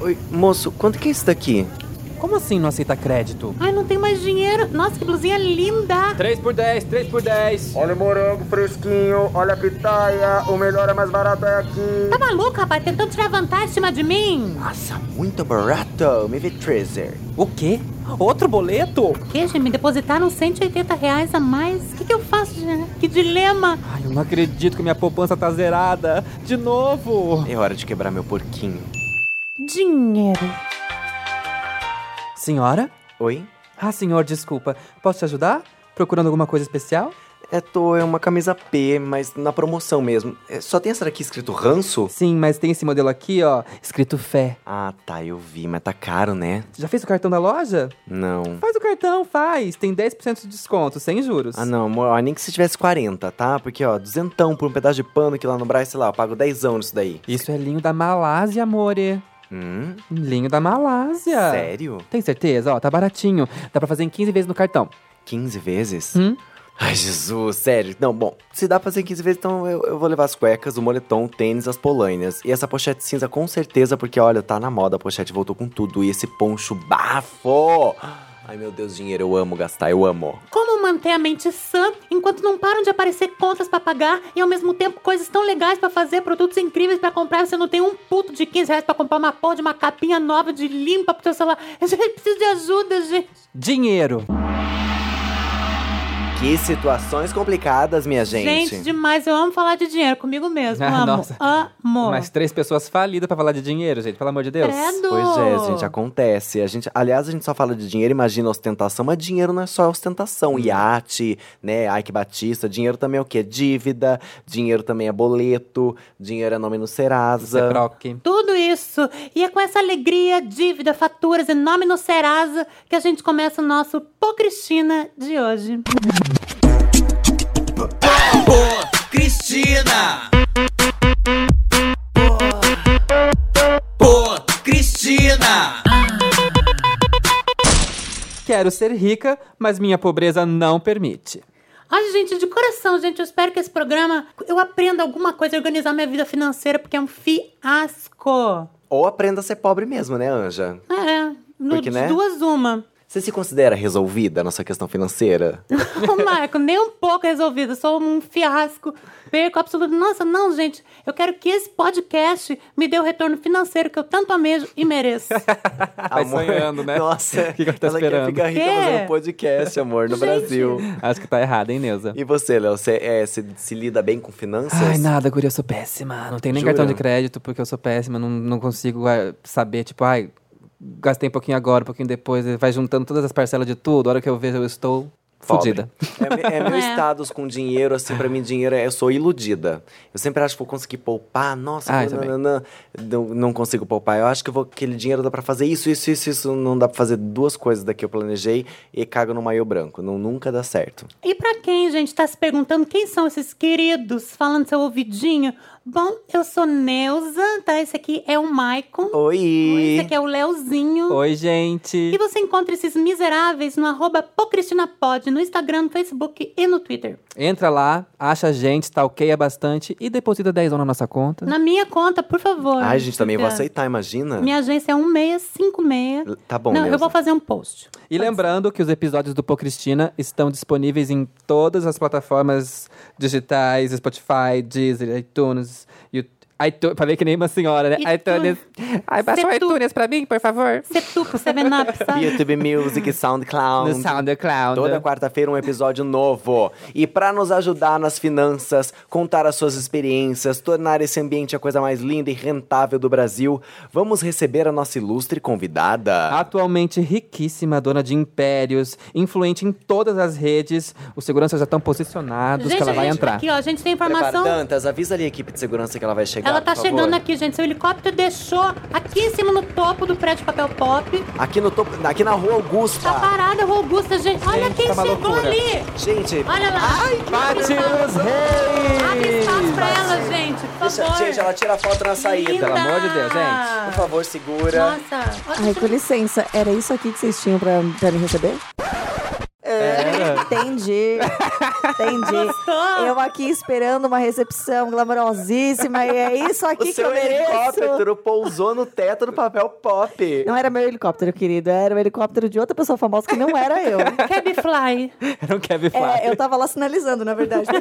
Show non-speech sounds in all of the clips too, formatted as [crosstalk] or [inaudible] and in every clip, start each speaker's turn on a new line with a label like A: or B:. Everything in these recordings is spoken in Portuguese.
A: Oi, moço, quanto que é isso daqui?
B: Como assim não aceita crédito?
C: Ai, não tem mais dinheiro. Nossa, que blusinha linda.
B: 3 por 10, 3 por 10.
D: Olha o morango fresquinho, olha a pitaia, o melhor é mais barato é aqui.
C: Tá maluco, rapaz? Tentando tirar vantagem em cima de mim?
A: Nossa, muito barato. Me vê treasure.
B: O quê? Outro boleto?
C: Que, gente? Me depositaram 180 reais a mais. O que, que eu faço, gente? Que dilema.
B: Ai, eu não acredito que minha poupança tá zerada. De novo.
A: É hora de quebrar meu porquinho.
C: Dinheiro.
B: Senhora?
A: Oi?
B: Ah, senhor, desculpa. Posso te ajudar? Procurando alguma coisa especial?
A: É, tô, é uma camisa P, mas na promoção mesmo. É, só tem essa daqui escrito ranço?
B: Sim, mas tem esse modelo aqui, ó, escrito fé.
A: Ah, tá, eu vi, mas tá caro, né?
B: Já fez o cartão da loja?
A: Não.
B: Faz o cartão, faz. Tem 10% de desconto, sem juros.
A: Ah, não, amor, ó, nem que se tivesse 40, tá? Porque, ó, duzentão por um pedaço de pano que lá no Brás, sei lá, eu pago 10 anos isso daí.
B: Isso é linho da Malásia, amore.
A: Hum?
B: Linho da Malásia.
A: Sério?
B: Tem certeza? Ó, tá baratinho. Dá pra fazer em 15 vezes no cartão.
A: 15 vezes?
B: Hum?
A: Ai, Jesus, sério. Não, bom, se dá pra fazer 15 vezes, então eu, eu vou levar as cuecas, o moletom, o tênis, as polainas. E essa pochete cinza com certeza, porque olha, tá na moda, a pochete voltou com tudo. E esse poncho bafo! Ai, meu Deus, dinheiro, eu amo gastar, eu amo.
C: Como manter a mente sã enquanto não param de aparecer contas pra pagar e ao mesmo tempo coisas tão legais pra fazer, produtos incríveis pra comprar e você não tem um puto de 15 reais pra comprar uma porra de uma capinha nova de limpa pro teu celular? [laughs] Gente, preciso de ajuda, gente.
B: Dinheiro.
A: Que situações complicadas, minha gente.
C: demais. Eu amo falar de dinheiro comigo mesmo.
B: Ah,
C: amo.
B: nossa.
C: Amo.
B: Mais três pessoas falidas pra falar de dinheiro, gente. Pelo amor de Deus.
C: Credo.
A: Pois é, gente, acontece. A gente, aliás, a gente só fala de dinheiro, imagina ostentação, mas dinheiro não é só
B: Hum.
A: ostentação. Iate, né? Ike Batista, dinheiro também é o quê? Dívida, dinheiro também é boleto, dinheiro é nome no
B: Isso é
A: Serasa.
B: croque.
C: Tudo isso. E é com essa alegria, dívida, faturas e nome no Serasa que a gente começa o nosso Pô Cristina de hoje.
E: Cristina. Pô, Cristina.
B: Quero ser rica, mas minha pobreza não permite.
C: Ai, gente, de coração, gente, eu espero que esse programa eu aprenda alguma coisa a organizar minha vida financeira, porque é um fiasco.
A: Ou aprenda a ser pobre mesmo, né, Anja?
C: É, no,
A: Porque, né?
C: de duas uma.
A: Você se considera resolvida na sua questão financeira?
C: Ô, Marco, nem um pouco resolvido. Sou um fiasco. Perco absoluto. Nossa, não, gente. Eu quero que esse podcast me dê o retorno financeiro que eu tanto amejo e mereço.
B: [laughs] Vai sonhando, né?
A: Nossa,
B: [laughs] O que que ela tá
A: quer
B: esperando?
A: ficar rica
C: Quê?
A: fazendo podcast, amor, no
C: Gente.
A: Brasil.
B: Acho que tá errado, hein, Neuza?
A: E você, Léo, você é, se, se lida bem com finanças?
B: Ai, nada, guria, eu sou péssima. Não tenho nem
A: Jura?
B: cartão de crédito porque eu sou péssima. Não, não consigo ah, saber, tipo, ai, gastei um pouquinho agora, um pouquinho depois. Vai juntando todas as parcelas de tudo. A hora que eu vejo, eu estou
A: Pobre.
B: fodida.
A: É, me- é meu
C: É.
A: status com dinheiro, assim, pra mim, dinheiro é. Eu sou iludida. Eu sempre acho que vou conseguir poupar. Nossa,
B: Ah, eu também.
A: nananã, não, não consigo poupar. Eu acho que eu vou, aquele dinheiro dá pra fazer isso, isso, isso, isso. Não dá pra fazer duas coisas da que eu planejei e cago no maio branco. Não, nunca dá certo.
C: E pra quem, gente, tá se perguntando quem são esses queridos falando seu ouvidinho? Bom, eu sou Neuza, tá? Esse aqui é o Maicon. Esse
A: Oi!
C: aqui é o Leozinho.
B: Oi,
C: E
B: gente.
C: você encontra esses miseráveis no arroba Pocristinapod, no Instagram, no Facebook e no Twitter.
B: Entra lá, acha a gente, talqueia bastante e deposita 10 na nossa conta.
C: Na minha conta, por favor.
A: Ai, gente, também vou
C: Fica.
A: aceitar, imagina.
C: Minha agência é 1656.
A: Tá bom,
C: Não, eu
A: Neuza.
C: vou fazer um post.
B: E lembrando que os episódios do Pô Cristina estão disponíveis em todas as plataformas digitais, Spotify, Deezer, iTunes, YouTube, iTunes, falei que nem uma senhora, né? iTunes.
C: iTunes.
B: Ai, baixa o
C: Setu-
B: iTunes pra mim, por favor.
C: Setup, Seven
A: [laughs]
C: Up, é sabe?
A: YouTube
C: [laughs]
A: Music, SoundCloud.
B: No SoundCloud.
A: Toda quarta-feira um episódio novo. E pra nos ajudar nas finanças, contar as suas experiências, tornar esse ambiente a coisa mais linda e rentável do Brasil, vamos receber a nossa ilustre convidada.
B: Atualmente riquíssima, dona de impérios, influente em todas as redes. Os seguranças já estão posicionados que ela
C: a
B: vai
C: gente,
B: entrar.
C: aqui, ó, a gente tem informação.
A: Prepara, Dantas, avisa ali a equipe de segurança que ela vai chegar.
C: Ela tá
A: por favor.
C: chegando aqui, gente. Seu helicóptero deixou aqui em cima no topo do prédio Papel Pop.
A: Aqui no topo, aqui na Rua
C: Tá
A: Augusta.
C: parada, Rua Augusta, gente. Olha
B: Gente,
C: quem
B: tá uma
C: chegou
B: loucura.
C: ali.
A: Gente,
C: Olha lá.
B: Bate os reis!
C: Abre espaço pra ela, gente. Por
A: deixa-
C: favor.
A: gente, ela tira a foto na saída.
C: Linda.
B: pelo amor de Deus, gente.
A: Por favor, segura.
C: Nossa. Olha,
F: Ai, com licença, era isso aqui que vocês tinham pra, pra me receber?
B: Era.
F: É, Entendi. Entendi.
C: Gostou?
F: Eu aqui esperando uma recepção glamorosíssima e é isso
A: O
F: aqui que eu
A: seu
F: mereço.
A: helicóptero pousou no teto do papel pop.
F: Não era meu helicóptero, querido. Era o helicóptero de outra pessoa famosa que não era eu.
C: Cabifly.
B: Era um Kevin Flávio.
F: É, eu tava lá sinalizando, na verdade, pro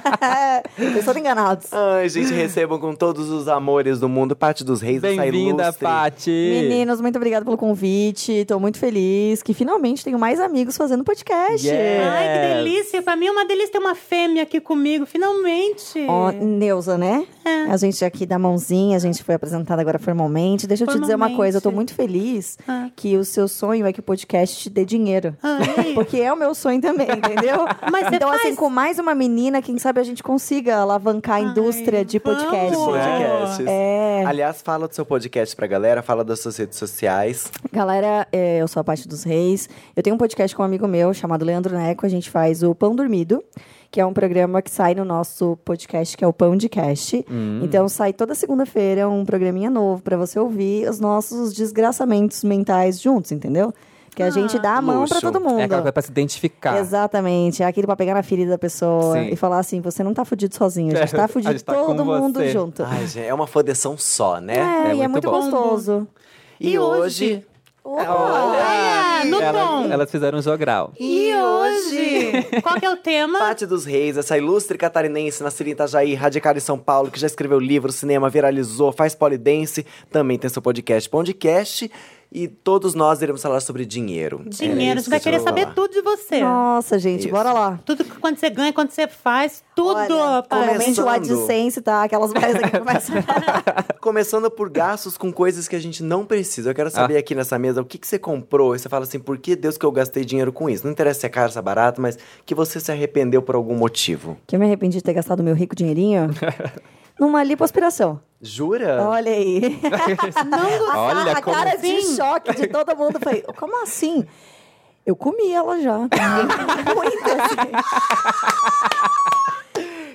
F: cara. Vocês foram enganados.
A: Ai, gente, recebam com todos os amores do mundo. Parte dos Reis, essa
B: Bem-vinda,
A: ilustre.
B: Paty.
F: Meninos, muito obrigada pelo convite. Tô muito feliz que finalmente tenho mais amigos fazendo podcast.
B: Yeah.
C: Ai, que
B: Yes.
C: delícia. Pra mim é uma delícia ter uma fêmea aqui comigo, finalmente.
F: Ó, Neuza, né?
C: É.
F: A gente aqui da mãozinha, a gente foi apresentada agora formalmente. Deixa eu te dizer uma
C: Formalmente.
F: coisa, eu tô muito feliz
C: Ah.
F: que o seu sonho é que o podcast te dê dinheiro. [laughs]
C: Ai.
F: Porque é o meu
C: [laughs]
F: sonho também, entendeu?
C: Mas você
F: então, assim,
C: faz-
F: com mais uma menina, quem sabe a gente consiga alavancar a indústria de
C: vamos.
F: podcast.
C: Pô.
A: Podcasts.
F: É,
A: Aliás, fala do seu podcast pra galera, fala das suas redes sociais.
F: galera, é, eu sou a Paty dos Reis. Eu tenho um podcast com um amigo meu chamado Leandro Neco. A gente faz o Pão Dormido, que é um programa que sai no nosso podcast, que é o Pão de Cast.
B: Hum.
F: Então sai toda segunda-feira um programinha novo pra você ouvir os nossos desgraçamentos mentais juntos, entendeu? Que a gente dá a mão pra
A: Luxo.
F: todo mundo.
B: É aquela coisa pra se identificar.
F: Exatamente, é aquele pra pegar na ferida da pessoa
B: Sim.
F: e falar assim: você não tá fudido sozinho, a gente
B: É, a
F: tá fudido
B: gente tá com
F: todo mundo
B: você."
F: junto.
A: Ai, gente, é uma fodeção só, né?
F: é,
B: é
F: e é
B: muito bom.
F: muito gostoso.
C: E hoje?
A: é,
C: Olha, no
B: Elas-
C: tom.
B: Elas fizeram um jogral.
C: E hoje? Qual que é o tema?
A: Pati dos Reis, essa ilustre catarinense, nascida em Itajaí, radicada em São Paulo, que já escreveu livro, cinema, viralizou, faz polidense, também tem seu podcast, Pondcast, e todos nós iremos falar sobre dinheiro. Era
C: Dinheiro. A
A: isso
C: gente vai
A: que eu
C: querer
A: vou
C: saber
A: falar.
C: tudo de você.
F: Nossa, gente,
A: Isso.
F: bora lá.
C: Tudo que quando você ganha, quando você faz, tudo.
F: Olha,
C: rapaz.
F: Realmente o
A: Começando.
F: AdSense, tá? Aquelas mais que começam a falar.
A: Começando por gastos com coisas que a gente não precisa. Eu quero saber aqui nessa mesa o que, que você comprou. E você fala assim, por que Deus que eu gastei dinheiro com isso? Não interessa se é caro, se é barato, mas que você se arrependeu por algum motivo.
F: Que eu me arrependi de ter gastado meu rico dinheirinho numa lipoaspiração.
A: Jura?
F: Olha aí. [laughs] Não,
B: Olha
F: a
B: como
F: cara de
C: assim?
F: choque de todo mundo foi. Como assim? Eu comi ela já. [laughs] Muito assim.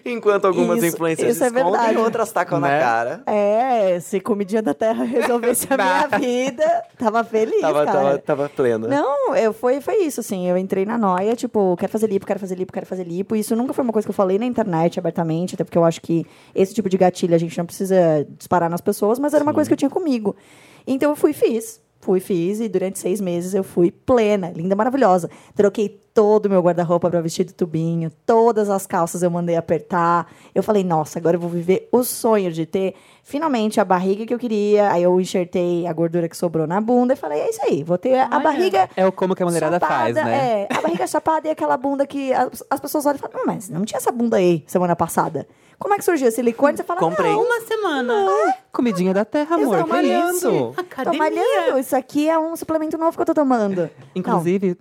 A: Enquanto algumas
F: Isso,
A: influências
F: isso é
A: escondem,
F: verdade.
A: outras tacam
B: Né?
A: na cara.
F: É, se comidinha da terra resolvesse a minha vida, tava feliz,
A: Tava,
F: cara.
A: tava, né? tava plena.
F: Não, eu, foi, foi isso, assim. Eu entrei na noia, tipo, quero fazer lipo, quero fazer lipo, quero fazer lipo. Isso nunca foi uma coisa que eu falei na internet abertamente, até porque eu acho que esse tipo de gatilho a gente não precisa disparar nas pessoas, mas era uma coisa que eu tinha comigo. Então eu fui e fiz. Fui, fiz, e durante seis meses eu fui plena, linda, maravilhosa. Troquei todo o meu guarda-roupa pra vestir do tubinho, todas as calças eu mandei apertar. Eu falei, nossa, agora eu vou viver o sonho de ter finalmente a barriga que eu queria. Aí eu enxertei a gordura que sobrou na bunda e falei, é isso aí, vou ter a
C: Olha.
F: barriga
B: É o como que a mulherada
F: chapada,
B: faz, né?
F: É,
B: [laughs]
F: a barriga chapada e aquela bunda que as, as pessoas olham e falam, "Ah, mas não tinha essa bunda aí semana passada. Como é que surgiu esse silicone? Você fala,
A: Comprei.
F: não,
C: Uma semana.
B: Comidinha da terra,
F: Eu
B: amor.
F: sou
B: Que
F: malhante.
B: isso?
F: tô
C: Academia.
F: malhando, isso aqui é um suplemento novo que eu tô
C: [laughs]
F: tomando.
B: Inclusive,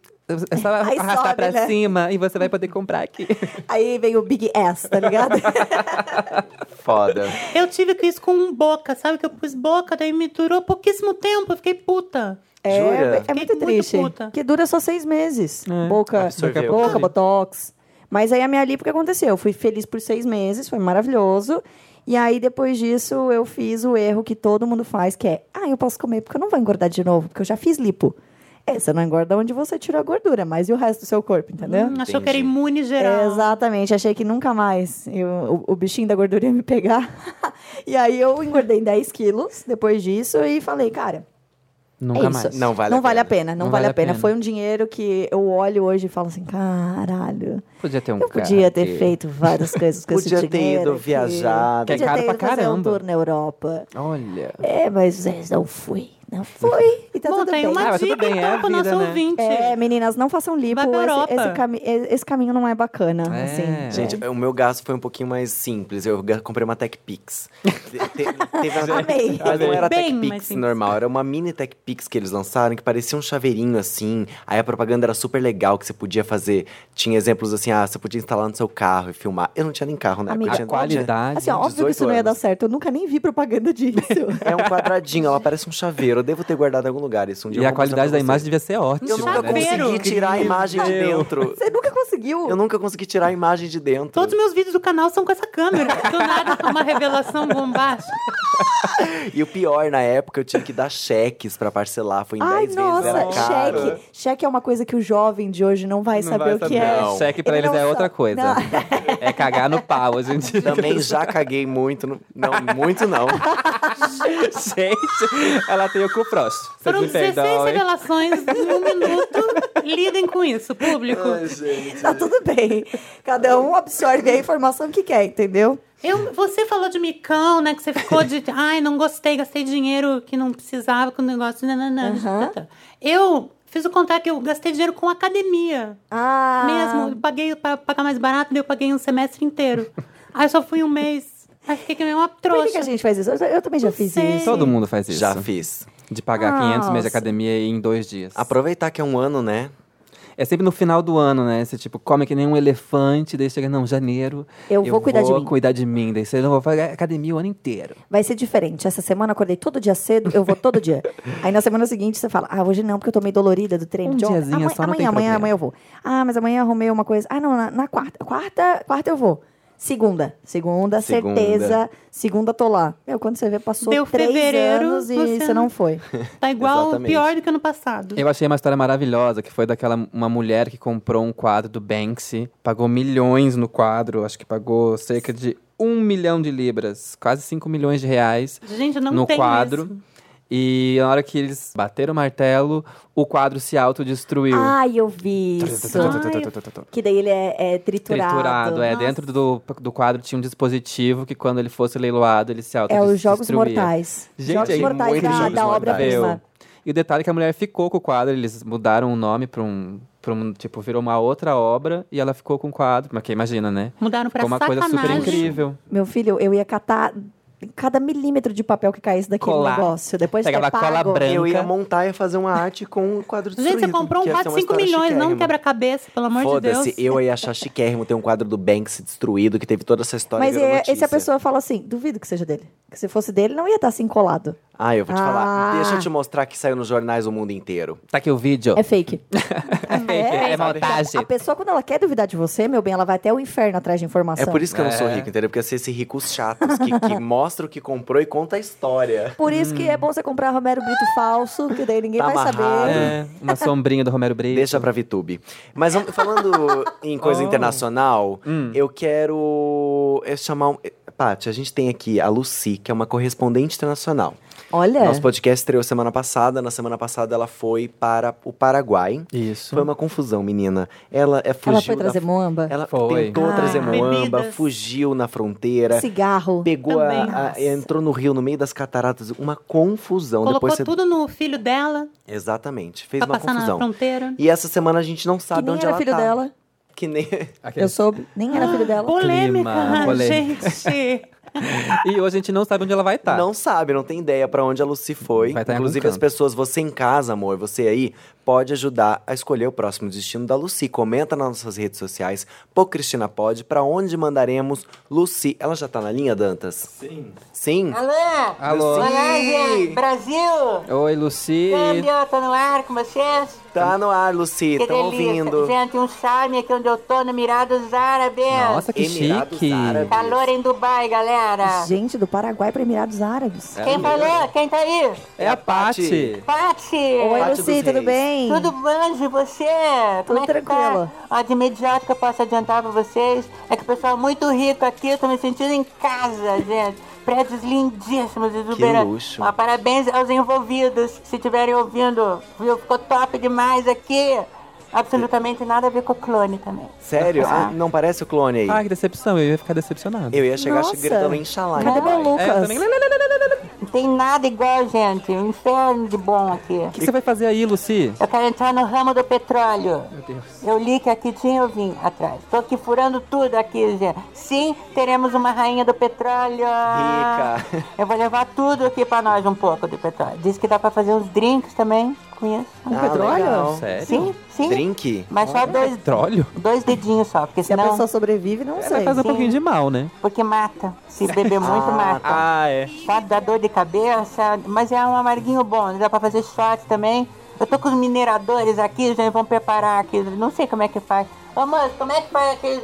B: é só
F: Aí
B: arrastar
F: sobe,
B: pra
F: né? É
B: cima e você vai poder comprar aqui.
F: Não. Aí veio o Big S, tá ligado?
C: [laughs]
A: Foda.
C: Eu tive que isso com um boca, sabe? Que eu pus boca, daí me durou pouquíssimo tempo, eu fiquei puta.
F: É,
A: Jura?
F: é muito
C: Fiquei muito
F: triste.
C: puta. É.
F: Que dura só seis meses. Boca,
A: absorveu.
F: boca, botox. Mas aí a minha lipo, o que aconteceu? Eu fui feliz por seis meses, foi maravilhoso. E aí, depois disso, eu fiz o erro que todo mundo faz, que é... Ah, eu posso comer porque eu não vou engordar de novo, porque eu já fiz lipo. É, você não engorda onde você tirou a gordura, mas e o resto do seu corpo, entendeu?
C: Hum, achou que era imune geral.
F: Exatamente, achei que nunca mais eu- o, o bichinho da gordura ia me pegar. [laughs] e aí eu engordei 10 quilos depois disso e falei, cara,
B: Nunca
F: é isso.
B: mais.
A: Não vale
F: não
A: a
F: vale a
A: pena.
F: pena, não, vale a pena. Foi um dinheiro que eu olho hoje e falo assim, caralho.
B: Podia ter um
F: Eu
B: cara
F: podia ter
B: que-
F: feito várias coisas com esse
A: Podia
F: dinheiro.
A: ter ido
F: aqui.
A: viajar.
B: Que é
F: Podia
B: caro
F: ter
B: pra
F: ido fazer um
B: caramba.
F: tour na Europa.
B: Olha.
F: É, mas é, não fui. Não fui. E tá
C: Bom,
F: tudo
C: tem
F: bem.
C: uma
B: Ah, mas tudo
C: dica
B: bem, é
C: então
B: a
C: pro nosso
B: vida, né?
C: ouvinte.
F: É, meninas, não façam lipo.
C: pra Europa.
F: Esse, esse, cami- esse caminho não é bacana,
B: É.
F: assim.
A: Gente, o meu gasto foi um pouquinho mais simples. Eu ga- comprei uma Tech Pix. Te- te- teve uma-
F: Amei.
A: Mas não era
C: Bem
A: Tech
C: mais
A: Pix
C: simples.
A: normal, era uma mini Tech Pix que eles lançaram que parecia um chaveirinho assim. Aí a propaganda era super legal que você podia fazer. Tinha exemplos assim, ah, você podia instalar no seu carro e filmar. Eu não tinha nem carro, né?
F: Amiga,
B: A qualidade.
F: Assim, ó, óbvio que
A: 18
F: isso não ia
A: anos. [laughs]
F: dar certo. Eu nunca nem vi propaganda disso.
A: É um quadradinho, ela parece um chaveiro. devo ter guardado em algum lugar isso um dia.
B: E
A: eu
B: a
A: vou mostrar
B: qualidade da
A: pra
B: imagem
A: vocês.
B: devia
F: tá
B: ser
A: Eu
B: ótima.
A: nunca
B: né?
C: Chaveiro.
A: consegui tirar a imagem de
B: Meu.
A: dentro.
F: Você nunca conseguiu?
A: Eu nunca consegui tirar a imagem de dentro.
C: Todos os meus vídeos do canal são com essa câmera.
F: [laughs]
C: Do nada, uma revelação bombástica.
A: E o pior, na época, eu tive que dar cheques pra parcelar. Foi em
F: Ai,
A: 10 vezes,
F: nossa,
A: era caro.
F: cheque. Cheque é uma coisa que o jovem de hoje não vai
B: Não
F: saber
B: vai
F: o que é.
A: Não.
B: Cheque pra
F: Ele
B: eles
F: não
B: é
F: sabe.
B: outra coisa.
F: Não.
B: É cagar no pau, a gente. assim,
A: Também já caguei muito. no- Não, muito não.
B: [laughs] gente, ela tem o cu frouxo. Vocês
C: Foram
B: me
C: 16
B: perdoem.
C: revelações em um minuto. Lidem com isso, público.
F: Tá tudo bem. Cada um absorve a informação que quer, entendeu?
C: Eu, você falou de micão, né? Que você ficou
F: [laughs]
C: de. Ai, não gostei, gastei dinheiro que não precisava com o negócio. nananã".
F: Aham.
C: Eu fiz o contato que eu gastei dinheiro com academia.
F: Ah.
C: Mesmo, eu paguei para pagar mais barato, daí eu paguei um semestre
F: [laughs]
C: inteiro. Aí só fui um mês. Aí fiquei que nem uma
F: Por
C: trouxa.
F: que, que a gente faz isso? Eu, eu também já fiz
C: sei.
F: isso.
B: Todo mundo faz isso.
A: Já fiz.
B: De pagar 500 meses de
F: Nossa.
B: academia em dois dias.
A: Aproveitar que é um ano, né?
B: É sempre no final do ano, né? Você, tipo, come que nem um elefante, daí chega, não, janeiro.
F: Eu vou cuidar de mim.
B: cuidar de mim. Daí você não vai fazer academia o ano inteiro.
F: Vai ser diferente. Essa semana eu acordei todo dia cedo, eu vou todo dia. Aí na semana seguinte você fala, ah, hoje não, porque eu tô meio dolorida do treino.
B: Um
F: de ontem.
B: diazinho
F: amanhã,
B: só não
F: amanhã,
B: tem
F: amanhã,
B: problema.
F: amanhã eu vou. Ah, mas amanhã eu arrumei uma coisa. Ah, não, na, na quarta. Quarta, quarta eu vou. Segunda, segunda,
A: Segunda.
F: certeza. Segunda tô lá. Meu, quando você vê, passou
C: Deu
F: três
C: fevereiro,
F: anos e
C: você
F: você
C: não-
F: não foi.
C: Tá igual,
A: Exatamente.
C: pior do que ano passado.
B: Eu achei uma história maravilhosa, que foi daquela uma mulher que comprou um quadro do Banksy, pagou milhões no quadro, acho que pagou cerca de um milhão de libras, quase 5 milhões de reais
C: Gente, eu não
B: no
C: tenho
B: quadro.
C: isso.
B: E na hora que eles bateram o martelo, o quadro se autodestruiu.
F: Ai, eu vi isso. Que daí ele é, é triturado.
B: Triturado, é.
F: Nossa.
B: Dentro do, do quadro tinha um dispositivo que quando ele fosse leiloado, ele se
F: É
B: autodestruía.
F: os Jogos Mortais.
B: Gente,
F: jogos
B: é
F: Mortais
B: muito
F: da,
B: Jogos
F: da
B: Mortais.
F: obra-prima.
B: E o detalhe é que a mulher ficou com o quadro, eles mudaram o nome pra um, pra um. Tipo, virou uma outra obra e ela ficou com o quadro. Mas que imagina, né?
C: Mudaram pra
B: Ficou uma
C: sacanagem.
B: coisa super incrível.
F: Meu filho, eu ia catar cada milímetro de papel que caísse daquele
B: Colar.
F: negócio. Depois de
B: Pegava
F: ter pago.
B: cola branca.
A: Eu ia montar e fazer uma arte com o quadro
C: Gente,
A: destruído.
C: você comprou um
A: que ia ser
C: quadro
A: uma
C: de 5
A: história
C: milhões, não um
A: chiquérrima.
C: quebra-cabeça, pelo amor de Deus.
A: Foda-se, eu ia achar chiquérrimo ter um quadro do Banks destruído, que teve toda essa história.
F: Mas
A: e virou
F: é, e se
A: notícia.
F: a pessoa fala assim, duvido que seja dele. Que se fosse dele, não ia estar assim colado.
A: Ah, eu vou te falar.
F: Ah.
A: Deixa eu te mostrar que saiu nos jornais o mundo inteiro.
B: Tá aqui o vídeo.
F: É fake.
B: [laughs] É montagem.
F: A pessoa, quando ela quer duvidar de você, meu bem, ela vai até o inferno atrás de
A: É
F: informação.
A: por isso que eu não sou
B: É.
A: rico, entendeu? Porque eu sei esses ricos chatos que, que mostra o que comprou e conta a história.
F: Por isso
B: Hum.
F: que é bom você comprar Romero Brito falso, que daí ninguém
A: Tá
F: vai
A: amarrado.
F: saber.
B: É, uma sombrinha do Romero Brito.
A: Deixa pra VTube. Mas vamos- falando em coisa
B: Oh. Hum.
A: internacional, eu quero eu chamar. Um... Paty, a gente tem aqui a Lucy, que é uma correspondente internacional.
F: Olha,
A: Nosso podcast estreou semana passada. Na semana passada ela foi para o Paraguai.
B: Isso.
A: Foi uma confusão, menina. Ela é fugiu
F: ela foi
A: da-
F: trazer moamba,
A: Ela
B: Foi.
A: tentou
F: Ah.
A: trazer moamba,
C: Bebidas.
A: fugiu na fronteira.
F: cigarro.
A: Pegou a-
C: Também.
A: a- entrou no rio no meio das cataratas, uma confusão.
C: Colocou
A: Depois você-
C: tudo no filho dela,
A: Exatamente, fez
C: pra
A: uma
C: passar na
A: confusão.
C: fronteira.
A: E essa semana a gente não
F: Que
A: sabe
F: nem
A: onde
F: era
A: ela
F: filho
A: tá.
F: dela.
A: Que
B: [laughs]
A: nem
B: Aquele-
F: Eu soube. Nem era filho dela.
C: Polêmica, [laughs]
B: Clima, polêmica.
C: gente.
B: E hoje a gente não sabe onde ela vai estar.
A: não sabe, não tem ideia pra onde a Lucy foi.
B: Tá. Vai tá em algum
A: Inclusive as
B: canto.
A: pessoas, você em casa, amor, você aí, pode ajudar a escolher o próximo destino da Lucy. Comenta nas nossas redes sociais, pô Cristina pode, pra onde mandaremos Lucy. Ela já tá na linha, Dantas? Sim. Sim?
G: Alô?
B: Alô?
G: Olá, gente! Brasil!
B: Oi, Lucy.
G: Câmbio, no ar com vocês?
A: Tá no ar, Lucy,
G: Que
A: tão
G: delícia!
A: ouvindo.
G: Gente, um charme aqui onde eu tô, no Mirados Árabes!
B: Nossa, que
A: Emirados
B: chique.
A: Árabes.
G: Calor em Dubai,
B: Ah.
G: galera!
F: Gente, do Paraguai para Emirados Árabes.
G: Quem falou? Quem tá aí?
B: É a Paty.
G: Pati!
F: Oi,
A: Pátio
F: Lucy,
A: dos
F: tudo
A: Reis.
F: bem?
G: Tudo bom de você?
F: Tudo
G: Como é que
F: tranquilo.
G: Tá? Ó, de imediato que eu posso adiantar pra vocês é que o pessoal é muito rico aqui, eu tô me sentindo em casa, [laughs] gente. Prédios lindíssimos, exuberantes.
A: luxo.
G: Ó, parabéns aos envolvidos, se estiverem ouvindo, viu? Ficou top demais aqui. Absolutamente nada a ver com o clone também.
A: Sério?
F: tá.
A: Ah, não parece o clone aí?
B: Ah, que decepção. Eu ia ficar decepcionado.
A: Eu ia chegar
F: Nossa.
A: gritando Inxalá.
F: Cadê
A: Inxalá.
B: É,
F: meu
B: eu
F: Lucas?
B: também...
G: Não tem nada igual, gente. Um inferno de bom aqui.
B: O que que você vai fazer aí, Lucy?
G: Eu quero entrar no ramo do petróleo.
B: Meu Deus.
G: Eu li que aqui tinha, eu vim atrás. Tô aqui furando tudo aqui, gente. Sim, teremos uma rainha do petróleo.
A: Rica.
G: Eu vou levar tudo aqui pra nós um pouco de petróleo. Diz que dá pra fazer uns drinks também. com isso.
F: Com petróleo?
A: Ah, legal.
B: Ah, Sério?
G: Sim, sim.
A: Drink?
G: Mas só dois,
B: Petróleo?
G: dois dedinhos só, porque
F: Se a
G: senão.
F: pessoa sobrevive, não
B: É,
F: sei.
B: vai fazer um
G: sim.
B: pouquinho de mal, né?
G: Porque mata. Se
B: [laughs]
G: beber muito, mata.
B: Ah, é.
G: Sabe, dá dor de cabeça, mas é um amarguinho bom, dá pra fazer shot também. Eu tô com os mineradores aqui, já vão preparar aqui, não sei como é que faz. Ô moço, como é que faz aquele.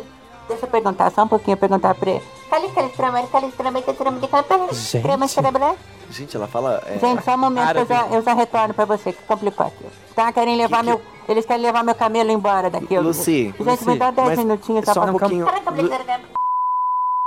G: Deixa eu perguntar, só um pouquinho, perguntar pra ele. Cali, cali, trama, cali, trama, cali, trama, cali, trama,
B: Gente.
G: trama, cerebral.
A: Gente, ela fala. é,
G: Gente, só um momento que eu já,
B: Árabe.
G: eu já retorno pra você, que complicou aqui. Tá, querem levar meu. Eles querem levar meu camelo embora daqui. eu-
A: Lucy,
G: Gente,
B: Lucy,
G: me dá 10
A: mas
G: minutinhos só,
A: só
G: pra
A: um pouquinho.
G: Caraca, obrigada.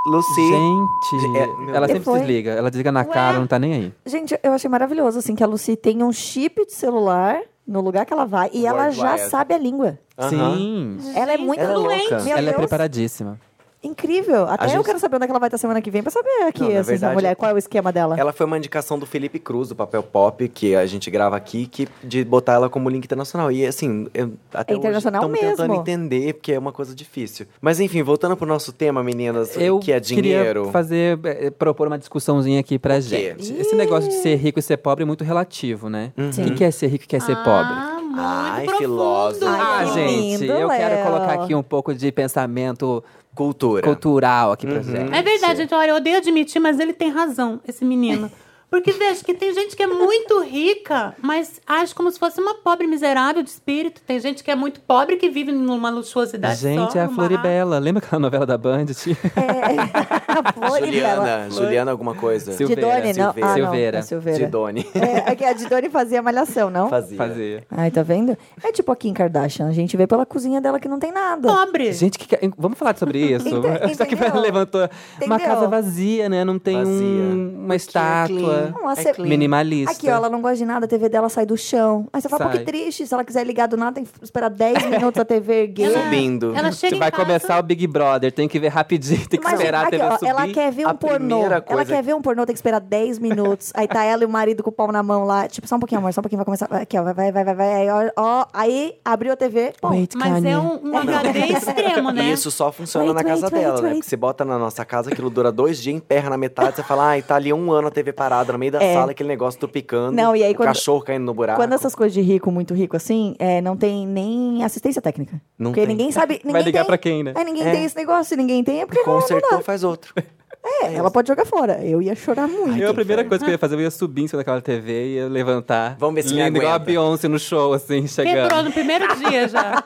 A: Lucy.
B: Gente,
A: É, meu
B: ela
F: Deus.
B: sempre
F: Foi.
B: desliga. Ela desliga na cara, não tá nem aí.
F: Gente, eu achei maravilhoso, assim, que a Lucy tem um chip de celular no lugar que ela vai e ela já
A: Worldwide.
F: sabe a língua.
A: aham.
B: Sim.
F: Ela é muito
A: ela é
F: fluente.
A: louca.
F: Meu
B: ela é
F: Deus,
B: preparadíssima.
F: incrível. Até eu
A: gente-
F: quero saber onde é que ela vai estar semana que vem pra saber aqui,
A: Não, na
F: assim, essa
A: verdade-
F: mulher, qual é o esquema dela.
A: Ela foi uma indicação do Felipe Cruz, do Papel Pop, que a gente grava aqui, que de botar ela como link internacional. E assim, eu- até
F: É internacional
A: hoje estamos tentando
F: mesmo.
A: entender, porque é uma coisa difícil. Mas enfim, voltando pro nosso tema, meninas,
B: Eu
A: que é dinheiro.
B: queria fazer, eh, propor uma discussãozinha aqui pra
A: quê?
B: gente. Esse negócio de ser rico e ser pobre é muito relativo, né?
A: Uhum.
B: Quem quer ser rico e quer ser pobre?
C: Ah,
A: Ai,
C: muito profundo.
A: filósofo.
B: Ah,
F: que
B: gente,
F: lindo,
B: eu
F: Léo.
B: quero colocar aqui um pouco de pensamento
A: Cultura.
B: cultural aqui pra gente.
C: É verdade, gente. Olha, eu odeio admitir, mas ele tem razão, esse menino. Porque veja que tem gente que é muito rica, mas age como se fosse uma pobre miserável de espírito. Tem gente que é muito pobre que vive numa
F: Tá
C: luxuosidade
B: Gente,
C: só,
B: é a
C: numa
B: Floribela. Lembra aquela novela da
F: [laughs]
B: Band? tia?
F: É, a Floribela.
A: Juliana, Juliana alguma coisa.
B: Sil-
F: Didone, não?
A: Silveira.
F: Ah, não,
B: Silveira.
F: é Silveira.
A: Didone.
F: É, é que a Didone fazia malhação, não?
A: Fazia.
B: Fazia.
F: Ai, tá vendo? É tipo a Kim Kardashian, a gente vê pela cozinha dela que não tem nada.
C: Pobre.
B: Gente, que ca- vamos falar sobre isso.
F: Ente-
B: [laughs] Só que
F: entendeu?
B: levantou uma
F: Entendeu? é
B: casa vazia, né? Não tem
A: Vazia.
B: um, uma estátua É
A: clean.
F: Não, a ce-
B: minimalista.
F: é Aqui, ó, ela não gosta de nada, a TV dela sai do chão. Aí você fala, pô, que
B: Sai.
F: triste. Se ela quiser ligar do nada, tem que
B: [laughs]
F: esperar 10 minutos a TV erguer.
C: Ela-
A: Subindo.
C: Ela chega em
B: vai
C: casa-
B: começar o Big Brother, tem que ver rapidinho, tem que
F: Imagina,
B: esperar
F: aqui,
B: a TV
F: ó,
B: subir.
F: ela quer ver
A: a
F: um pornô.
A: primeira
F: Ela
A: coisa-
F: quer ver um pornô, tem que esperar 10 minutos. Aí tá ela e o marido com o pau na mão lá. Tipo, só um pouquinho, amor, só um pouquinho, vai começar. Aqui, ó, vai, vai, vai, vai. vai. Aí, ó, ó, aí abriu a TV. Pô,
B: Wait,
C: Mas
B: Kanye.
C: é um, um HD extremo, né?
A: E isso só funciona
F: Wait,
A: na casa
F: wait, wait,
A: dela, né?
F: wait.
A: Porque você bota na nossa casa, aquilo dura dois dias, emperra na metade, você fala, ai, tá ali um ano a TV parada no meio da sala, aquele negócio tupicando,
F: É. Não, e aí
A: o
F: quando-
A: cachorro caindo no buraco.
F: Quando essas coisas de rico, muito rico assim, é, não tem nem assistência técnica.
A: Não
F: porque
A: tem.
F: ninguém sabe. Ninguém
B: Vai ligar
F: tem.
B: pra quem, né?
F: Aí ninguém
A: É.
F: tem esse negócio, se ninguém tem, é porque não, não
A: Consertou,
F: dá.
A: faz outro.
F: É, ela pode jogar fora. Eu ia chorar muito.
B: Eu, a primeira coisa que eu ia fazer, eu ia subir em cima daquela TV, ia levantar.
A: Vamos ver se me
B: Lindo, igual a
A: aguenta.
B: Beyoncé no show, assim, chegando.
C: Quebrou no primeiro dia [laughs] já.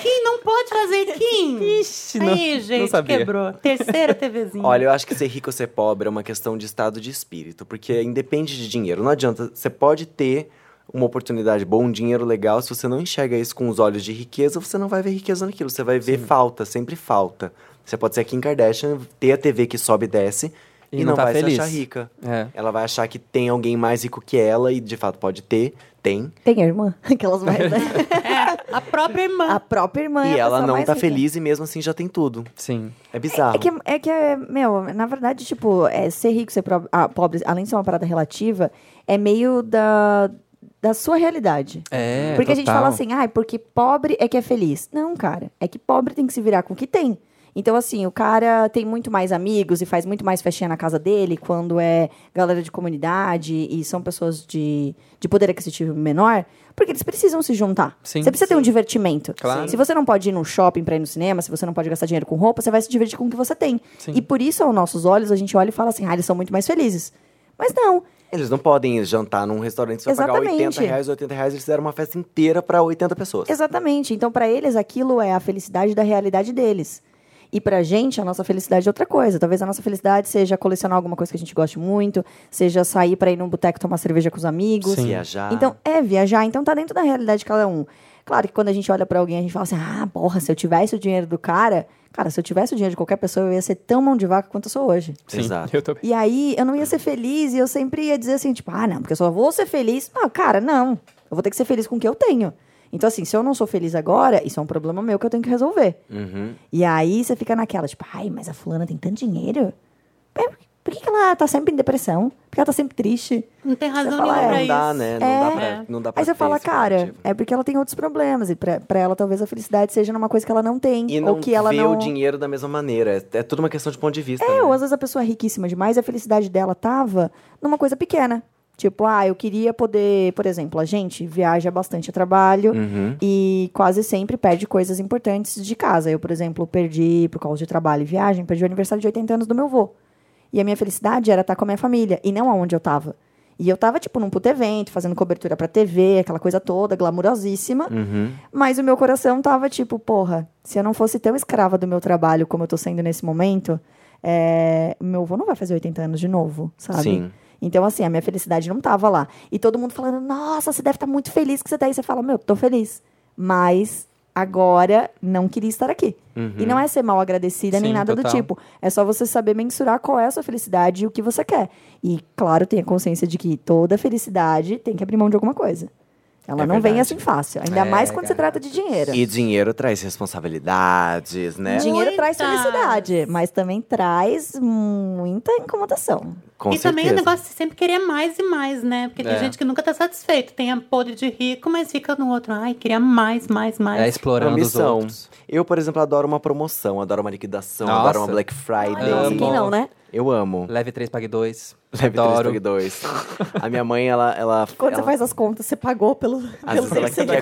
C: Kim, não pode fazer Kim.
B: Ixi, não-
C: Aí,
B: não
C: gente,
B: sabia.
C: quebrou. Terceira TVzinha.
A: Olha, eu acho que ser rico ou ser pobre é uma questão de estado de espírito, porque independe de dinheiro. Não adianta, você pode ter uma oportunidade boa, um dinheiro legal, se você não enxerga isso com os olhos de riqueza, você não vai ver riqueza naquilo, você vai ver falta, sempre falta. Você pode ser a Kim Kardashian, ter a TV que sobe e desce e,
B: E não
A: não,
B: tá
A: vai
B: feliz.
A: se achar rica.
B: É.
A: Ela vai achar que tem alguém mais rico que ela e de fato pode ter, tem,
F: Tem a irmã? [laughs] Aquelas mais.
A: [laughs]
F: né?
C: É, a própria irmã.
F: A própria irmã. é
A: e
F: a
A: ela
F: pessoa
A: não
F: mais
A: tá
F: rica.
A: feliz e mesmo assim já tem tudo.
B: Sim.
A: É bizarro.
F: É que, é que, é, meu, na verdade, tipo, é, ser rico, ser pro- ah, pobre, além de ser uma parada relativa, é meio da, da sua realidade.
B: É,
F: Porque a gente
B: total.
F: fala assim, ai, porque pobre é que é feliz. Não, cara, é que pobre tem que se virar com o que tem. Então, assim, o cara tem muito mais amigos e faz muito mais festinha na casa dele quando é galera de comunidade e são pessoas de, de poder aquisitivo menor, porque eles precisam se juntar.
B: Sim.
F: você precisa ter um divertimento.
B: Claro.
F: Se você não pode ir num shopping pra ir no cinema, se você não pode gastar dinheiro com roupa, você vai se divertir com o que você tem.
B: Sim.
F: E por isso, aos nossos olhos, a gente olha e fala assim, ah, eles são muito mais felizes. Mas não,
A: Eles não podem jantar num restaurante, você vai pagar 80
F: Exatamente.
A: reais, 80 reais, eles fizeram uma festa inteira pra 80 pessoas.
F: Exatamente. Então, pra eles, aquilo é a felicidade da realidade deles. E pra gente, a nossa felicidade é outra coisa. Talvez a nossa felicidade seja colecionar alguma coisa que a gente goste muito, seja sair pra ir num boteco tomar cerveja com os amigos.
B: Sim.
A: Viajar.
F: Então, é viajar. Então, tá dentro da realidade de cada um. Claro que quando a gente olha pra alguém, a gente fala assim: ah, porra, se eu tivesse o dinheiro do cara. Cara, se eu tivesse o dinheiro de qualquer pessoa, eu ia ser tão mão de vaca quanto eu sou hoje.
B: Sim,
A: Exato.
B: eu também.
F: E aí eu não ia ser feliz e eu sempre ia dizer assim, tipo, ah, não, porque eu só vou ser feliz. Não, cara, não. Eu vou ter que ser feliz com o que eu tenho. Então, assim, se eu não sou feliz agora, isso é um problema meu que eu tenho que resolver.
A: Uhum.
F: E aí você fica naquela, tipo, ai, mas a fulana tem tanto dinheiro. Por, por que, que ela tá sempre em depressão? Por que ela tá sempre triste?
C: Não tem razão
F: Você fala,
C: nenhuma pra
F: é,
A: Não
C: isso.
A: dá, né? Não dá
F: É.
A: pra. Não dá pra
F: Aí você
A: ter
F: fala,
A: esse
F: cara,
A: comparativo.
F: é porque ela tem outros problemas. E pra, pra ela, talvez a felicidade seja numa coisa que ela não tem.
A: E não
F: ou é, que ela
A: vê
F: não.
A: o dinheiro da mesma maneira. É, é tudo uma questão de ponto de vista.
F: É,
A: né?
F: ou às vezes a pessoa é riquíssima demais e a felicidade dela tava numa coisa pequena. Tipo, ah, eu queria poder, por exemplo, a gente viaja bastante a trabalho
A: Uhum.
F: e quase sempre perde coisas importantes de casa. Eu, por exemplo, perdi, por causa de trabalho e viagem, perdi o aniversário de 80 anos do meu avô. E a minha felicidade era estar com a minha família e não aonde eu tava. E eu tava, tipo, num puto evento, fazendo cobertura pra TV, aquela coisa toda, glamurosíssima.
A: Uhum.
F: Mas o meu coração tava tipo, porra, se eu não fosse tão escrava do meu trabalho como eu tô sendo nesse momento, é, meu avô não vai fazer 80 anos de novo, sabe?
A: Sim.
F: Então, assim, a minha felicidade não tava lá. E todo mundo falando, nossa, você deve estar muito feliz que você tá aí. Você fala, meu, tô feliz. Mas agora não queria estar aqui. E não é ser mal agradecida nem
B: Uhum. Sim,
F: nada do
B: total.
F: tipo. É só você saber mensurar qual é a sua felicidade e o que você quer. E, claro, tenha consciência de que toda felicidade tem que abrir mão de alguma coisa. Ela
A: É
F: não
A: verdade.
F: vem assim fácil. Ainda
B: É,
F: mais quando se
B: garoto.
F: trata de dinheiro.
A: E dinheiro traz responsabilidades, né?
F: Dinheiro traz
C: Muitas.
F: felicidade, mas também traz muita incomodação.
A: Com
C: e
A: certeza.
C: também é um o negócio de sempre querer mais e mais, né? Porque tem
B: É.
C: gente que nunca tá satisfeito. Tem a podre de rico, mas fica no outro. Ai, queria mais, mais, mais.
B: É explorando os
A: Ambição.
B: outros.
A: Eu, por exemplo, adoro uma promoção, adoro uma liquidação,
B: Nossa.
A: adoro uma Black
F: Ai,
A: Friday.
F: nossa,
B: Amo.
F: quem não, né?
A: Eu amo.
B: Tipo, Leve 3, pague 2.
A: Leve
B: Adoro.
A: 3 2. A minha mãe, ela. ela,
F: [laughs] Quando
A: ela
F: você faz as contas, você pagou pelo,
A: Às
F: pelo
A: vezes ela
F: terceiro.
A: quer-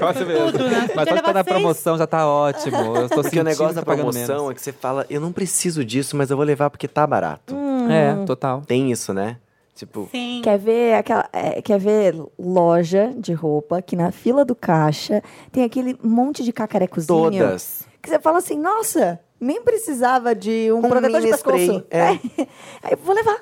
C: Tudo, né? Podia
B: Mas quando tá
C: levar
B: na
C: seis.
B: promoção já tá ótimo. Eu tô
A: Porque o
B: sentindo
A: negócio
B: que
A: da
B: tô pagando
A: promoção é
B: menos.
A: que você fala, eu não preciso disso, mas eu vou levar porque tá barato.
F: Hum.
B: É, total.
A: Tem isso, né? Tipo,
C: Sim.
F: Quer ver aquela. é, quer ver loja de roupa que na fila do caixa tem aquele monte de cacarecozinho
A: todas.
F: que você fala assim, nossa, nem precisava de um,
A: Um
F: protetor de
A: mini
F: pescoço.
A: spray, é.
F: [laughs] Aí eu vou levar.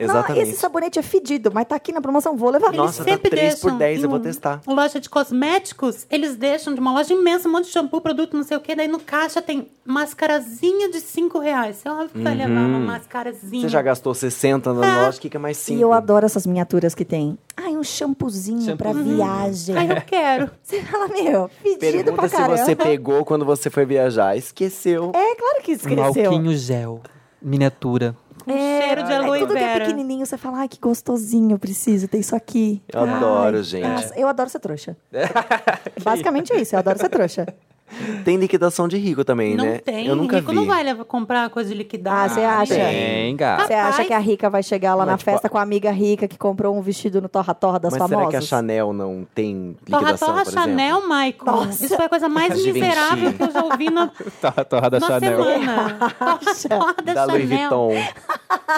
F: Não,
A: Exatamente.
F: esse sabonete é fedido, mas tá aqui na promoção, vou levar.
A: Nossa, tá
C: sempre
A: 3 por
C: deixam
A: 10, eu
C: em
A: vou
C: um-
A: testar.
C: Loja de cosméticos, eles deixam de uma loja imensa, um monte de shampoo, produto, não sei o quê. Daí no caixa tem mascarazinha de 5 reais. É óbvio que vai levar uma mascarazinha.
A: Você já gastou 60 na loja, o que que é mais
F: Ah, E
A: 5?
F: eu adoro essas miniaturas que tem. Ai, um shampoozinho pra
B: Shampoozinho.
F: viagem.
C: Ai, eu
F: [laughs]
C: quero.
F: Você fala, meu, pedido
A: Pergunta
F: pra
A: se
F: caramba.
A: você pegou quando você foi viajar. Esqueceu.
F: É, claro que esqueceu.
B: Malquinho gel. Miniatura.
C: Um cheiro de aloe
F: Tudo que é
C: vera.
F: pequenininho, você fala, ai, que gostosinho, eu preciso ter isso aqui.
A: Eu adoro,
F: Ai,
A: gente.
F: nossa, eu adoro
A: [laughs]
F: ser trouxa. Basicamente é isso, eu adoro ser trouxa.
A: Tem liquidação de rico também,
C: não
A: né?
C: tem.
A: Eu nunca
C: rico
A: vi. É,
C: não vai levar, comprar coisa de liquidar.
F: Ah, você acha?
A: tem.
B: Tem, gata.
F: Você acha que a rica vai chegar lá
A: Mas,
F: na
A: Ah. tipo,
F: festa com a amiga rica que comprou um vestido no torra-torra das
A: Mas
F: famosas?
A: será que a Chanel não tem
C: Torra,
A: liquidação,
C: torra,
A: por
C: Chanel,
A: exemplo?
C: Michael.
F: Nossa.
C: Isso foi a coisa mais
A: Givenchy.
C: miserável que eu já ouvi
A: [laughs]
C: na,
B: Torra, torra da
C: na
B: Tá, Chanel.
F: [laughs]
C: semana. Torra, torra da,
A: Da
C: Chanel.
A: Louis Vuitton.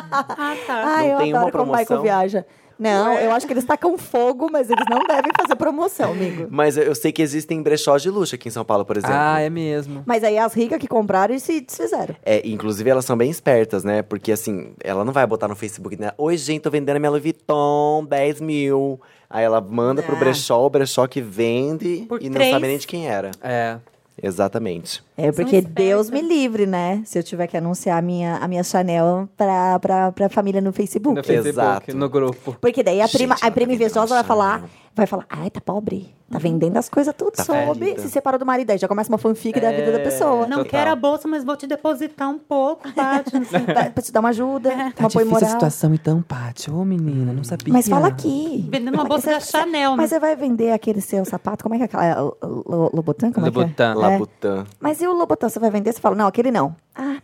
C: Ah, tá.
F: Ah,
A: Não
F: eu
A: tem uma
F: adoro como o
A: promoção?
F: Michael viaja. Não, eu acho que eles tacam fogo, mas eles não devem fazer promoção, amigo.
A: Mas eu- eu sei que existem brechós de luxo aqui em São Paulo, por exemplo.
B: Ah, é mesmo.
F: Mas aí as ricas que compraram e se desfizeram.
A: É, inclusive elas são bem espertas, né? Porque assim, ela não vai botar no Facebook, né? Oi, gente, tô vendendo a minha Louis Vuitton, 10 mil. Aí ela manda pro
F: Ah.
A: brechó, o brechó que vende
C: Por
A: e não
C: três.
A: sabe nem de quem era.
B: É.
A: Exatamente.
F: É porque
C: espertas.
F: Deus me livre, né? Se eu tiver que anunciar a minha, a minha Chanel pra, pra, pra família no Facebook.
B: No Facebook,
A: Exato.
B: no grupo.
F: Porque daí a
A: Gente,
F: prima,
A: ela
F: a
A: tá
F: prima
A: vendendo
F: invejosa
A: uma
F: vai falar,
B: né?
A: Chanel.
F: vai falar, ai, tá pobre,
B: Uhum.
F: tá vendendo as coisas tudo
A: Tá
F: soube,
A: ferida.
F: se separou do marido, aí já começa uma fanfic da vida da
B: É.
F: pessoa.
C: Não
B: Total.
C: quero a bolsa, mas vou te depositar um pouco, Paty. não sei o quê.
F: Pra, pra te Tá, dar uma ajuda, um
B: [laughs] Tá
F: apoio
B: difícil a
F: moral.
B: situação então, Paty. Ô, menina, não sabia.
F: Mas fala
B: [laughs]
F: aqui.
C: Vendendo uma bolsa da Chanel,
F: Mas
C: né?
F: é você vai vender aquele seu sapato, como é que é aquela? Lo- lo- Lobotan? Como é que é?
B: Lobotan.
F: É.
A: Labutan.
F: Mas e o Lobotan, você vai vender? Você fala, não, aquele não. Ah,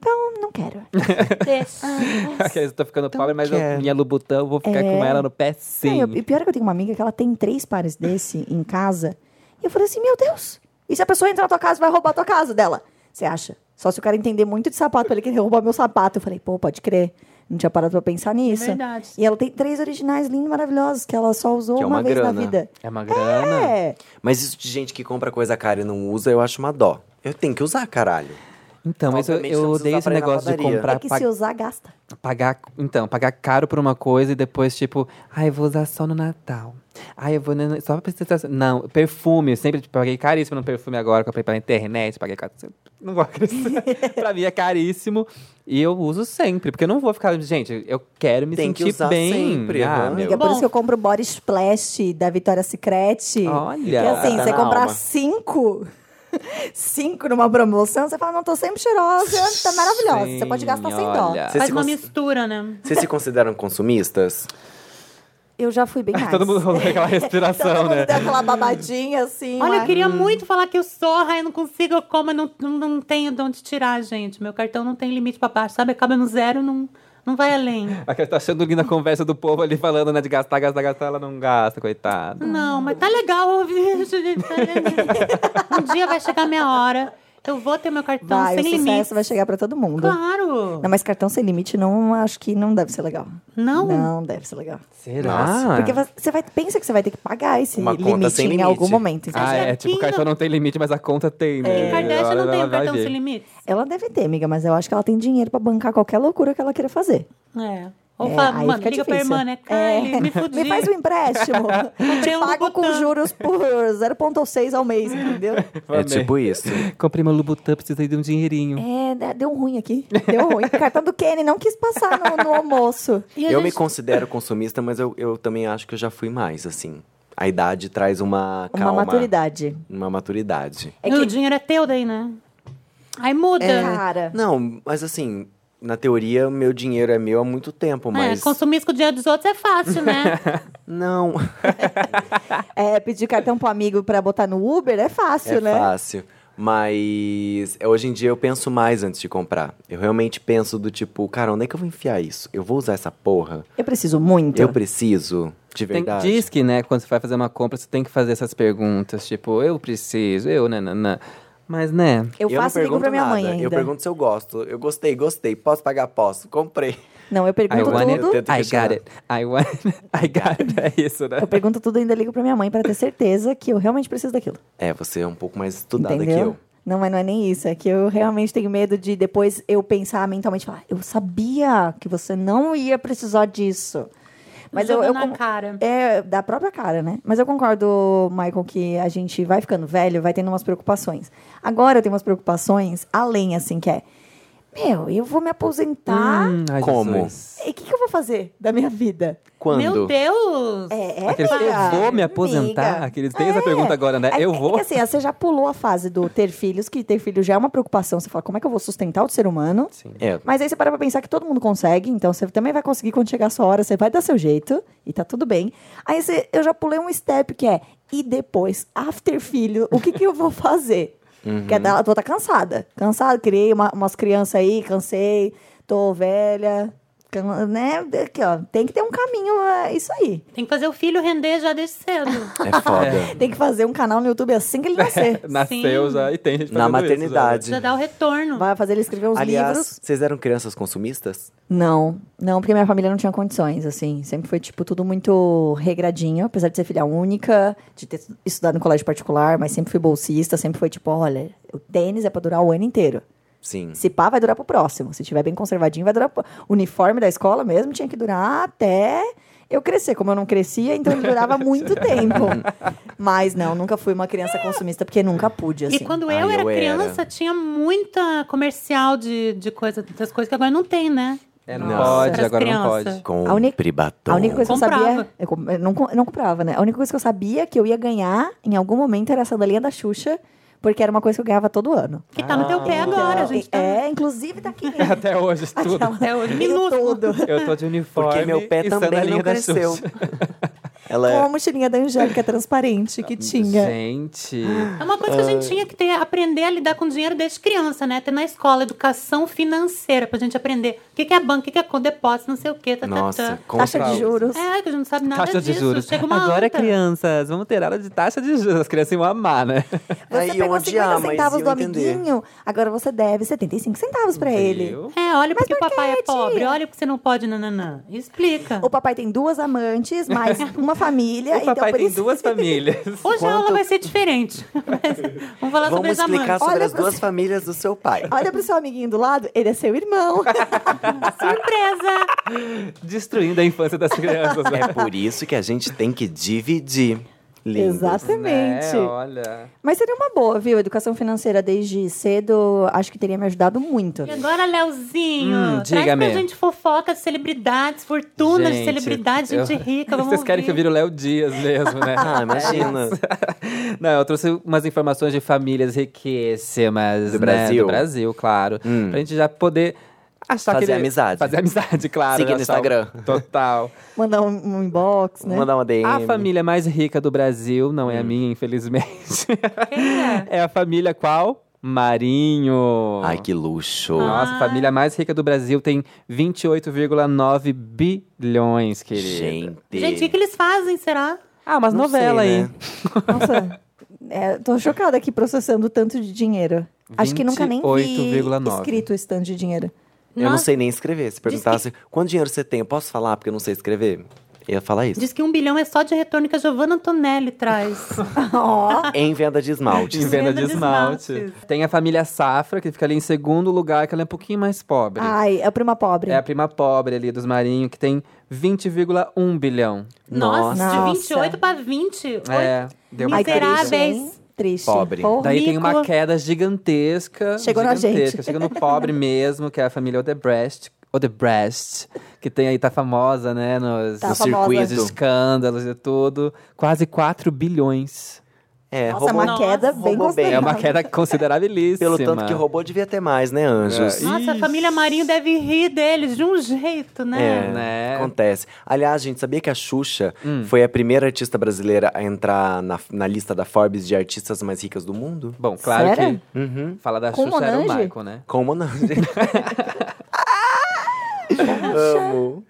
F: então não quero.
C: Deixa.
B: Aqueles tô ficando pobre, mas eu-
A: quero.
B: minha Lubutão, eu vou ficar
F: É.
B: com ela no pé
F: Não,
B: sim.
F: eu- e pior é que eu tenho uma amiga que ela tem três pares desse em casa. E eu falei assim, meu Deus. E se a pessoa entrar na tua casa, vai roubar a tua casa dela? Você acha? Só se o cara entender muito de sapato, pra ele querer roubar meu sapato. Eu falei, pô, pode crer. Não tinha parado pra pensar nisso.
C: verdade.
F: E ela tem três originais lindos, maravilhosos, que ela só usou
A: Que é
F: uma,
A: uma
F: vez
A: grana.
F: na vida.
B: É uma grana.
F: É.
A: Mas isso de gente que compra coisa cara e não usa, eu acho uma dó. Eu tenho que usar, caralho.
B: Então, isso, eu-
A: Obviamente, não
B: eu
A: precisa
B: odeio esse
A: usar pra ir na
B: negócio de
A: padaria.
F: É
B: comprar,
F: que
B: pa-
F: se usar, gasta.
B: pagar, então, pagar caro por uma coisa e depois, tipo, ai, eu vou usar só no Natal. Ai, eu vou na- só pra precisar. Não, perfume. Eu sempre tipo, paguei caríssimo no perfume agora, comprei pela internet, paguei caro. Não vou
F: [laughs]
B: acrescentar. pra mim é caríssimo. E eu uso sempre, porque eu não vou ficar. Gente, eu quero me
A: Tem que
B: sentir
A: usar
B: bem.
A: sempre,
B: Ah,
A: aham.
B: meu.
F: É por
C: Bom.
F: isso que eu compro o Body Splash da Vitória Secret.
B: Olha.
F: Que assim,
A: Tá
F: você
A: na
F: comprar
A: alma.
F: cinco, [laughs] cinco numa promoção, você fala, não, tô sempre cheirosa, tá maravilhosa. você
B: Sim,
F: pode gastar sem
A: Você
B: olha.
F: dó.
B: [laughs]
C: Faz
A: se
C: uma
A: cons-
C: mistura, né?
A: Vocês se consideram consumistas?
F: Eu já fui bem mais.
B: Todo
C: [laughs]
B: mundo rolou
F: [laughs]
B: aquela
F: Todo
B: respiração,
F: mundo
B: né?
F: deu aquela babadinha, assim.
C: Olha,
F: né?
C: eu queria muito falar que eu sou, ai, eu não consigo, eu como, eu não, não, não tenho de onde tirar, gente. Meu cartão não tem limite pra baixo, sabe? Acaba no zero, não, Não vai além.
B: A que tá achando linda a conversa do povo ali falando, né? De gastar, gastar, gastar, ela não gasta, coitada.
C: Não, mas tá legal ouvir isso, gente. Tá legal. um dia vai chegar minha hora. Eu vou ter meu um cartão
F: Vai, o
C: sem
F: sucesso
C: limite.
F: vai chegar pra todo mundo.
C: Claro.
F: Não, mas cartão sem limite não acho que não deve ser legal.
C: Não?
F: Não deve ser legal.
B: Será?
A: Nossa.
F: Porque você vai, pensa que você vai ter que pagar esse
A: Uma conta
F: limite
A: sem
F: em
A: limite.
F: algum momento. entendeu?
B: Ah, é,
C: Mas
B: tipo, o
C: aqui
B: cartão
C: não-
B: não tem limite, mas a conta tem, né?
F: É,
C: Kim Kardashian não
B: Ela
C: tem um
B: vai
C: cartão
B: ver.
C: sem limites?
F: Ela deve ter, amiga, mas eu acho que ela tem dinheiro pra bancar qualquer loucura que ela queira fazer.
C: É. Ou
F: É,
C: fala,
F: aí
C: mano,
F: fica
C: liga pra
F: difícil.
C: irmã, né? Kylie,
F: É.
C: me fudi.
F: [laughs] Me faz um empréstimo.
C: [laughs] Comprei
F: Te
C: um
F: pago com
C: Louboutin.
F: juros por 0,6 ao
C: [laughs]
F: mês, entendeu?
A: É
B: Amei.
A: tipo isso.
B: Comprei meu Lubutan, precisei de um dinheirinho.
F: É, de- deu ruim aqui. Deu ruim. O cartão do Kenny não quis passar no, no almoço.
C: E a
A: Eu me
C: gente-
A: considero consumista, mas eu, eu também acho que eu já fui mais, assim. A idade traz uma calma.
F: Uma maturidade.
A: Uma maturidade.
F: É
C: Não,
F: que-
C: O dinheiro é teu daí, né? Aí muda. É,
F: Cara.
A: Não, mas assim, na teoria, meu dinheiro é meu há muito tempo, mas.
C: consumir com o dinheiro dos outros é fácil, né?
A: Não, [laughs]
F: É, pedir cartão pro amigo pra botar no Uber é fácil,
A: é
F: né?
A: fácil. Mas é, hoje em dia eu penso mais antes de comprar. Eu realmente penso do tipo, cara, onde é que eu vou enfiar isso? Eu vou usar essa porra?
F: Eu preciso muito.
A: Eu preciso? De
B: Tem,
A: verdade?
B: diz que, né, quando você vai fazer uma compra, você tem que fazer essas perguntas. Tipo, eu preciso, eu, né, né, né. Mas, né,
F: Eu
A: não
F: faço ligo
A: pergunto
F: pra minha
A: nada.
F: mãe ainda.
A: Eu pergunto se eu gosto. Eu gostei, gostei. Posso pagar? Posso. Comprei.
F: Não, eu
B: I
F: pergunto
B: want
A: wanted- Eu
F: tudo.
B: it,
A: tento
B: I
A: questionar.
B: got it, I want it, [laughs] I got it. É isso, né?
F: Eu pergunto tudo e ainda ligo pra minha mãe pra ter certeza que eu realmente preciso daquilo.
A: É, você é um pouco mais estudada
F: entendeu?
A: que eu.
F: Não, mas não é nem isso. É que eu realmente tenho medo de depois eu pensar mentalmente falar, eu sabia que você não ia precisar disso. [laughs] Mas eu,
C: Joga
F: eu
C: na
F: con-
C: cara.
F: É, da própria cara, né? Mas eu concordo, Michael, que a gente vai ficando velho, vai tendo umas preocupações. Agora eu tenho umas preocupações além, assim, que é... Meu, eu vou me aposentar...
B: Hum, ai,
A: Como?
B: Jesus.
F: E o que, que eu vou fazer da minha vida?
A: Quando?
C: Meu Deus!
F: É, é
B: Aqueles,
F: amiga.
B: eu vou me aposentar?
F: Amiga.
B: Aqueles, tem essa pergunta agora, né?
F: É-
B: eu
F: é
B: vou?
F: que assim, você já pulou a fase do ter filhos, que ter filho já é uma preocupação. Você fala, como é que eu vou sustentar o ser humano?
B: Sim.
A: É,
F: Mas aí você para pra pensar que todo mundo consegue, então você também vai conseguir quando chegar a sua hora, você vai dar seu jeito e tá tudo bem. Aí você- eu já pulei um step que é, e depois, after filho, o que que eu
B: [laughs]
F: vou fazer?
B: Uhum.
F: Porque eu vou estar cansada. Cansada, criei uma- umas crianças aí, cansei, tô velha, can- né? Aqui, ó, tem que ter um caminho, é isso aí.
C: Tem que fazer o filho render já desde cedo.
A: é
F: [laughs]
A: foda.
F: Tem que fazer um canal no YouTube assim que ele
B: [laughs]
F: nascer.
B: Nasceu
C: Sim.
B: já e tem gente
A: Na
B: fazendo isso né?
A: maternidade.
C: já dá o retorno.
F: Vai fazer ele escrever uns
A: Aliás,
F: livros.
A: vocês eram crianças consumistas?
F: Não, não, porque minha família não tinha condições, assim. Sempre foi, tipo, tudo muito regradinho, apesar de ser filha única, de ter estudado no colégio particular, mas sempre fui bolsista, sempre foi, tipo, olha, o tênis é pra durar o ano inteiro.
A: Sim.
F: Se pá, vai durar pro próximo. Se tiver bem conservadinho, vai durar pro... O uniforme da escola mesmo tinha que durar até eu crescer. Como eu não crescia, então ele durava muito tempo. Mas não, nunca fui uma criança consumista, porque nunca pude, assim.
C: E quando
A: Ai,
C: eu era
A: eu era.
C: criança, tinha muita comercial de, de coisa, das coisas que agora não tem, né?
B: É, não
A: Nossa.
B: pode,
C: Pras
B: agora não
C: crianças.
B: pode.
A: Com
F: A única-
A: pribatom.
F: A única coisa que eu
C: Comprava.
F: sabia. Eu, com- eu não, co- eu não comprava, né? A única coisa que eu sabia que eu ia ganhar em algum momento era a sandalinha da Xuxa, porque era uma coisa que eu ganhava todo ano.
C: Que tá no teu
A: Ah,
C: pé agora, gente. Tá...
F: É, inclusive tá aqui.
B: Até hoje, tudo.
C: até hoje,
F: Tem
C: É minúsculo.
F: É, tudo.
B: Eu tô de uniforme
A: Porque meu pé
B: e
A: também
B: sandalinha
A: não
B: da
A: cresceu.
B: Xuxa.
A: Ela
F: Com a
A: é...
F: mochilinha da Angélica transparente que tinha.
B: Gente,
C: É uma coisa que a gente tinha que ter, aprender a lidar com dinheiro desde criança, né? Ter na escola educação financeira pra gente aprender o que, que é banco, o que, que é conta, depósito, não sei o quê. Tá, tá,
A: Nossa,
C: tá.
F: Taxa
A: contra-
F: de juros.
C: É, que a gente não sabe nada
B: taxa de
C: disso.
B: juros.
C: Chega uma
F: é
B: Agora, é
C: anta.
B: crianças, vamos ter aula de taxa de juros. As crianças iam amar, né?
F: Você
A: Aí eu
F: pegou 50
A: odiar, mas
F: centavos
A: eu
F: do
A: entender.
F: amiguinho, agora você deve 75 centavos pra ele.
B: Viu?
C: É, olha porque
F: por
C: o papai
F: quê,
C: é pobre,
F: tia?
C: olha porque você não pode, nananã. Explica.
F: O papai tem duas amantes, mais uma família.
B: O papai
F: então, por
B: tem
F: isso-
B: duas famílias. [laughs]
C: Hoje a aula
A: Quanto-
C: vai ser diferente. [laughs] Mas Vamos falar sobre
A: Vamos
C: as amantes.
A: explicar sobre
F: Olha
A: as
F: pra
A: duas famílias do seu pai.
F: Olha pro seu amiguinho do lado, ele é seu irmão.
C: Surpresa!
B: Destruindo a infância das crianças, né?
A: É por isso que a gente tem que dividir. Lindo.
F: Exatamente.
B: Né? Olha.
F: Mas seria uma boa, viu? Educação financeira desde cedo, acho que teria me ajudado muito.
C: E agora, Leozinho,
B: Hum,
C: traz
B: diga-me.
C: pra gente fofoca de celebridades, fortuna de celebridades, gente
B: eu-
C: rica. Vamos
B: Vocês querem que eu
C: ouvir.
B: vire o Léo Dias mesmo, né?
A: Ah,
B: [laughs]
A: imagina.
B: Não, eu trouxe umas informações de famílias riquíssimas.
A: Do
B: né?
A: Brasil?
B: Do Brasil, claro.
A: Hum.
B: Pra gente já poder achar
A: Fazer
B: aquele-
A: amizade.
B: Fazer amizade, claro.
A: Seguir
B: né?
A: no
B: Achar o-
A: Instagram.
B: Total.
F: Mandar um, um inbox, né?
A: Mandar uma DM.
B: A família
A: Hum.
B: mais rica do Brasil não é a minha, infelizmente. [laughs]
C: Quem é?
B: é a família qual? Marinho.
A: Ai, que luxo.
B: Nossa, a família mais rica do Brasil tem 28,9 bilhões, querido.
A: Gente.
C: Gente, o que, que eles fazem, será?
B: Ah, umas
A: Não sei,
B: novelas aí.
A: né?
F: Nossa, é, tô chocada aqui processando tanto de dinheiro. Acho que nunca nem vi
B: 28,9.
F: escrito esse tanto de dinheiro.
A: Eu não
C: Nossa.
A: sei nem escrever. Se perguntasse quanto dinheiro você tem, eu posso falar porque eu não sei escrever? Eu ia falar isso.
C: Diz que um bilhão é só de retorno que a Giovanna
B: [laughs]
C: Antonelli traz.
F: [laughs] Ó,
A: Em venda de esmalte.
B: Em venda de
C: Venda de
B: esmalte.
C: esmaltes.
B: Tem a família Safra, que fica ali em segundo lugar, que ela é um pouquinho mais pobre.
F: ai, é prima pobre.
B: É a prima pobre ali dos Marinho, que tem 20,1 bilhão.
C: Nossa,
F: Nossa.
C: de 28 pra 28.
B: É, deu uma
F: Ai, triste,
B: queda.
C: miserável. miseráveis.
F: hein? Triste.
A: Pobre.
F: Porra.
B: Daí tem uma
C: Rico.
B: queda gigantesca.
F: Chegou na
B: gigantesca,
F: gente.
B: Chega no
F: [laughs]
B: pobre mesmo, que é a família Odebrecht. Odebrecht, que tem aí, tá famosa, né? Nos,
F: Tá
B: nos
F: famosa.
B: circuitos, escândalos e tudo. Quase 4 bilhões.
A: É,
F: Nossa, é
A: roubou.
F: uma queda
A: Nossa,
F: bem
A: roubou bem.
F: considerável.
B: É uma queda considerabilíssima.
A: Pelo tanto que roubou, devia ter mais, né, anjos?
B: É.
C: Nossa, a família Marinho deve rir deles de um jeito,
A: É,
C: né?
B: Né?
A: acontece. Aliás, gente, sabia que a Xuxa
B: Hum.
A: foi a primeira artista brasileira a entrar na, na lista da Forbes de artistas mais ricas do mundo?
B: Bom, claro
F: Sério?
B: que falar da
F: Com
B: Xuxa era o
F: Monange?
B: Michael, né?
A: Com
B: [laughs]
A: Monange. Amo.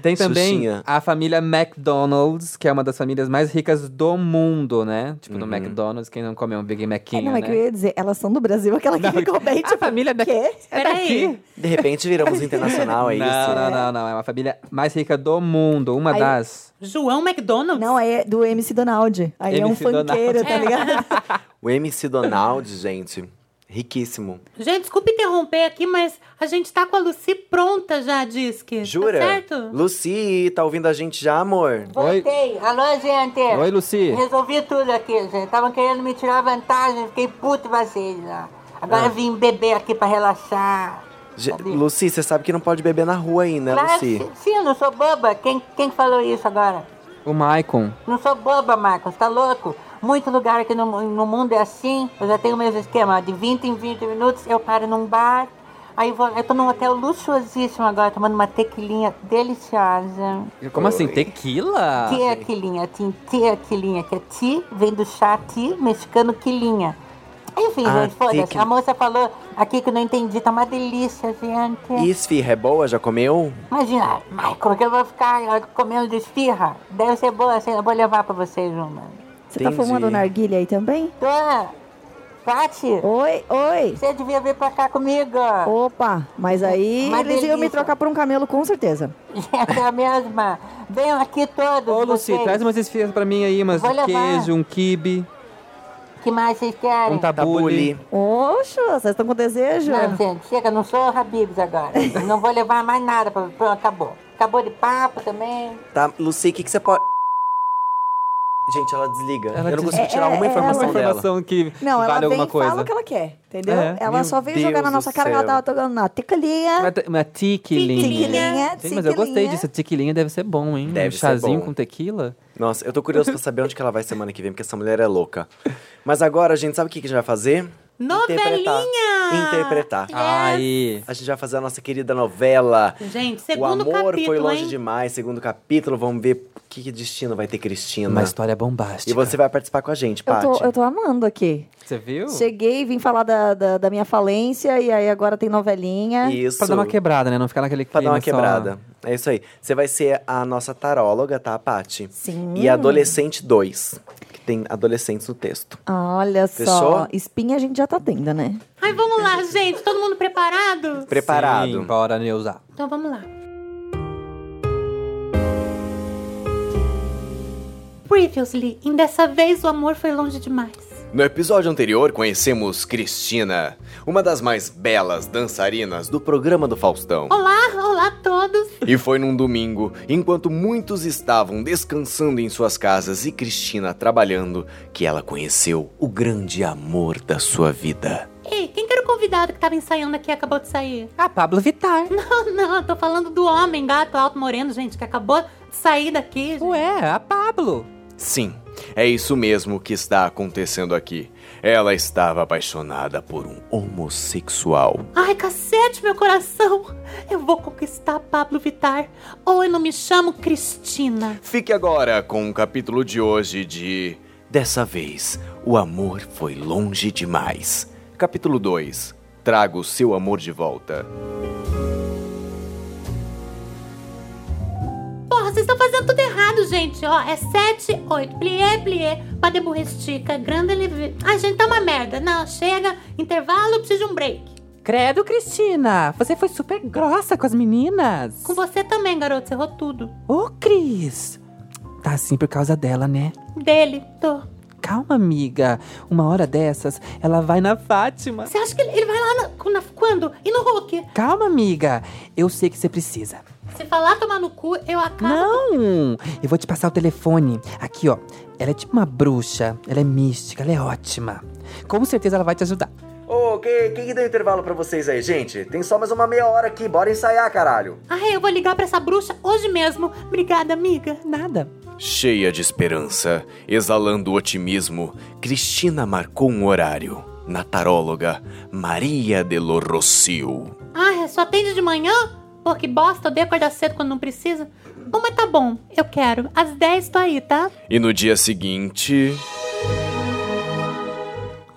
B: Tem também
A: Xuxinha.
B: a família McDonald's, que é uma das famílias mais ricas do mundo, né? Tipo,
A: Uhum.
B: no McDonald's, quem não come um Big
F: É,
B: Macinho,
F: não, é
B: né?
F: que eu ia dizer, elas são do Brasil, aquela que ficou bem, tipo,
B: família da-
F: quê?
B: É
C: Peraí.
B: daqui?
A: De repente viramos internacional, é
B: não,
A: isso?
B: não, não, não. É uma família mais rica do mundo. Uma
F: Aí-
B: das.
C: João McDonald?
F: Não, é do MC Donald. Aí é um
B: MC Donald.
F: funkeiro, tá ligado?
A: O MC Donald, gente, riquíssimo.
C: Gente, desculpa interromper aqui, mas a gente tá com a Lucy pronta já, diz que.
A: Jura?
C: Tá certo?
A: Lucy, tá ouvindo a gente já, amor?
G: Voltei. Alô, gente.
F: é.
B: Oi, Lucy.
G: Resolvi tudo aqui, gente. Estavam querendo me tirar vantagem, fiquei puto com vocês. ó. Agora vim beber aqui pra relaxar.
B: Tá
A: Je-
G: Cadê?
A: Lucy, você sabe que não pode beber na rua aí, né,
G: Claro,
A: Lucy?
G: sim- sim, eu não sou boba. Quem, quem falou isso agora?
B: O Maicon.
G: Não sou boba, Marcos, tá louco? Muito lugar aqui no, mu- no mundo é assim. Eu já tenho o mesmo esquema. De 20 em 20 minutos eu paro num bar. Aí vou, eu tô num hotel luxuosíssimo agora, tomando uma tequilinha deliciosa.
B: Como assim? Tequila?
G: é
F: é
G: Tequilinha, tin- tequilinha, que é ti, vem do chá ti, mexicano quilinha. Enfim,
A: Ah,
G: gente, foda-se.
A: tequila.
G: A moça falou aqui que eu não entendi, tá uma delícia, gente.
A: E esfirra é boa? Já comeu?
G: Imagina, ai, como que eu vou ficar ó, comendo esfirra? Deve ser boa, assim, eu vou levar pra vocês uma.
F: Você tá
A: Entendi.
F: fumando narguilha aí também?
G: Tô, Pati,
F: Oi, oi.
G: você devia vir pra cá comigo.
F: Opa, mas aí
G: Ah. Uma
F: eles iam me
G: delícia.
F: trocar por um camelo com certeza.
G: Gente, [laughs] é a mesma. Venham aqui todos
B: Ô, Lucy,
G: vocês.
B: traz umas esfias pra mim aí, umas
G: Vou levar.
B: queijo, um kibe,
G: que mais vocês querem?
B: um tabule.
A: Tabule.
F: Oxa, vocês estão com desejo?
G: Não, gente, chega, não sou Habibs agora. não vou levar mais nada. Pra... Pronto, acabou. Acabou de papo também.
A: Tá, Lucy, o que, que você pode. Gente, ela desliga.
B: Ela
A: eu não
B: des-
A: consigo tirar
F: É,
A: uma
F: é,
A: informação
B: Uma
F: ela-
A: dela.
B: informação que
F: Não,
B: vale
F: ela vem
B: alguma
F: e fala
B: coisa.
F: o que ela quer, entendeu?
B: É,
F: Ela
A: meu
F: só veio
A: Deus
F: jogar na
A: do
F: nossa cara que ela
A: céu.
F: tava jogando na tequilinha.
B: Uma te- Uma tequilinha.
F: Tequilinha,
B: Gente, mas eu gostei
F: tequilinha.
B: disso. Tequilinha deve ser bom, hein?
A: Deve
B: um
A: ser
B: chazinho
A: bom.
B: com tequila.
A: Nossa, eu tô curioso pra saber onde que ela vai semana que vem, porque essa mulher é louca. Mas agora, gente, sabe o que, que a gente vai fazer?
C: Novelinha!
A: Interpretar. Interpretar.
B: Aí.
A: A gente vai fazer a nossa querida novela.
C: Gente,
A: o
C: segundo
A: amor
C: capítulo,
A: foi longe
C: hein?
A: demais. Segundo capítulo, vamos ver que, que destino vai ter Cristina.
B: Uma história
A: E
B: bombástica.
A: você vai participar com a gente,
F: Eu
A: Paty.
F: tô, eu tô amando aqui.
B: Você viu?
F: Cheguei, vim falar da, da, da minha falência e aí agora tem novelinha.
A: Isso.
B: Pra dar uma quebrada, né? Não ficar naquele
A: Pra dar uma
B: clima só.
A: quebrada. É isso aí. Você vai ser a nossa taróloga, tá, Paty?
F: Sim.
A: E Adolescente 2, que tem adolescentes no texto.
F: Olha
A: Fechou?
F: só, espinha a gente já tá tendo, né?
C: Ai, vamos lá, gente. Todo mundo preparado?
A: Preparado.
B: Sim, bora, Neuza.
C: Então vamos lá. Previously, em dessa vez o amor foi longe demais.
A: No episódio anterior, conhecemos Cristina, uma das mais belas dançarinas do programa do Faustão.
C: Olá, olá a todos.
A: E foi num domingo, enquanto muitos estavam descansando em suas casas e Cristina trabalhando, que ela conheceu o grande amor da sua vida.
C: Ei, quem que era o convidado que tava ensaiando aqui e acabou de sair? [laughs]
B: Ah, Pablo Vittar.
C: Não, não, eu tô falando do homem, gato, alto, moreno, gente, que acabou de sair daqui. gente.
B: Ué, a Pablo.
A: Sim, é isso mesmo que está acontecendo aqui. Ela estava apaixonada por um homossexual.
C: Ai, cacete, meu coração! Eu vou conquistar Pablo Vittar, ou eu não me chamo Cristina.
A: Fique agora com o capítulo de hoje de Dessa vez, o amor foi longe demais. Capítulo 2 Trago o seu amor de volta.
C: Porra, vocês estão fazendo tudo errado, gente. Ó, é 7, 8. Plié, plié. Pas de burristica. Grande leve. Ai, gente, tá uma merda. Não, chega. Intervalo, eu preciso de um break.
B: Credo, Cristina! Você foi super grossa com as meninas!
C: Com você também, garoto. Você errou tudo.
B: Ô, Cris! Tá assim por causa dela, né?
C: Dele, tô.
B: Calma, amiga. Uma hora dessas, ela vai na Fátima.
C: Você acha que ele ele vai lá na- na- quando? E no Hulk?
B: Calma, amiga. Eu sei que você precisa.
C: Se falar tomar no cu, eu acabo.
B: Não! Eu vou te passar o telefone. Aqui, ó. Ela é tipo uma bruxa. Ela é mística. Ela é ótima. Com certeza ela vai te ajudar.
A: Ô, quem, quem que deu intervalo pra vocês aí, gente? Tem só mais uma meia hora aqui, bora ensaiar, caralho.
C: Ai, eu vou ligar pra essa bruxa hoje mesmo. Obrigada, amiga.
B: Nada.
A: Cheia de esperança, exalando otimismo, Cristina marcou um horário. Na taróloga, Maria de Lorrocio.
C: Ai, Ah, é, só atende de manhã? Pô, que bosta. Odeio acordar cedo quando não precisa. Bom, mas tá bom. Eu quero. Às 10 tô aí, tá?
A: E no dia seguinte.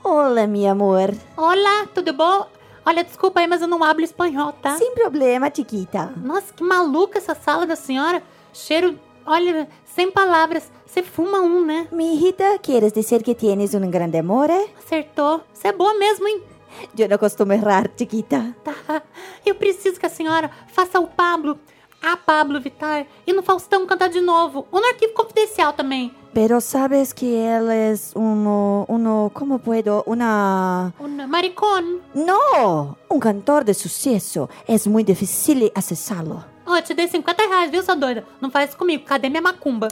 F: Olá, meu amor.
C: Olá, tudo bom? Olha, desculpa aí, mas eu não hablo espanhol, tá?
F: Sem problema, Tiquita.
C: Nossa, que maluca essa sala da senhora. Cheiro, olha, sem palavras. Você fuma um, né?
F: Mi hijita, ¿quieres decir que tienes un grande amor? eh?
C: Acertou. Você é boa mesmo, hein? [laughs]
F: Yo no costumo errar, Chiquita.
C: Tá. Eu preciso que a senhora faça o Pablo, a Pablo Vittar e no Faustão cantar de novo. Ou no arquivo confidencial também.
F: Pero sabes que él es uno, uno, ¿cómo puedo? Una...
C: Ou no Maricone.
F: No, un cantor de suceso. Es muy difícil accesarlo.
C: Ó, eu te dei 50 reais, viu, sua doida? Não faz isso comigo. Cadê minha macumba?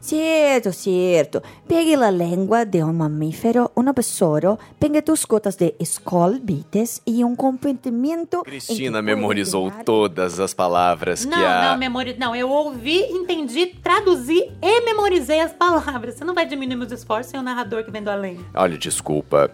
F: Cierto, cierto. Pegue la lengua de un mamífero, un besoro, pegue tus gotas de Skull Beats y un compartimiento...
A: Cristina memorizou todas as palavras
C: Não,
A: que a.
C: não, memori... não. Eu ouvi, entendi, traduzi e memorizei as palavras. Você não vai diminuir meus esforços sem o narrador que vem do além.
A: Olha, desculpa.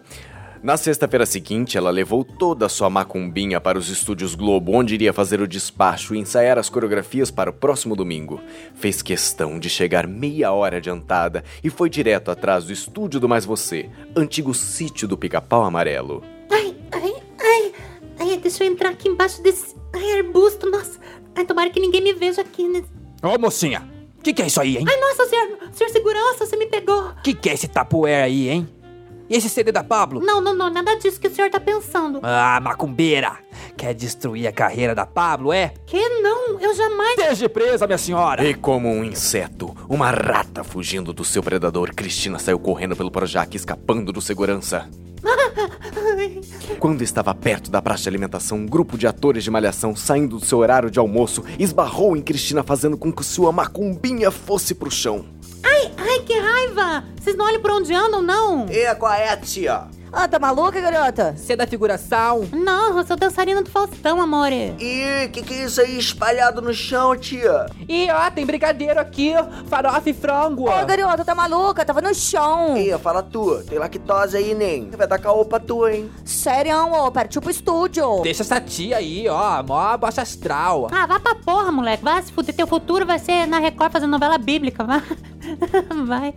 A: Na sexta-feira seguinte, ela levou toda a sua macumbinha para os estúdios Globo, onde iria fazer o despacho e ensaiar as coreografias para o próximo domingo. Fez questão de chegar meia hora adiantada e foi direto atrás do estúdio do Mais Você, antigo sítio do Pica-Pau Amarelo.
C: Ai, ai, ai. Ai, deixa eu entrar aqui embaixo desse ai, arbusto. Nossa. Ai, tomara que ninguém me veja aqui. Né?
B: Ô, mocinha! Que que é isso aí, hein?
C: Ai, nossa, senhor, senhor segurança, você me pegou.
B: Que que é esse tapué aí, hein? E esse CD da Pablo?
C: Não, não, não, nada disso que o senhor tá pensando.
B: Ah, macumbeira! Quer destruir a carreira da Pablo, é?
C: Que não, eu jamais.
B: Esteja presa, minha senhora!
A: E como um inseto, uma rata fugindo do seu predador, Cristina saiu correndo pelo Projac, escapando do segurança.
C: Ai,
A: Quando estava perto da praça de alimentação, um grupo de atores de malhação saindo do seu horário de almoço esbarrou em Cristina fazendo com que sua macumbinha fosse pro chão.
C: ai, que raiva! Vocês não olham por onde andam, não?
A: E qual é, tia?
F: Ah, tá maluca, garota?
B: Você é da figuração?
C: Não, eu sou dançarina do Faustão, amore.
A: E que que é isso aí espalhado no chão, tia?
B: E ó, tem brigadeiro aqui, ó, farofa e frango. ó.
F: Ô, garota, tá maluca? Tava no chão.
A: fala tu, tem lactose aí, nem. Vai dar caô pra tu, hein?
F: Sério, é um ô, partiu pro tipo estúdio.
B: Deixa essa tia aí, ó, mó baixa astral. ó.
C: Ah, vá pra porra, moleque. Vai se fuder. Teu futuro vai ser na Record fazendo novela bíblica. Vai. [laughs] Vai.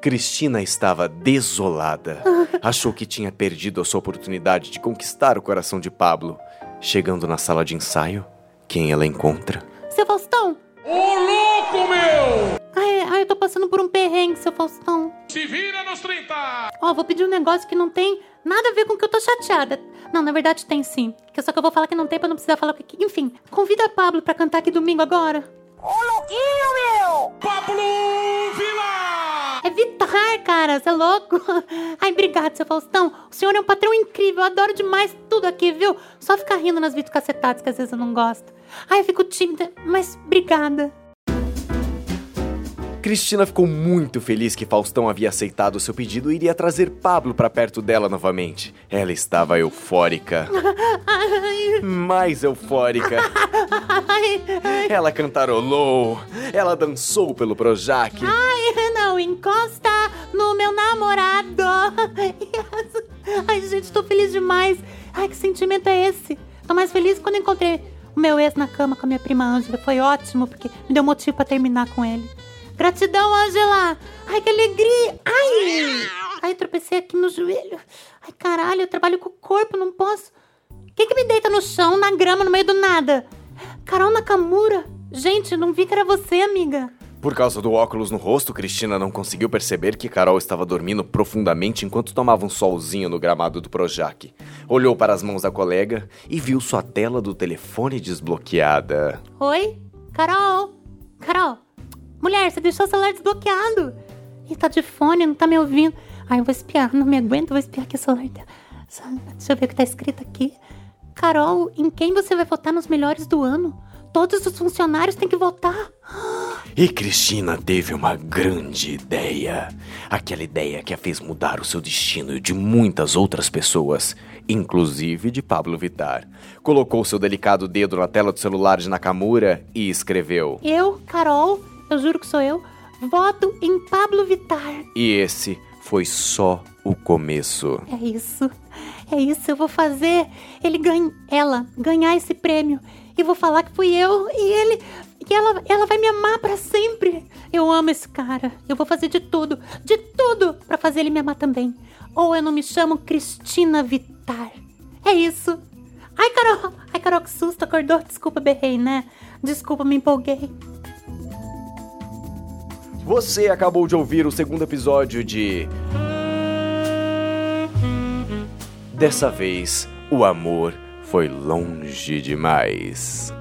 A: Cristina estava desolada. Achou que tinha perdido a sua oportunidade de conquistar o coração de Pablo. Chegando na sala de ensaio, quem ela encontra?
C: Seu Faustão! Ô, louco, meu! Ai, ai, eu tô passando por um perrengue, seu Faustão. Se vira nos 30! Ó, vou pedir um negócio que não tem nada a ver com o que eu tô chateada. Não, na verdade tem sim. Que Só que eu vou falar que não tem pra não precisar falar o que. Enfim, convida a Pablo pra cantar aqui domingo agora. É Vitar, cara, você é louco? [laughs] Ai, obrigado, seu Faustão. O senhor é um patrão incrível, eu adoro demais tudo aqui, viu? Só ficar rindo nas videocacetadas que às vezes eu não gosto. Ai, eu fico tímida, mas obrigada. [laughs]
A: Cristina ficou muito feliz que Faustão havia aceitado o seu pedido e iria trazer Pablo pra perto dela novamente. Ela estava eufórica,
C: Ai,
A: mais eufórica.
C: ai, ai,
A: Ela cantarolou, ela dançou pelo Projac.
C: ai, não encosta no meu namorado. Ai, gente, tô feliz demais. Ai, que sentimento é esse? Tô mais feliz quando encontrei o meu ex na cama com a minha prima Ângela. Foi ótimo, porque me deu motivo pra terminar com ele. Gratidão, Ângela! Ai, que alegria! Ai! Ai, tropecei aqui no joelho. Ai, Ai, caralho, eu trabalho com o corpo, não posso. Quem que me deita no chão, na grama, no meio do nada? Carol Nakamura. Gente, não vi que era você, amiga.
A: Por causa do óculos no rosto, Cristina não conseguiu perceber que Carol estava dormindo profundamente enquanto tomava um solzinho no gramado do Projac. Olhou para as mãos da colega e viu sua tela do telefone desbloqueada.
C: Oi? Carol? Carol? Mulher, você deixou o celular desbloqueado. Ih, tá de fone, não tá me ouvindo. Ai, eu vou espiar, não me aguento, vou espiar aqui o celular dela. Só- Deixa eu ver o que tá escrito aqui. Carol, em quem você vai votar nos melhores do ano? Todos os funcionários têm que votar.
A: E Cristina teve uma grande ideia. Aquela ideia que a fez mudar o seu destino e o de muitas outras pessoas, inclusive de Pablo Vittar. Colocou seu delicado dedo na tela do celular de Nakamura e escreveu.
C: Eu, Carol, eu juro que sou eu, voto em Pablo Vittar.
A: E esse foi só o começo.
C: É isso. É isso, eu vou fazer ele ganha ela ganhar esse prêmio e vou falar que fui eu e ele e ela ela vai me amar pra sempre. Eu amo esse cara. Eu vou fazer de tudo, de tudo pra fazer ele me amar também. Ou eu não me chamo Cristina Vitar. É isso. Ai, Carol. Ai, Carol, que susto, acordou. Desculpa, berrei, né? Desculpa, me empolguei.
A: Você acabou de ouvir o segundo episódio de. Dessa vez, o amor foi longe demais.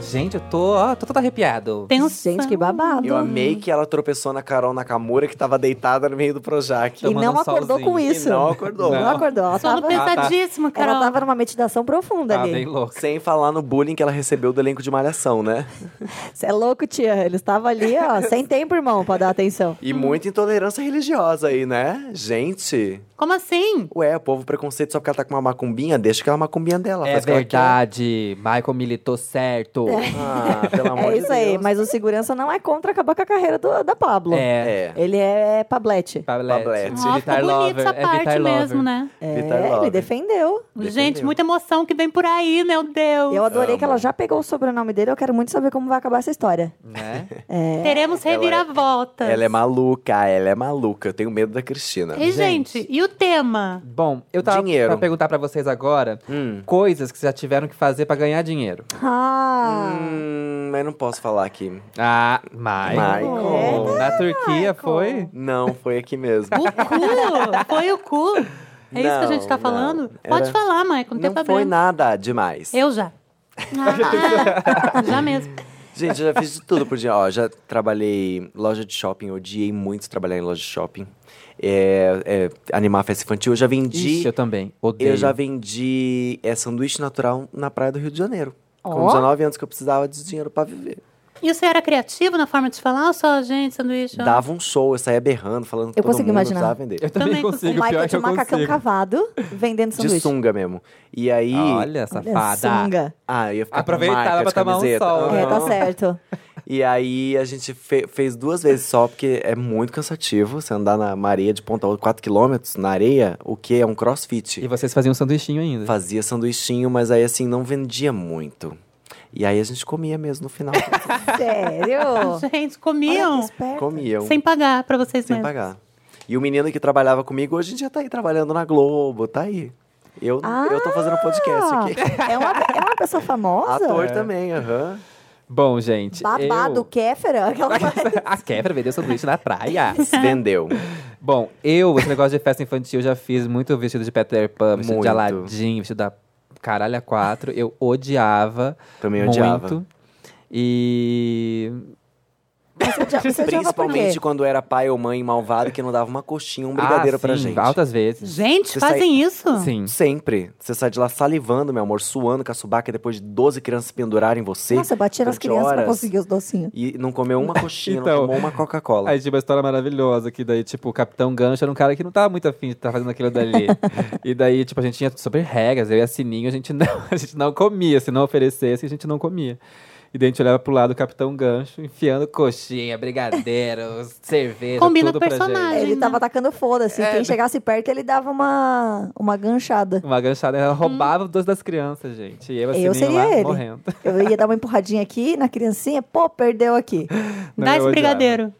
B: Gente, eu tô, ó, tô todo arrepiado.
C: Tem um
F: Gente, que babado.
A: Eu amei que ela tropeçou na Carol Nakamura, que tava deitada no meio do Projac.
F: E
B: tomando
F: não
B: um
F: acordou
B: solzinho.
F: com
A: E
F: isso.
A: não acordou.
F: Não acordou. Ela
C: sono
F: tava,
C: pesadíssimo, Carol.
F: ela tava numa meditação profunda
B: Tá bem
F: ali.
B: louca.
A: Sem falar no bullying que ela recebeu do elenco de Malhação, né?
F: Você é louco, tia. Eles estavam ali,
B: [laughs]
F: ó, sem tempo, irmão, pra dar atenção.
A: E muita intolerância religiosa aí, né? Gente,
C: Como assim?
A: ué, o povo preconceito só porque ela tá com uma macumbinha, deixa que ela é macumbinha dela.
B: É
A: faz o que ela quer.
B: verdade. Michael militou certo.
A: Ah, pelo amor
F: [laughs] É
A: de
F: isso aí.
A: Deus.
F: Mas o segurança não é contra acabar com a carreira do- da Pablo.
B: É.
A: É.
F: Ele é Pablete.
A: Pablete.
B: Pablete.
A: Ó,
C: Ó,
B: Vitar
C: ficou bonito
B: Lover.
C: essa
B: É Vitar
C: parte mesmo,
B: Lover.
C: né?
F: É,
A: Vitar Love.
F: ele defendeu.
C: Gente,
A: Defendeu.
C: muita emoção que vem por aí, meu Deus.
B: Tá
F: Eu adorei
A: Amo.
F: que ela já pegou o sobrenome dele. Eu quero muito saber como vai acabar essa história.
A: Hum.
B: Né?
C: Teremos
A: Ela é-
C: reviravolta.
A: Ela é maluca, ela é maluca. Eu tenho medo da Cristina.
C: E, gente, e o tema?
B: Bom, eu tava
A: Dinheiro.
B: pra perguntar pra vocês agora
A: Hum.
B: coisas que vocês já tiveram que fazer pra ganhar dinheiro.
F: Ah!
A: Hum, mas não posso falar aqui.
B: Ah, Michael.
A: Michael.
B: Na Turquia foi?
A: Não, foi aqui mesmo.
C: O
A: [laughs]
C: cu? Foi o cu? É isso que a
A: Não,
C: gente tá
A: não.
C: falando?
A: Era-
C: Pode falar, Maicon, não tem
A: Não
C: problema.
A: foi nada demais. [laughs]
C: Eu já. Ah, já mesmo.
A: Gente, eu já fiz de tudo por dia. Ó, já trabalhei em loja de shopping, odiei muito trabalhar em loja de shopping. É, é, animar festa infantil, eu já vendi.
B: Ixi, eu também. Odeio.
A: eu já vendi é, sanduíche natural na praia do Rio de Janeiro. Com
F: Ó.
A: 19 anos que eu precisava de dinheiro pra viver.
C: E você era criativo na forma de falar ou só, gente, sanduíche? ó?
A: Dava um show, eu saía berrando, falando com
F: Eu
A: todo
F: consigo
A: mundo,
F: imaginar.
A: precisava vender.
B: Eu também
C: Também
F: O
B: consigo.
F: Michael
B: Pior que
F: de
B: eu
F: macacão
B: consigo.
F: cavado vendendo
A: De
F: um sanduíche.
A: sunga mesmo. E aí.
B: Ah, Olha,
F: Olha,
B: safada.
F: sunga.
A: Ah, eu ia ficar
B: Aproveitava
A: com marca
B: pra
A: de
B: tomar um
A: camiseta.
B: sol, né?
F: É, tá
A: Aham.
F: certo.
A: E aí a gente fe- fez duas vezes só, porque é muito cansativo você andar na areia de ponta a outra, 4km na areia, o que é um crossfit.
B: E vocês faziam um sanduichinho ainda.
A: Fazia sanduichinho, mas aí assim, não vendia muito. E aí a gente comia mesmo no final.
F: Sério?
C: Ah, Gente,
F: Olha que
C: comiam
F: esperto.
A: Comiam.
C: sem pagar pra vocês
A: um sem
C: mesmos.
A: pagar. E o menino que trabalhava comigo hoje em dia tá aí trabalhando na Globo, tá aí. Eu, eu tô fazendo podcast
F: Ah,
A: aqui.
F: É uma, é uma pessoa
A: [laughs]
F: famosa?
A: Ator também, aham.
B: Bom, gente.
F: Babado,
B: eu-
F: Kéfera? Aquela...
B: [laughs] A Kefra vendeu sanduíche na praia.
A: Vendeu.
B: Bom, eu, esse negócio de festa infantil, eu já fiz muito vestido de Peter Pan, vestido
A: Muito.
B: de Aladdin, vestido da Caralha 4. Eu odiava.
A: Também
B: muito.
A: odiava.
B: E.
F: Você já, você já por quê?
A: Principalmente quando era pai ou mãe malvado que não dava uma coxinha, um brigadeiro
B: ah,
A: pra
B: sim,
A: gente.
B: Altas vezes.
C: Gente,
A: Você
C: fazem isso?
B: Sim.
A: Sempre. Você sai de lá salivando, meu amor, suando com a subaca depois de 12 crianças pendurarem você.
F: Nossa, eu batia nas
A: durante
F: crianças pra
A: horas.
F: conseguir os docinhos.
A: E não comeu
F: [laughs]
A: uma coxinha,
B: Então,
A: não tomou uma Coca-Cola.
B: Aí tinha uma história maravilhosa, que daí, tipo, o Capitão Gancho era um cara que não tava muito afim de estar fazendo aquilo
C: [laughs]
B: dali. e daí, tipo, a gente tinha sobre regras, eu e a Sininho, a gente não, [laughs] a gente não comia. Se não oferecesse, a gente não comia. E daí a gente olhava pro lado do Capitão Gancho, enfiando coxinha,
C: [laughs]
B: brigadeiro, cerveja,
C: Combina
B: tudo
C: com o
B: pra Ah, gente.
C: personagem.
F: Ele
C: né?
F: tava atacando foda-se.
B: É.
F: Quem chegasse perto, ele dava uma, uma ganchada.
B: Uma ganchada, ela
C: Hum.
B: roubava os dois das crianças, gente. E eu, assim,
F: Eu seria
B: lá,
F: ele.
B: morrendo.
F: Eu ia dar uma empurradinha aqui na criancinha, pô, perdeu aqui.
B: Não, eu
C: Dá esse
B: odiava.
C: brigadeiro.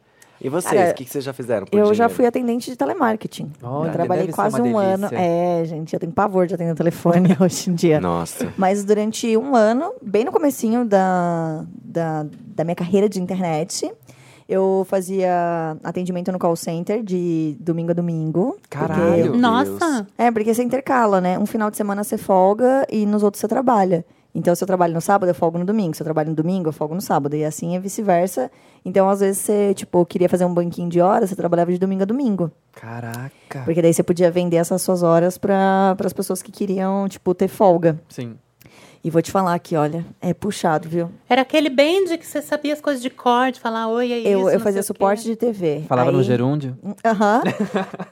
A: E vocês,
F: Cara,
A: o que, que vocês já fizeram por
F: Eu já
A: dinheiro?
F: fui atendente de telemarketing.
B: Olha,
F: eu trabalhei
B: deve ser
F: quase um
B: uma
F: ano.
B: delícia.
F: É, gente, eu tenho pavor de atender telefone [laughs] hoje em dia.
A: Nossa.
F: Mas durante um ano, bem no comecinho da, da, da minha carreira de internet, eu fazia atendimento no call center de domingo a domingo.
B: Caralho. Meu
C: Nossa!
F: É, porque você intercala, né? Um final de semana você folga e nos outros você trabalha. Então, se eu trabalho no sábado, eu folgo no domingo. Se eu trabalho no domingo, eu folgo no sábado. E assim é vice-versa. Então, às vezes, você, tipo, queria fazer um banquinho de horas, você trabalhava de domingo a domingo.
B: Caraca.
F: Porque daí você podia vender essas suas horas para as pessoas que queriam, tipo, ter folga.
B: Sim.
F: E vou te falar aqui, olha, é puxado, viu?
C: Era aquele band que você sabia as coisas de cor, de falar oi, é isso.
F: eu eu
C: não sei o quê.
F: fazia suporte de TV.
B: Falava
F: Aí- hum,
B: no gerúndio? [laughs]
F: Aham.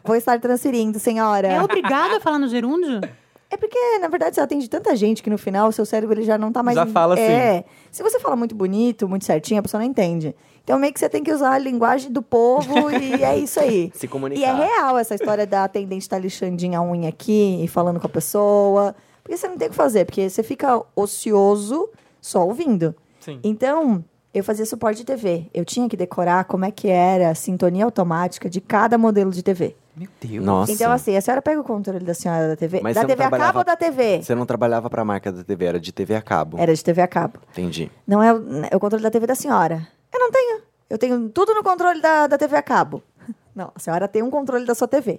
F: Vou estar transferindo, senhora.
C: É obrigado a falar no gerúndio?
F: É porque, na verdade, você atende tanta gente que no final o seu cérebro ele já não tá mais.
B: Já fala assim.
F: É. Se você fala muito bonito, muito certinho, a pessoa não entende. Então, meio que você tem que usar a linguagem do povo e é isso
B: [laughs]
F: aí.
A: Se
F: E é
A: comunicar.
F: real essa história da atendente estar lixandinha a unha aqui e falando com a pessoa. Porque você não tem o que fazer, porque você fica ocioso só ouvindo.
B: Sim.
F: Então, eu fazia suporte de TV. Eu tinha que decorar como é que era a sintonia automática de cada modelo de TV.
B: Meu Deus.
A: Nossa.
F: Então, assim, a senhora pega o controle da senhora da TV.
A: Mas
F: da
A: você não
F: TV a cabo
A: trabalhava-
F: ou da É. TV?
A: Você não trabalhava pra marca da TV, era de TV a cabo.
F: Era de TV a cabo.
A: Entendi.
F: Não é, o- é o controle da TV da senhora. Eu não tenho. Eu tenho tudo no controle da, da TV a cabo. [laughs] Não, a senhora tem um controle da sua TV.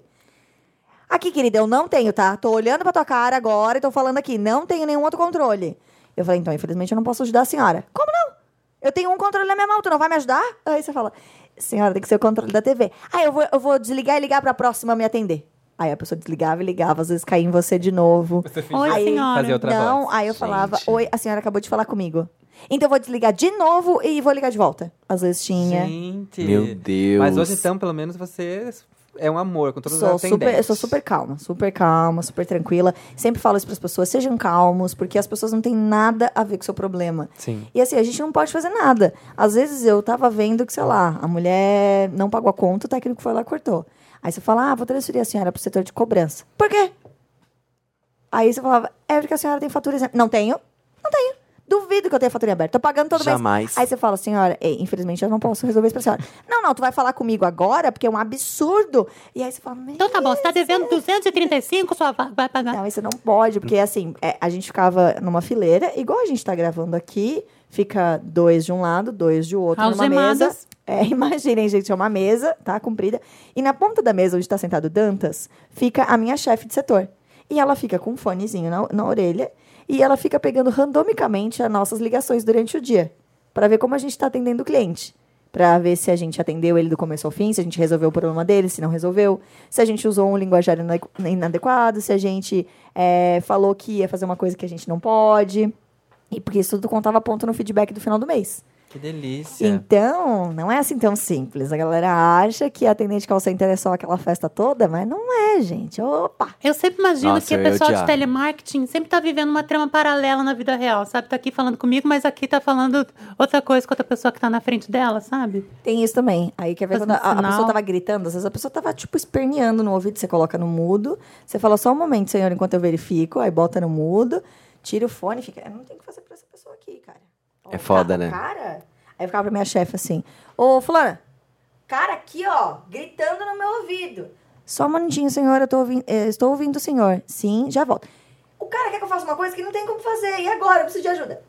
F: Aqui, querida, eu não tenho, tá? Tô olhando pra tua cara agora e tô falando aqui. Não tenho nenhum outro controle. Eu falei, então, infelizmente eu não posso ajudar a senhora. Como não? Eu tenho um controle na minha mão, tu não vai me ajudar? Aí você fala, senhora, tem que ser o controle da TV. Ah, eu vou, eu vou desligar e ligar pra próxima me atender. Aí a pessoa desligava e ligava, às vezes caía em você de novo.
C: Oi,
F: Aí-
C: senhora.
B: Fazia outra
F: não,
B: voz.
F: aí eu falava,
A: Gente.
F: oi, a senhora acabou de falar comigo. Então eu vou desligar de novo e vou ligar de volta. Às vezes tinha.
B: Gente.
A: Meu Deus.
B: Mas hoje, então, pelo menos você é um amor com todas
F: Sou
B: as
F: super, eu
B: atendentes.
F: sou super calma, super calma, super tranquila. Sempre falo isso pras pessoas, sejam calmos, porque as pessoas não têm nada a ver com o seu problema.
B: Sim.
F: E assim, a gente não pode fazer nada. Às vezes eu tava vendo que, sei lá, a mulher não pagou a conta, o técnico foi lá e cortou. Aí você fala, ah, vou transferir a senhora pro setor de cobrança. Por quê? Aí você falava, é porque a senhora tem fatura exemplo. Não tenho? Não tenho. Duvido que eu tenha fatura em aberto. Tô pagando todo mês.
A: Jamais.
F: Aí você fala, senhora, ei, infelizmente eu não posso resolver isso pra senhora. Não, não, tu vai falar comigo agora, porque é um absurdo. E aí você fala, meu
C: Então tá bom, você tá devendo 235, sua va- vai pagar.
F: não, isso não pode, porque assim, é, a gente ficava numa fileira, igual a gente tá gravando aqui, fica dois de um lado, dois de outro numa
C: Algemadas.
F: mesa. É, [laughs] imaginem, gente, é uma mesa, tá? Comprida. E na ponta da mesa onde tá sentado o Dantas, fica a minha chefe de setor. E ela fica com um fonezinho na, na orelha e ela fica pegando randomicamente as nossas ligações durante o dia. Pra ver como a gente tá atendendo o cliente. Pra ver se a gente atendeu ele do começo ao fim, se a gente resolveu o problema dele, se não resolveu, se a gente usou um linguajar ina- inadequado, se a gente é, falou que ia fazer uma coisa que a gente não pode. E porque isso tudo contava ponto no feedback do final do mês.
B: Que delícia.
F: Então, não é assim tão simples. A galera acha que atendente call center é só aquela festa toda, mas não é, gente. Opa!
C: Eu sempre imagino
A: Nossa,
C: que o
A: eu
C: pessoal de
A: odiava.
C: telemarketing sempre tá vivendo uma trama paralela na vida real, sabe? Tá aqui falando comigo, mas aqui tá falando outra coisa com outra pessoa que tá na frente dela, sabe?
F: Tem isso também. Aí quer ver
C: Fazendo
F: quando a, a
C: um sinal.
F: pessoa tava gritando, às vezes a pessoa tava, tipo, esperneando no ouvido, você coloca no mudo, você fala só um momento, senhor, enquanto eu verifico, aí bota no mudo, tira o fone e fica. "Eu Não tem o que fazer pra essa pessoa aqui, cara. Ó,
A: É
F: o
A: foda,
F: ca- o
A: né?
F: Cara. Aí eu ficava pra minha chefe assim, ô fulana, cara aqui, ó, gritando no meu ouvido. Só um minutinho, senhor, eu tô ouvindo, eh, estou ouvindo o senhor. Sim, já volto. O cara quer que eu faça uma coisa que não tem como fazer, e agora? Eu preciso de ajuda.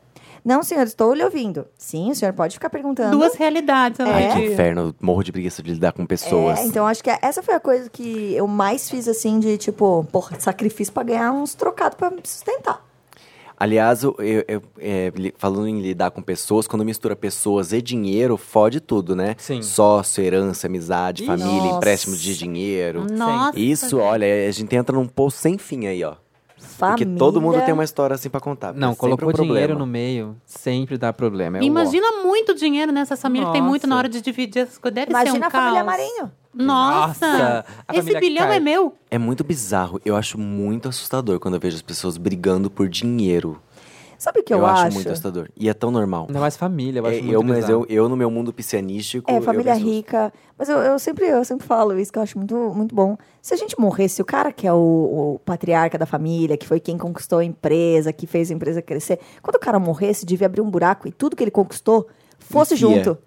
F: Não, senhor, estou lhe ouvindo. Sim, o senhor pode ficar perguntando.
C: Duas realidades. ela
A: Ai,
C: vai
A: que
C: dizer.
A: inferno. Morro de preguiça de lidar com pessoas.
F: É, então acho que essa foi a coisa que eu mais fiz, assim, de tipo, porra, sacrifício pra ganhar uns trocados pra me sustentar.
A: Aliás, eu, eu- é, li- falando em lidar com pessoas, quando mistura pessoas e dinheiro, fode tudo, né?
B: Sim.
A: Sócio, herança, amizade,
B: Ih,
A: família,
F: nossa.
A: empréstimo de dinheiro.
C: Nossa.
A: Isso, olha, a gente entra num poço sem fim aí, ó.
F: Família.
A: Porque todo mundo tem uma história assim pra contar.
B: Não,
A: é sempre
B: colocou
A: um problema.
B: dinheiro no meio, sempre dá problema. É o ó.
C: Imagina muito dinheiro nessas famílias que tem muito
B: Nossa.
C: na hora de dividir essas coisas. Deve ser um
F: Imagina a
C: caos.
F: família Marinho.
C: Nossa!
B: a
C: Esse
B: família
C: bilhão
B: Car-
C: é meu?
A: É muito bizarro. Eu acho muito assustador quando eu vejo as pessoas brigando por dinheiro.
F: Sabe o que eu,
A: acho,
F: acho?
A: muito assustador. E é tão normal.
B: Ainda mais família, eu acho
A: É,
B: muito
A: eu, mas
B: bizarro.
A: eu, eu, no meu mundo piscianístico.
F: É,
A: eu
F: família
A: penso-
F: rica. Mas eu, eu sempre, eu sempre falo isso, que eu acho muito, muito bom. Se a gente morresse, o cara que é o, o patriarca da família, que foi quem conquistou a empresa, que fez a empresa crescer, quando o cara morresse, devia abrir um buraco e tudo que ele conquistou fosse
A: Enfia.
F: junto.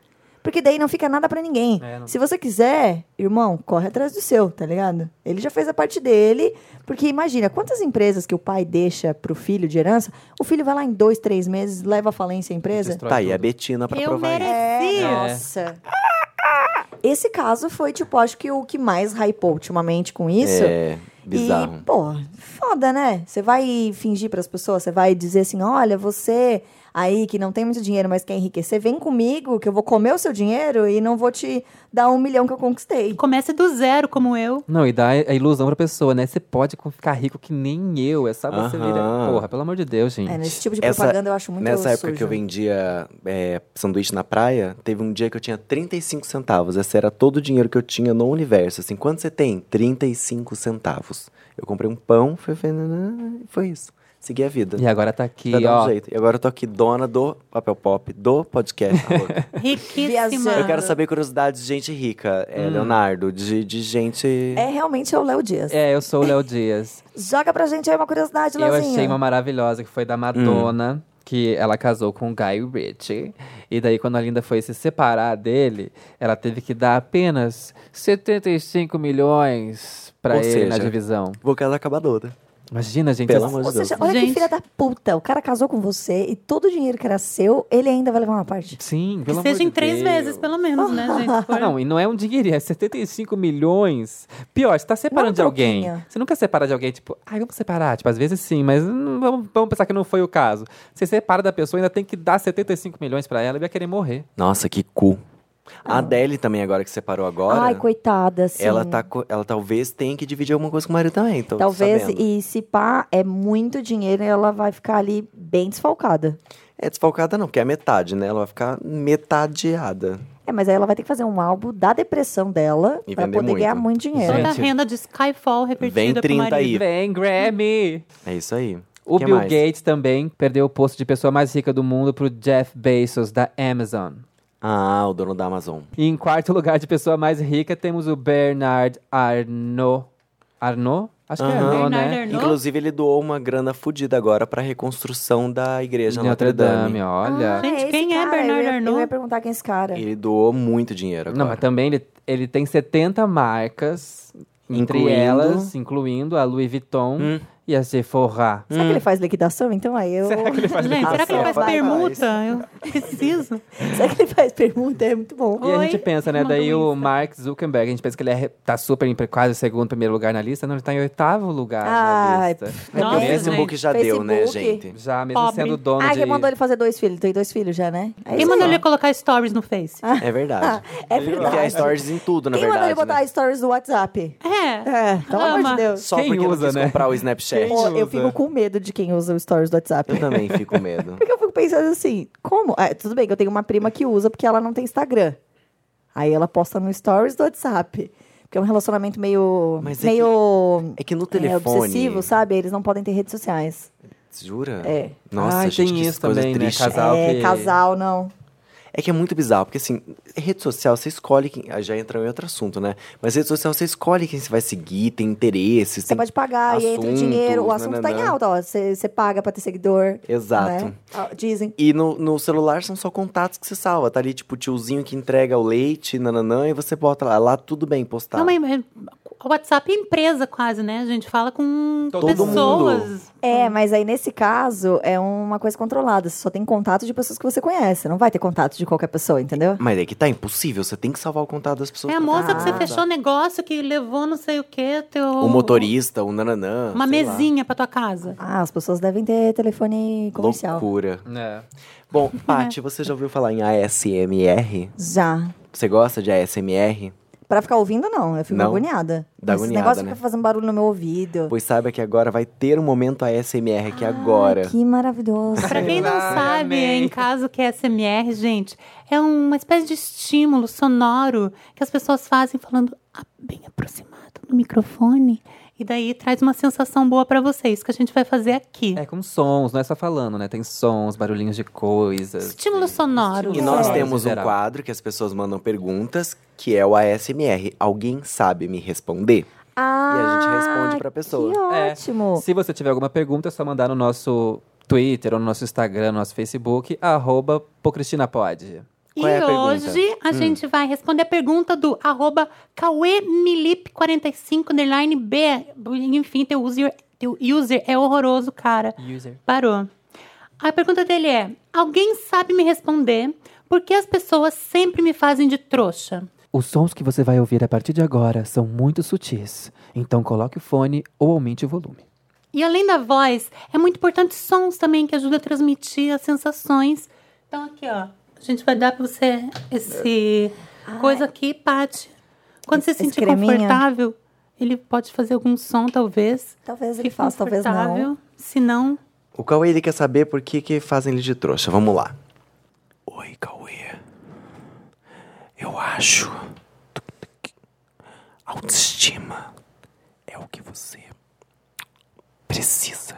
F: Porque daí não fica nada pra ninguém.
B: É, não-
F: Se você quiser, irmão, corre atrás do seu, tá ligado? Ele já fez a parte dele, porque imagina, quantas empresas que o pai deixa pro filho de herança, o filho vai lá em dois, três meses, leva à falência a empresa.
B: Destrói
A: Tá aí
B: tudo.
A: a Betina pra
C: Eu
A: provar isso.
F: É,
C: Sim.
F: nossa. Esse caso foi, tipo, acho que o que mais hypou ultimamente com isso.
A: É,
F: E,
A: bizarro.
F: pô, foda, né? Você vai fingir pras pessoas, você vai dizer assim: olha, você aí que não tem muito dinheiro, mas quer enriquecer, vem comigo que eu vou comer o seu dinheiro e não vou te dar um milhão que eu conquistei.
C: Comece do zero, como eu.
B: Não, e dá a ilusão pra pessoa, né? Você pode com- ficar rico que nem eu, é só você
A: Aham.
B: virar. Porra, pelo amor de Deus, gente.
F: É, nesse tipo de
A: Essa-
F: propaganda eu acho muito
A: Nessa época
F: sujo.
A: que eu vendia é, sanduíche na praia, teve um dia que eu tinha 35 centavos. Esse era todo o dinheiro que eu tinha no universo. Assim, quanto você tem? 35 centavos. Eu comprei um pão, foi, foi, foi isso. Segui a vida.
B: E agora tá aqui,
A: Vai dar um
B: ó.
A: jeito. E agora eu tô aqui, dona do Papel Pop, do
B: [laughs]
A: podcast. Tá louca?
C: Riquíssima.
F: Viajando.
A: eu quero saber curiosidades de gente rica,
B: Hum.
A: é, Leonardo, de, de gente.
F: É realmente é o Léo Dias.
B: É, eu sou o Léo Dias.
F: Joga pra gente aí uma curiosidade,
B: eu
F: Léozinho.
B: achei uma maravilhosa que foi da Madonna, que ela casou com o Guy Ritchie. E daí, quando a Linda foi se separar dele, ela teve que dar apenas 75 milhões pra
A: Ou
B: ele na
A: seja-
B: divisão.
A: Vou casar com a Badona.
B: Imagina, gente.
A: Pelo
B: essa-
A: amor
F: Ou
A: de Deus.
F: seja, olha que
C: Gente.
F: filha da puta. O cara casou com você e todo o dinheiro que era seu, ele ainda vai levar uma parte.
B: Sim,
C: Que
B: pelo amor
C: seja
B: de
C: em três
B: Deus.
C: vezes, pelo menos, né, gente?
A: [laughs]
C: Se for-
B: Não, e não é um dinheirinho, é 75 milhões. Pior,
C: Um
B: você tá separando
F: Não,
B: de alguém.
F: troquinha.
B: Você nunca separa de alguém, tipo, ai, vamos separar. Tipo, às vezes sim, mas não- vamos, vamos pensar que não foi o caso. Você separa da pessoa, ainda tem que dar 75 milhões pra ela e vai querer morrer.
A: Nossa, que cu. A Adele também, agora que separou agora.
F: Ah. Ai, coitada, assim, sim.
A: Ela, tá, co- ela talvez tenha que dividir alguma coisa com o marido também. Tô
F: Talvez,
A: sabendo.
F: e se pá, é muito dinheiro e ela vai ficar ali bem desfalcada.
A: É desfalcada não, porque é metade, né? Ela vai ficar metadeada.
F: É, mas aí ela vai ter que fazer um álbum da depressão dela
A: E
F: pra
A: vender
F: poder
A: muito.
F: ganhar muito dinheiro.
C: Toda a
B: Gente.
C: renda de Skyfall
A: Vem
C: repetida
A: 30
C: pro marido.
A: aí. E-
B: Vem, Grammy!
A: É isso aí.
B: O
A: Que
B: Bill
A: mais?
B: Gates também perdeu o posto de pessoa mais rica do mundo pro Jeff Bezos, da Amazon.
A: Ah, o dono da Amazon.
B: E em quarto lugar de pessoa mais rica, temos o Bernard Arnault. Arnault? Acho que é
A: Aham.
B: Arnault, né?
C: Bernard Arnault?
A: Inclusive, ele doou uma grana fodida agora pra reconstrução da igreja
B: De Notre Dame, olha.
C: Gente,
F: Ah, esse
C: quem é
F: cara?
C: Bernardo
F: eu ia, Eu
C: Arnault?
F: ia perguntar quem é esse cara.
A: Ele doou muito dinheiro
C: Ah.
A: agora.
B: Não, mas também ele, ele tem 70 marcas,
A: Incluindo-
B: entre elas, incluindo a Louis Vuitton
A: Hum.
B: e a Sephora.
F: Será que ele faz liquidação? Então aí
C: [laughs]
F: eu... [laughs]
B: Será que ele faz
C: Gente, será que ele
A: Nossa,
C: faz
A: vai, É
C: permuta? Eu [laughs] preciso.
F: Será que ele faz pergunta? É muito bom.
B: E a
C: Oi,
B: gente pensa, né?
C: mandou
B: Daí
C: um
B: o
C: Insta.
B: Mark Zuckerberg, a gente pensa que ele é, tá super em quase segundo, primeiro lugar na lista. Não, ele tá em oitavo lugar na
F: Ai,
B: lista. É
F: pff,
A: Porque o
C: Nossa,
A: um Facebook já deu, né,
F: Facebook. [laughs]
A: gente?
B: Já mesmo
C: Pobre.
B: sendo dono
F: Ah,
B: de...
F: quem mandou ele fazer dois filhos? Tem dois filhos já, né? É
C: Quem
F: isso
C: mandou
F: aí.
C: ele colocar stories no Face?
A: É verdade.
F: Ah, É
A: Ele enfiar
F: verdade.
A: stories em tudo, na
F: Quem mandou ele
A: verdade.
F: botar
A: né?
F: stories do WhatsApp?
A: tá.
C: É.
F: É, pelo amor de
C: Ama.
F: Deus.
A: Só
B: Quem
A: porque
B: usa,
A: não quis
B: né?
A: comprar o Snapchat.
B: Quem-
F: Pô, eu
B: usa.
F: fico com medo de quem usa os stories do WhatsApp.
A: Eu também fico com medo.
F: Porque eu fico pensando assim, como? Ah, tudo bem que eu tenho uma prima que usa porque ela não tem Instagram. Aí ela posta no stories do WhatsApp. Porque é um relacionamento meio.
A: Mas é que-
F: meio.
A: É que no
F: é,
A: telefone...
F: obsessivo, sabe? Eles não podem ter redes sociais.
A: Jura?
F: É.
A: Nossa,
B: Ai,
A: gente,
B: tem
A: que
B: isso
A: coisa
B: também, né?
A: triste.
B: Casal
F: é,
B: que-
F: casal, não.
A: É que é muito bizarro, porque assim, rede social você escolhe quem. ah, Já entra em outro assunto, né? Mas rede social você escolhe quem você vai seguir, tem interesses,
F: Você
A: tem.
F: pode pagar e entra o dinheiro. O
A: assuntos,
F: assunto tá em
A: nananã.
F: alta, ó. Você você paga pra ter seguidor.
A: Exato.
F: né? Ah, Dizem.
A: E no, no celular são só contatos que você salva. Tá ali, tipo, o tiozinho que entrega o leite, nananã, e você bota lá. Lá tudo bem postar.
C: Não, mas o WhatsApp é empresa quase, né? A gente fala com
B: Todo
C: pessoas.
F: É, mas aí nesse caso é uma coisa controlada. Você só tem contato de pessoas que você conhece. Não vai ter contato de qualquer pessoa, entendeu?
A: Mas é que tá impossível, você tem que salvar o contato das pessoas.
C: É a moça que você
F: Ah,
C: fechou negócio, que levou não sei o quê, teu...
A: tá. O motorista, o nananã.
C: Uma
A: sei lá.
C: mesinha pra tua casa.
F: Ah, as pessoas devem ter telefone comercial.
A: Loucura.
B: É.
A: Bom, Paty, você já ouviu falar em ASMR?
F: Já.
A: Você gosta de ASMR?
F: Pra ficar ouvindo, não. Eu fico
A: Não?
F: agoniada.
A: Dá
F: Esse
A: agoniada,
F: negócio
A: né?
F: fica fazendo barulho no meu ouvido.
A: Pois saiba que agora vai ter um momento ASMR
F: Ah,
A: aqui agora.
F: Ai, que maravilhoso.
C: Pra quem não
B: Ai,
C: sabe,
B: amei.
C: em caso que é SMR, gente, é uma espécie de estímulo sonoro que as pessoas fazem falando ah, bem aproximado no microfone. E daí traz uma sensação boa pra você. Isso que a gente vai fazer aqui.
B: É, com sons, não é só falando, né? Tem sons, barulhinhos de coisas.
C: Estímulos sonoros.
A: É, E nós
B: É.
A: temos um
B: Geral.
A: quadro que as pessoas mandam perguntas, que é o ASMR. Alguém sabe me responder?
F: Ah,
A: E a gente responde pra pessoa.
F: Que
B: É.
F: ótimo.
B: Se você tiver alguma pergunta, é só mandar no nosso Twitter, ou no nosso Instagram, no nosso Facebook, arroba Pocristinapod.
C: E
A: Qual é a pergunta?
C: hoje a gente vai responder a pergunta do arroba kauemilip45 underline B. Enfim, teu user, teu user é horroroso, cara.
B: User.
C: Parou. A pergunta dele é: alguém sabe me responder por que as pessoas sempre me fazem de trouxa?
B: Os sons que você vai ouvir a partir de agora são muito sutis, então coloque o fone ou aumente o volume.
C: E além da voz, é muito importante sons também que ajudam a transmitir as sensações. Então aqui, ó, a gente vai dar pra você esse coisa aqui, Paty. Quando você
F: Ah, é. Esse
C: se sentir
F: creminho?
C: confortável, ele pode fazer algum som, talvez.
F: Talvez ele
C: Fique
F: faça, talvez não.
C: confortável. Se não,
A: O Cauê, ele quer saber por que, que fazem ele de trouxa. Vamos lá. Oi, Cauê. Eu acho que autoestima é o que você precisa.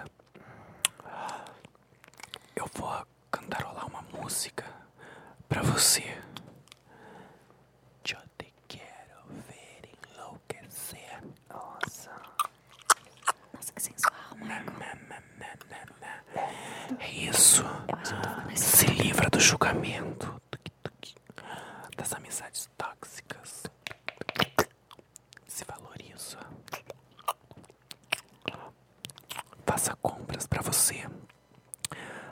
A: Eu vou cantarolar uma música pra você. Eu te quero ver enlouquecer. Nossa. Nossa, que sensual. É isso. Se livra do julgamento. Tuc, tuc. Das amizades tóxicas. Se valoriza. Faça compras pra você.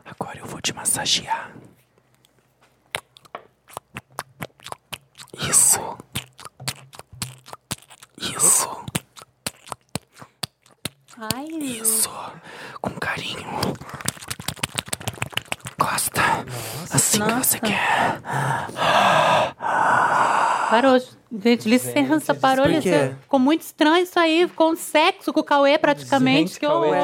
A: Agora eu vou te massagear. Isso. Isso.
C: ai,
A: Isso. Com carinho. Gosta. assim que você quer.
C: parou. Gente, licença, parou,
A: por quê?
C: licença. Ficou muito estranho isso aí, ficou um sexo com o Cauê praticamente. que horror!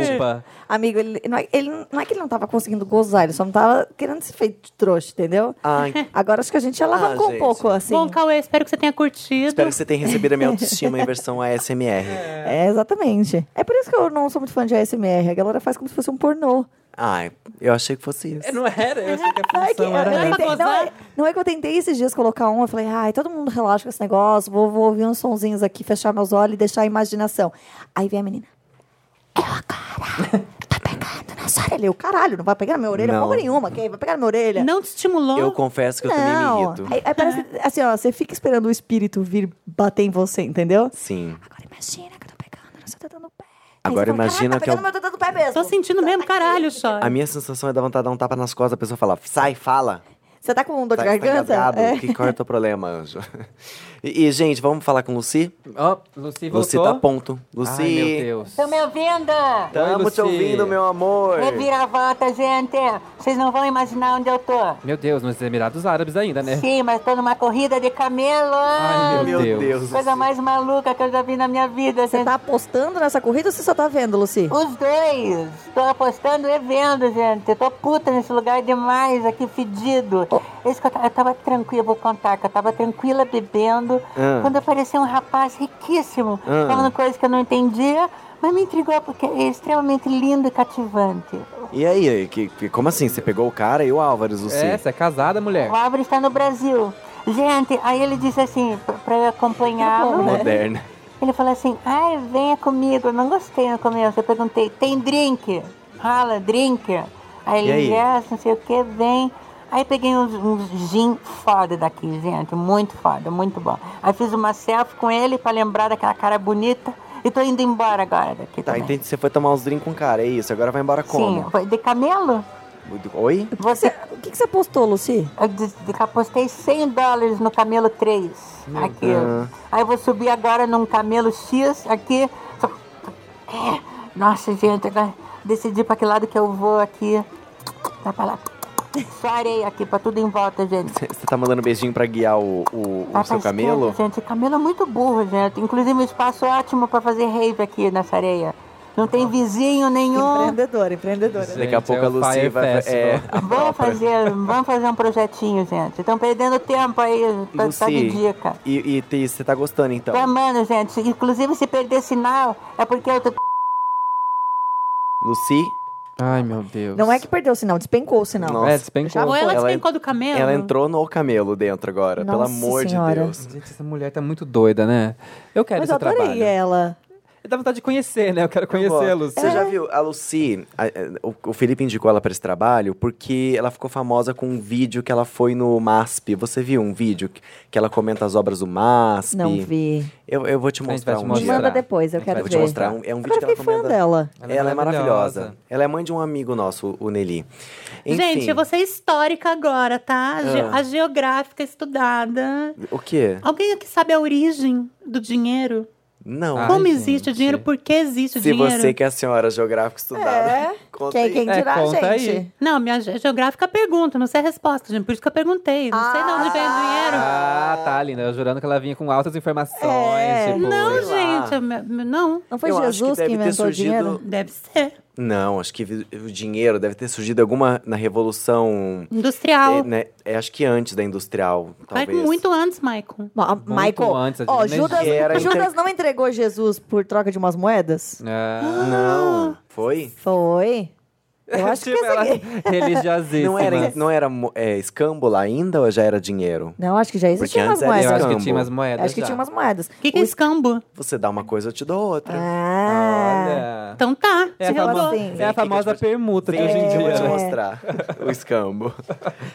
B: desculpa.
F: Amigo, ele não, é, ele não é que ele não tava conseguindo gozar, ele só não tava querendo se feito de trouxa, entendeu?
C: [laughs]
A: Ai,
F: Agora acho que a gente alavancou
A: Ah,
F: um
A: gente.
F: pouco, assim.
C: Bom, Cauê, espero que você tenha curtido.
A: espero que você tenha recebido
F: [laughs]
A: a minha autoestima em versão ASMR.
F: É, exatamente. É por isso que eu não sou muito fã de ASMR. A galera faz como se fosse um pornô.
A: Ai, eu achei que fosse isso.
B: [laughs] Não era, eu sei que a
F: Ai, que-
B: função era
F: eu
B: essa.
C: Dá pra
F: tentei- não,
C: gozar?
F: é, não é que eu tentei esses dias colocar um, eu falei, ai, todo mundo relaxa com esse negócio, vou, vou ouvir uns sonzinhos aqui, fechar meus olhos e deixar a imaginação. Aí vem a menina. "É Eu agora. Tá pegando na sua orelha. Eu, caralho, não vai pegar na minha orelha
A: Não.
F: porra nenhuma, ok? Vai pegar na minha orelha.
C: Não te estimulou?
A: Eu confesso que eu
F: Não.
A: também me irrito.
F: Aí, aí parece assim, ó, você fica esperando o espírito vir bater em você, entendeu?
A: Sim.
F: Agora imagina que eu tô pegando, não sou tentando pé.
A: Agora imagina
F: que
A: que eu-
F: Tá pegando meu dedo do pé mesmo.
C: Tô sentindo mesmo, caralho, chora.
A: A minha sensação é dar vontade de dar um tapa nas costas, a pessoa fala, sai, fala.
F: Você tá com dor
A: Tá,
F: de garganta?
A: engasgado?
F: É.
A: Que, qual é o teu problema, anjo? E, e, gente, vamos falar com Lucy?
B: Ó, Lucy voltou.
A: Lucy tá ponto. Lucy,
B: Ai, meu Deus.
F: Então,
G: Estão me ouvindo?
A: tamo
B: Oi,
A: te
B: Lucy.
A: ouvindo, meu amor.
G: Reviravolta, gente. Vocês não vão imaginar onde eu tô.
B: Meu Deus, nos Emirados Árabes ainda, né?
G: Sim, mas tô numa corrida de camelo. Ah,
B: Ai,
A: Meu
B: Deus.
A: Deus.
G: Coisa
A: Lucy.
G: mais maluca que eu já vi na minha vida,
F: Você
G: gente.
F: tá apostando nessa corrida ou você só tá vendo, Lucy?
G: Os dois. Tô apostando e vendo, gente. Tô puta nesse lugar demais, aqui fedido. Esse que eu, ta- eu tava tranquila, vou contar, que eu tava tranquila bebendo.
A: Ah.
G: Quando apareceu um rapaz riquíssimo,
A: Ah.
G: falando coisas que eu não entendia, mas me intrigou porque é extremamente lindo e cativante.
A: E aí, que, que- como assim? Você pegou o cara e o Álvares, Lucy?
F: né?
B: É, você é casada, mulher.
G: O Álvaro está no Brasil. Gente, aí ele disse assim, pra- pra eu
A: Tá
G: acompanhá-lo.
A: Moderna.
G: Ele falou assim, ai, venha comigo. Eu não gostei no começo. Eu perguntei, tem drink? Fala, drink. Aí ele,
A: E aí?
G: yes, não sei o que, vem. Aí peguei uns, uns gin foda daqui, gente. Muito foda, muito bom. Aí fiz uma selfie com ele pra lembrar daquela cara bonita. E tô indo embora agora daqui
A: Tá,
G: também.
A: entendi. Você foi tomar uns drinks com o cara, é isso. Agora vai embora
G: Sim,
A: como?
G: foi de camelo?
A: Oi?
G: Você,
F: O que, que você apostou, Lucy?
G: eu des- apostei 100 dólares no camelo 3. Aqui.
A: Deus.
G: Aí eu vou subir agora num camelo X aqui. Só- É, Nossa, gente, agora decidi pra que lado que eu vou aqui. Vai pra lá. Só areia aqui, pra tudo em volta, gente.
A: Você tá mandando beijinho pra guiar o,
F: Ah,
A: o, o
G: Vai pra
A: seu camelo?
G: esquerda, gente, camelo é muito burro, gente. Inclusive, um espaço ótimo pra fazer rave aqui nessa areia. Não tem vizinho nenhum.
F: Empreendedora, empreendedora.
A: Daqui a
B: Gente, é
A: pouco a
B: o Fire
A: Lucy vai.
B: Festival.
A: É, [laughs]
G: Vamos fazer, vamos fazer um projetinho, gente. Estão perdendo tempo aí, tá, tá de
A: Lucy,
G: dica.
A: E e você tá gostando então?
G: Tá, mano, gente. Inclusive, se perder sinal, é porque eu tô...
A: Lucy,
B: Ai, meu Deus.
F: Não é que perdeu o sinal, despencou o sinal.
A: Nossa.
B: É, despencou.
C: Ou ela,
A: Ela-
C: despencou do camelo?
A: ela é entrou no camelo dentro agora, pelo
F: Nossa
A: amor
F: Senhora.
A: de Deus.
B: Gente, essa mulher tá muito doida, né? Eu quero
F: Mas
B: esse
F: eu adorei é.
B: trabalho.
F: ela.
B: dá vontade de conhecer, né? Eu quero conhecê-los.
A: Você já viu a Lucy? a- a- o, o Felipe indicou ela pra esse trabalho porque ela ficou famosa com um vídeo que ela foi no MASP. Você viu um vídeo que, que ela comenta as obras do MASP?
F: Não vi.
A: Eu, eu vou te
B: A gente
A: mostrar
B: vai te
A: um
F: Me
B: mostrar.
A: dia.
F: manda depois, eu
B: Eu
A: Eu
F: quero
A: vou
F: ver.
A: te mostrar um, é um vídeo
F: Agora
A: que
F: eu
A: ela
F: fiquei fã
A: comenta.
F: dela.
A: Ela, é maravilhosa. Ela é mãe de um amigo nosso, o Nelly. Enfim,
C: Gente, eu vou ser histórica agora, tá? A ge-
A: Ah.
C: A geográfica estudada.
A: O quê?
C: Alguém aqui sabe a origem do dinheiro?
A: Não.
B: Ai, Ah,
C: Como existe o
B: gente.
C: dinheiro? Por que existe o
A: Se
C: dinheiro?
A: você que é a senhora geográfica estudada,
F: É.
A: conta
F: Quem,
A: aí.
F: quem
B: É,
F: dirá,
B: conta
F: gente?
B: aí.
C: Não, minha ge- geográfica pergunta, não sei a resposta, gente. Por isso que eu perguntei. Não sei de onde vem o dinheiro.
B: Ah, tá, linda. Eu jurando que ela vinha com altas informações.
F: É.
B: Tipo,
C: Não,
A: sei lá.
C: gente, eu me- me- não.
F: Não foi
A: Eu acho
F: Jesus
A: que deve
F: que,
A: ter
F: inventou o
A: surgido-
F: dinheiro?
C: Deve ser.
A: Não, acho que vi- o dinheiro deve ter surgido alguma na revolução, é,
C: Industrial.
A: né, é, acho que antes da industrial,
C: Vai
A: talvez.
C: Ah. muito antes, Michael.
F: Ma- Michael,
B: antes, a gente
F: ó,
B: nem
F: Judas,
A: gera
F: Judas
A: inter-
F: não entregou Jesus por troca de umas moedas?
B: Ah.
A: Não, foi?
F: Foi.
A: [laughs]
B: [laughs]
F: Eu acho que
B: Tipo, ela-
F: essa... aqui-
B: religiosíssima.
A: Não era, não era mo- é, escâmbula ainda ou já era dinheiro?
F: Não, acho que já existia
A: Porque
F: umas
A: antes era
B: Eu
F: moedas.
B: acho
A: escambo.
B: que tinha umas moedas
F: Acho que
B: já.
F: tinha umas moedas.
C: O que, que é
F: O
C: escambo?
A: Você dá uma coisa, eu te dou outra.
F: Ah,
B: Olha.
C: Então tá,
B: É
C: se
B: a,
F: Tipo
C: revelou.
B: famosa,
F: assim.
B: é a famosa permuta de
A: Vem
B: hoje em
A: aqui que eu
B: dia. é
A: vou te
F: né?
A: mostrar o escambo.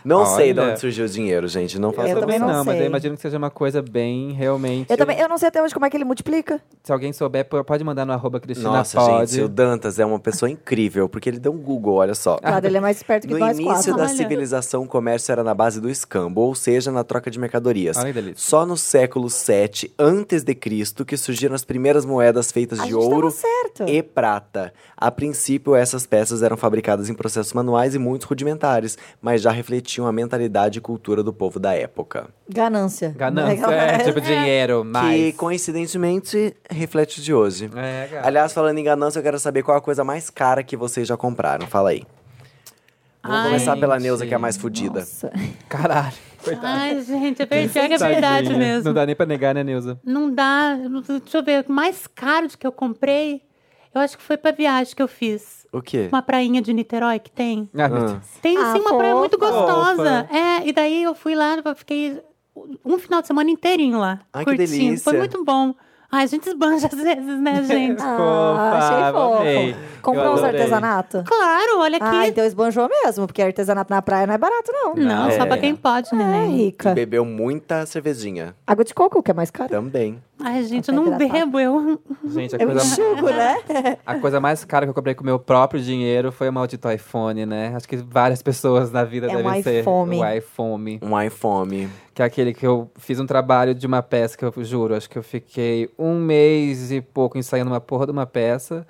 A: Não sei de
B: Olha.
A: onde surgiu o dinheiro, gente. Não faço
B: Eu,
F: Eu
B: também
F: também
B: não,
F: não
B: mas eu
F: sei.
B: imagino que seja uma coisa bem realmente.
F: eu também, eu não sei até hoje como é que ele multiplica.
B: Se alguém souber, pô, pode mandar no arroba Cristina
A: Nossa,
B: Pod.
A: gente, o Dantas é uma pessoa incrível, porque ele deu um Google, olha só.
F: Claro, ele é mais esperto que
A: No
F: nós
A: início
F: quatro.
A: da
C: Olha.
A: civilização, o comércio era na base do escambo, ou seja, na troca de mercadorias.
B: Olha que delícia.
A: Só no século 7 antes de Cristo que surgiram as primeiras moedas feitas
F: A
A: de
F: gente tá
A: ouro
F: tava certo.
A: e prata. A princípio, essas peças eram fabricadas em processos manuais e muito rudimentares, mas já refletiam a mentalidade e cultura do povo da época.
F: Ganância.
B: Ganância, é,
F: [laughs]
B: tipo dinheiro,
A: Que
B: mais.
A: coincidentemente reflete o de hoje.
B: É, cara.
A: Aliás, falando em ganância, eu quero saber qual a coisa mais cara que vocês já compraram. Fala aí. Vamos
C: Ai,
A: começar pela
B: gente.
A: Neuza, que é a mais fodida.
F: Nossa.
B: Caralho. Coitado.
C: Ai, gente, é verdade, é verdade
B: Tadinha.
C: mesmo.
B: Não dá nem pra negar, né, Nilza?
C: Não dá. Deixa eu ver. O mais caro de que eu comprei, eu acho que foi pra viagem que eu fiz.
A: O quê?
C: Uma prainha de Niterói que tem.
B: Ah, meu
A: Ah.
B: Deus.
C: Tem
F: Ah,
C: sim uma praia muito
F: fofa.
C: gostosa. É, e daí eu fui lá, eu fiquei um final de semana inteirinho lá.
A: Ai, que
C: curtindo.
A: delícia.
C: Foi muito bom. Ai, a gente esbanja às
A: [laughs]
C: vezes, né, gente?
B: Fofa,
F: Ah, achei fofo.
B: amei. Eu
F: Comprou uns
B: adorei.
F: artesanato?
C: claro, olha aqui.
F: Ah, então esbanjou mesmo, porque artesanato na praia não é barato, não.
C: Não,
A: É.
C: só pra quem pode, né?
F: É rica.
A: E bebeu muita cervejinha.
F: Água de coco, que é mais
A: Então,
F: cara.
A: Também.
C: Ai, gente,
F: Café
C: eu não
F: hidratado.
C: bebo. Eu...
B: Gente, a
F: Eu
B: coisa,
F: enxugo, né?
B: a coisa mais cara que eu comprei com o meu próprio dinheiro foi o maldito iPhone, né? Acho que várias pessoas na vida
F: É um
B: devem ser
F: iPhone.
B: o iPhone.
A: Um iPhone.
B: Que é aquele que eu fiz um trabalho de uma peça que eu juro, acho que eu fiquei um mês e pouco ensaiando uma porra de uma peça.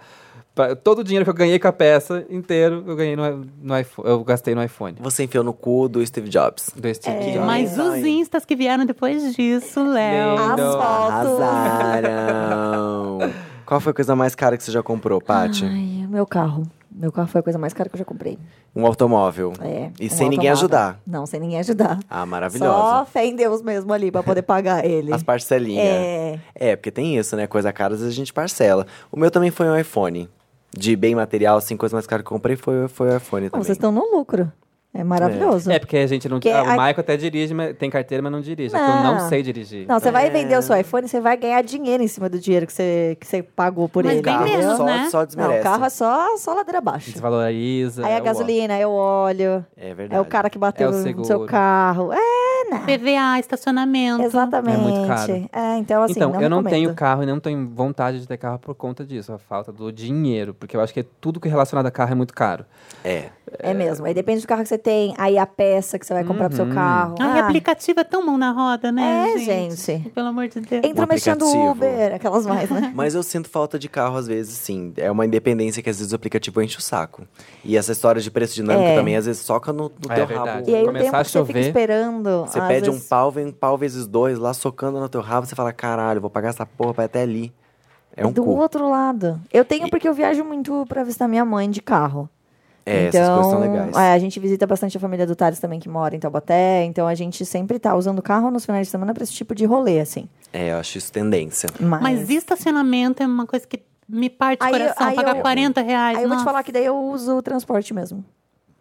B: Pra- todo o dinheiro que eu ganhei com a peça inteiro, eu ganhei no, no iPhone. Eu gastei no iPhone.
A: Você enfiou no cu do Steve Jobs.
B: Do Steve
A: É.
B: Jobs.
C: Mas os
A: Ai.
C: instas que vieram depois disso, Léo.
B: Lindo.
F: As
B: Não.
F: fotos.
A: Arrasaram. Qual foi a coisa mais cara que você já comprou, Paty?
F: Ai, meu carro. Meu carro foi a coisa mais cara que eu já comprei.
A: Um automóvel.
F: É,
A: E
F: um
A: sem ninguém
F: automóvel.
A: ajudar.
F: Não, sem ninguém ajudar.
A: Ah,
F: Só
A: maravilhosa.
F: fé em Deus mesmo ali pra poder pagar ele.
A: As parcelinhas.
F: É.
A: É, porque tem isso, né? Coisa cara, às vezes a gente parcela. O meu também foi um iPhone. De bem material, assim, coisa mais cara que eu comprei foi, foi o iPhone
F: Bom,
A: também.
F: vocês estão no lucro. É maravilhoso.
B: É porque a gente não.
F: Porque
B: ah, o
F: a-
B: Michael até dirige, mas tem carteira, mas não dirige. é que eu não
F: Não.
B: sei dirigir.
F: Não, você
A: É.
F: vai vender o seu iPhone, você vai ganhar dinheiro em cima do dinheiro que você, que você pagou por
C: Mas
F: ele.
C: bem
A: carro
F: entendeu?
C: menos,
A: só,
C: né?
A: só
F: Não,
A: desmerece.
F: o carro é só, só ladeira abaixo.
B: Desvaloriza.
F: Aí
B: é
F: a
B: o ó.
F: gasolina, é o óleo,
A: É
F: é
A: verdade.
F: o cara que bateu
B: É o
F: no
B: seguro.
F: seu carro. É,
C: PVA, estacionamento.
F: exatamente.
B: É muito caro.
F: É, então assim,
B: então,
F: não
B: eu não
F: recomendo.
B: tenho carro e não tenho vontade de ter carro por conta disso, a falta do dinheiro, porque eu acho que tudo que é relacionado a carro é muito caro.
A: É.
F: É mesmo. Aí depende do carro que você tem, aí a peça que você vai comprar pro
B: Uhum.
F: seu carro.
C: Ai,
F: Ah,
C: aplicativo é tão mão na roda, né?
F: É, gente.
C: Pelo amor de Deus.
F: Entra
A: Um
F: mexendo
A: aplicativo.
F: Uber, aquelas mais,
B: [laughs]
F: né?
A: Mas eu sinto falta de carro às vezes, sim. É uma independência que às vezes o aplicativo enche o saco. E essa história de preço dinâmico
F: É.
A: também às vezes soca no, no
B: É
A: teu
B: verdade.
A: rabo.
F: E aí o
B: Começar
F: tempo
B: a
F: que você fica
B: chover,
F: esperando.
A: Você
F: às
A: pede um
F: vezes-
A: pau, vem um pau vezes dois lá socando no teu rabo. Você fala, caralho, vou pagar essa porra pra ir até ali. É um
F: do
A: cu.
F: outro lado. Eu tenho porque eu viajo muito pra visitar minha mãe de carro.
A: É, essas coisas são legais.
F: é, a gente visita bastante a família do Thales também, que mora em Taubaté. Então, a gente sempre tá usando o carro nos finais de semana pra esse tipo de rolê, assim.
A: É, eu acho isso tendência.
F: Mas,
C: Mas estacionamento é uma coisa que me parte o
F: Aí eu-
C: coração.
F: aí
C: pagar
F: eu-
C: 40 reais.
F: aí eu vou te
C: nossa.
F: falar que daí eu uso o transporte mesmo.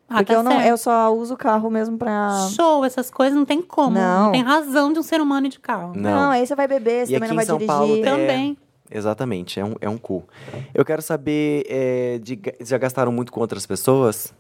C: Ah, tá
F: porque eu, não,
C: certo.
F: eu só uso o carro mesmo pra...
C: Show, essas coisas não tem como.
F: Não.
C: tem razão de um ser humano ir de carro.
A: Não.
F: Não, aí você vai beber, você
A: E aqui
F: também não
A: em
F: vai
A: São
F: dirigir.
A: Paulo tem-
C: Também.
A: Exatamente, é um, é um cu. Eu quero saber, é, de ga- já gastaram muito com outras pessoas?